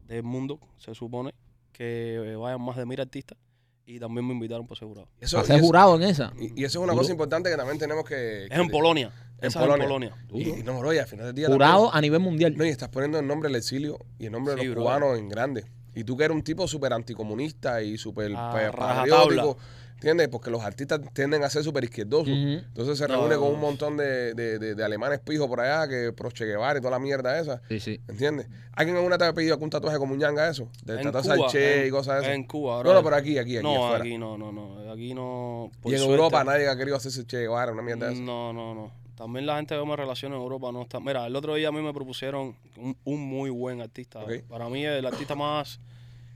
E: del mundo, se supone, que eh, vayan más de mil artistas, y también me invitaron para ser jurado.
A: Eso,
B: Hacer
A: y, eso,
B: jurado en esa.
A: y- y eso es una cosa importante que también tenemos que...
E: Es en
A: que-
E: Polonia.
A: En
E: Esa
A: Polonia.
E: Es en Polonia.
A: Y, y no, bro, y al final del día... también-
B: Jurado a nivel mundial.
A: No, y estás poniendo el nombre del exilio y el nombre de
E: Sí,
A: los
E: bro.
A: cubanos en grande. Y tú que eres un tipo súper anticomunista y súper
E: A
A: pa-
E: Ah, rajatabla.
A: patriótico, ¿entiendes? Porque los artistas tienden a ser súper izquierdosos.
B: Ujú.
A: Entonces se
E: No,
A: reúne con
E: no.
A: un montón de, de- de- de alemanes pijos por allá, que pro Che Guevara y toda la mierda esa,
B: Sí, sí.
A: ¿entiendes? ¿Alguien alguna vez te ha pedido algún tatuaje como un ñanga eso? De
E: En
A: tatuaje
E: Cuba,
A: al Che
E: en-
A: y cosas de esas.
E: En Cuba,
A: no,
E: bro.
A: no, pero aquí, aquí, aquí
E: no,
A: afuera.
E: aquí no, no, no. Aquí no.
A: y
E: por
A: en
E: suerte. Mm.
A: Europa nadie ha querido hacerse Che Guevara, una mierda de esa.
E: No, no, no. También la gente que me relaciona en Europa no está. Mira, el otro día a mí me propusieron un, un muy buen artista.
A: Ok.
E: Para mí, el artista más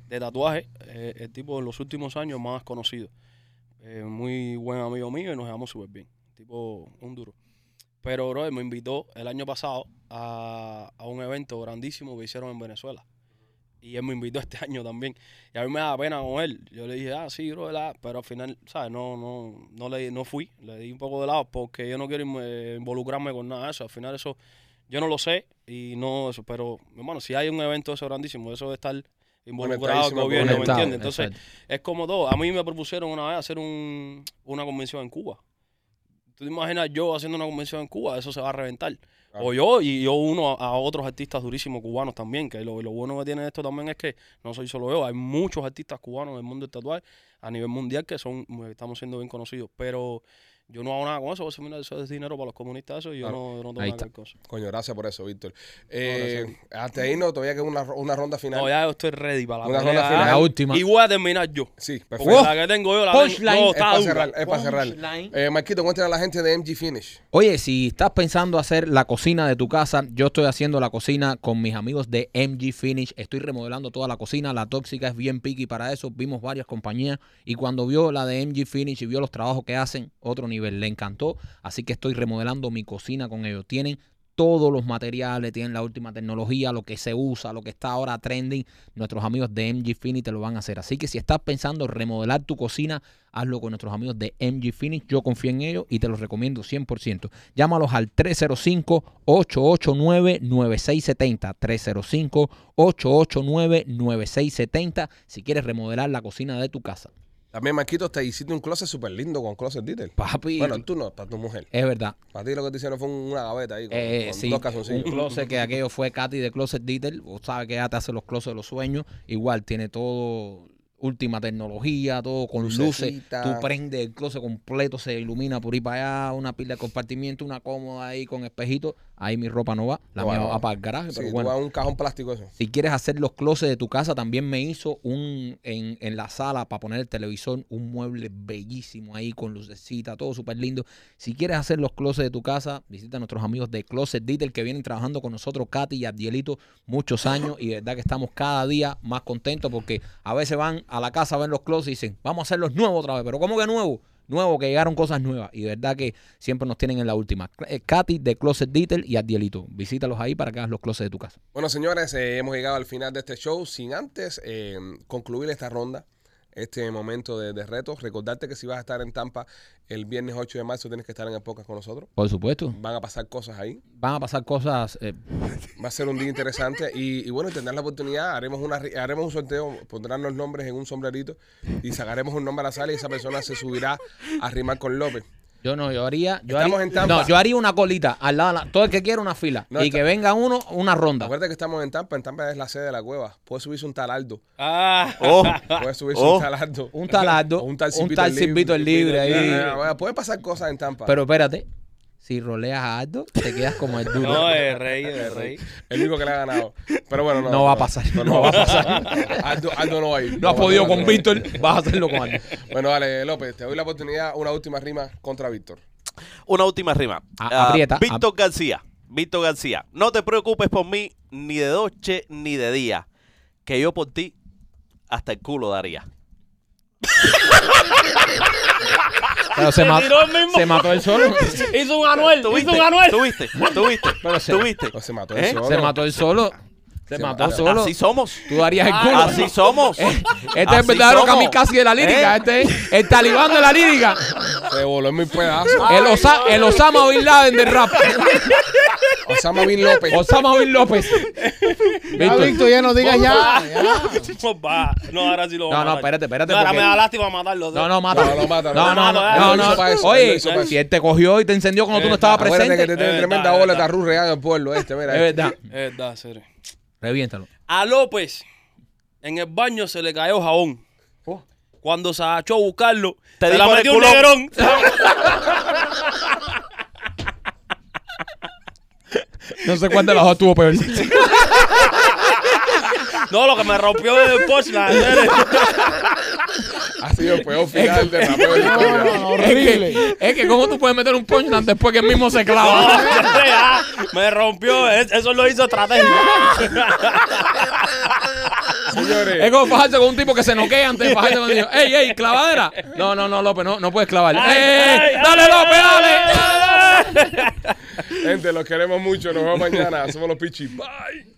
E: de tatuaje, eh, el tipo en los últimos años más conocido. Eh, muy buen amigo mío y nos llevamos súper bien. Tipo, un duro. Pero, bro, me invitó el año pasado a, a un evento grandísimo que hicieron en Venezuela. Y él me invitó este año también. Y a mí me daba pena con él. Yo le dije, ah, sí, bro, la-". pero al final, ¿sabes? No, no, no, le, no fui. Le di un poco de lado porque yo no quiero inme- involucrarme con nada de eso. Al final eso, yo no lo sé y no eso. Pero, hermano, si hay un evento eso grandísimo, eso de estar involucrado el
A: Conectadísimo con
E: gobierno, ¿me
A: Conectado,
E: entiendes? Entonces, es como todo. A mí me propusieron una vez hacer un- una convención en Cuba. ¿Tú te imaginas yo haciendo una convención en Cuba? Eso se va a reventar.
A: Claro.
E: O yo y yo uno a, a otros artistas durísimos cubanos también. Que lo, lo bueno que tiene esto también es que no soy solo yo. Hay muchos artistas cubanos en el mundo del tatuaje a nivel mundial que son pues, estamos siendo bien conocidos. Pero yo no hago nada con eso. Eso, mira, eso es dinero para los comunistas eso, y yo
A: Claro.
E: no, yo no tengo
B: Ahí
E: nada
B: está.
E: que ver con eso.
A: Coño, gracias por eso, Víctor. Eh, hasta ahí no, todavía queda una, ro- una ronda final.
E: No, ya yo estoy ready para la
A: Una
E: pelea.
A: ronda final.
B: La última.
E: Y voy a terminar yo.
A: Sí,
E: Porque
A: perfecto.
E: la que tengo yo la
B: Punchline. Eh,
E: tengo. No,
A: es
E: está
A: para
E: dura.
A: cerrar, es para cerrar. Eh, Marquito, cuéntale a la gente de MG Finish.
B: Oye, si estás pensando hacer la cocina de tu casa, yo estoy haciendo la cocina con mis amigos de MG Finish. Estoy remodelando toda la cocina. La tóxica es bien picky para eso. Vimos varias compañías y cuando vio la de MG Finish y vio los trabajos que hacen, otro nivel. Le encantó. Así que estoy remodelando mi cocina con ellos. Tienen todos los materiales, tienen la última tecnología, lo que se usa, lo que está ahora trending. Nuestros amigos de MG Finish te lo van a hacer. Así que si estás pensando remodelar tu cocina, hazlo con nuestros amigos de MG Finish. Yo confío en ellos y te los recomiendo 100%. Llámalos al 305-889-9670. 305-889-9670 si quieres remodelar la cocina de tu casa.
A: También, Marquito, te hiciste un closet súper lindo con Closet Detail.
B: Papi,
A: Bueno, tú no, para tu mujer.
B: es verdad.
A: Para ti lo que te hicieron fue una gaveta ahí con,
B: Eh,
A: con
B: sí,
A: dos
B: un
A: calzoncillos.
B: closet que aquello fue Katy de Closet Detail, o sabe que ya te hace los closets de los sueños, igual tiene todo última tecnología, todo con luces,
A: Lucecita.
B: tú prendes el closet completo, se ilumina por ahí para allá, una pila de compartimiento, una cómoda ahí con espejito, ahí mi ropa no va, la
A: No va,
B: mía
A: no
B: va,
A: va.
B: para el garaje,
A: Sí,
B: pero
A: tú
B: bueno.
A: vas a un cajón plástico eso.
B: Si quieres hacer los closets de tu casa, también me hizo un en, en la sala para poner el televisor, un mueble bellísimo ahí con lucecita, todo súper lindo. Si quieres hacer los closets de tu casa, visita a nuestros amigos de Closet Detail que vienen trabajando con nosotros, Katy y Abdielito, muchos años y de verdad que estamos cada día más contentos porque a veces van a la casa, ven los closets y dicen, vamos a hacerlos nuevos otra vez, pero ¿cómo que nuevos? Nuevo, que llegaron cosas nuevas y de verdad que siempre nos tienen en la última. Eh, Katy de Closet Detail y Abdielito. Visítalos ahí para que hagas los closets de tu casa.
A: Bueno, señores, eh, hemos llegado al final de este show. Sin antes eh, concluir esta ronda, este momento de, de retos, recordarte que si vas a estar en Tampa el viernes 8 de marzo, tienes que estar en el podcast con nosotros.
B: Por supuesto.
A: Van a pasar cosas ahí.
B: van a pasar cosas. eh,
A: Va a ser un día interesante. Y, y bueno, tendrás la oportunidad. Haremos una ri- haremos un sorteo, pondrán los nombres en un sombrerito y sacaremos un nombre a la sala y esa persona se subirá a rimar con López.
B: yo no, yo haría. Yo
A: Estamos
B: haría,
A: en Tampa.
B: No, yo haría una colita al lado. de la- todo el que quiera una fila.
A: No,
B: y
A: está-
B: que venga uno, una ronda.
A: Acuérdate que estamos en Tampa. En Tampa es la sede de la cueva. Puedes subirse un talardo.
E: Ah.
C: Oh,
A: Puedes subirse
C: Oh.
A: un talardo.
B: Un talardo.
A: O
B: un
A: un
B: tal
A: talcipito
B: silbito
A: libre.
B: libre
A: Ah,
B: ahí.
A: bueno, Pueden pasar cosas en Tampa.
B: Pero espérate. Si roleas a Aldo, te quedas como el duro.
E: No, eh, es rey, es rey.
A: El único que le ha ganado. Pero bueno, no.
B: No va a pasar, no va a
A: pasar. Aldo, Aldo no va a ir.
B: no has
A: va a
B: podido
A: pasar,
B: con
A: no va a ir.
B: Víctor, vas a hacerlo con Aldo.
A: Bueno, dale, López, te doy la oportunidad, una última rima contra Víctor.
C: una última rima.
B: A-
C: Ah,
B: aprieta,
C: Víctor García. Víctor García. No te preocupes por mí, ni de noche, ni de día. Que yo por ti hasta el culo daría.
B: Pero se, ma-
E: tiró el mismo.
B: se mató el solo.
E: Hizo un Anuel, hizo
C: ¿Tuviste?
E: un Anuel.
C: ¿Tuviste? ¿Tuviste?
B: Pero se-
C: ¿Tuviste?
A: No se mató
C: ¿Eh?
A: el solo.
B: Se mató el solo. Se,
A: Se
B: mató
A: mató.
B: solo.
C: Así somos.
B: Tú darías el culo.
C: Así somos.
B: Este es el verdadero
C: Kamikaze
B: kamikaze de la
A: ¿Eh?
B: lírica. Este es el talibán de la lírica.
A: Se voló en mil pedazos.
B: El, Osa- el Osama Bin Laden del rap.
A: Osama Bin López.
B: Osama Bin López.
D: Ya,
B: Víctor.
D: Ah, Víctor, ya no digas ya. ya.
E: No, va. No, ahora sí lo
B: No,
E: vamos
B: no,
E: a matar.
B: espérate, espérate,
E: No, ahora
B: porque-
E: me da lástima matarlo.
B: No, no, mata.
A: No, lo mata,
B: No,
A: lo
B: no,
E: mata.
B: no,
E: Él
B: no.
E: lo hizo
A: para eso, él lo
B: Oye,
A: hizo para eso.
B: si él te cogió y te encendió cuando tú no
E: Eh,
B: estabas
A: Acuérdate que
B: presente.
A: te tiene
E: Es
A: tremenda
E: verdad,
A: bola
E: es
A: de Tarru Real en el pueblo este, mira.
B: Es verdad.
E: Es verdad, serio.
B: Reviéntalo.
E: A López, en el baño se le cayó jabón.
B: Oh.
E: Cuando se agachó a buscarlo,
C: Te
E: se
C: di
E: la
C: por el
E: metió un
C: culón.
E: negrón.
B: No sé cuál de las dos tuvo peor.
E: No, lo que me rompió desde el Portland. serio.
A: Ha sido el peor final de rapeo de la
D: No, no, no,
A: historia.
D: horrible.
B: Es que, ¿cómo tú puedes meter un punchline después que el mismo se clava?
E: Ah, me rompió. Es- Eso lo hizo estratégico.
A: Señores.
B: Es como fajarse con un tipo que se noquea antes de fajarse con un tipo. ¡Ey, ey, clavadera! No, no, no, López, no, no puedes clavar.
E: Ay,
B: ¡Ey, ey,
E: ay,
B: ey! Eh, dale
E: ay,
B: López,
E: ay,
B: dale!
E: ay,
A: Gente, los queremos mucho. Nos vemos mañana. Somos los Pichis. Bye.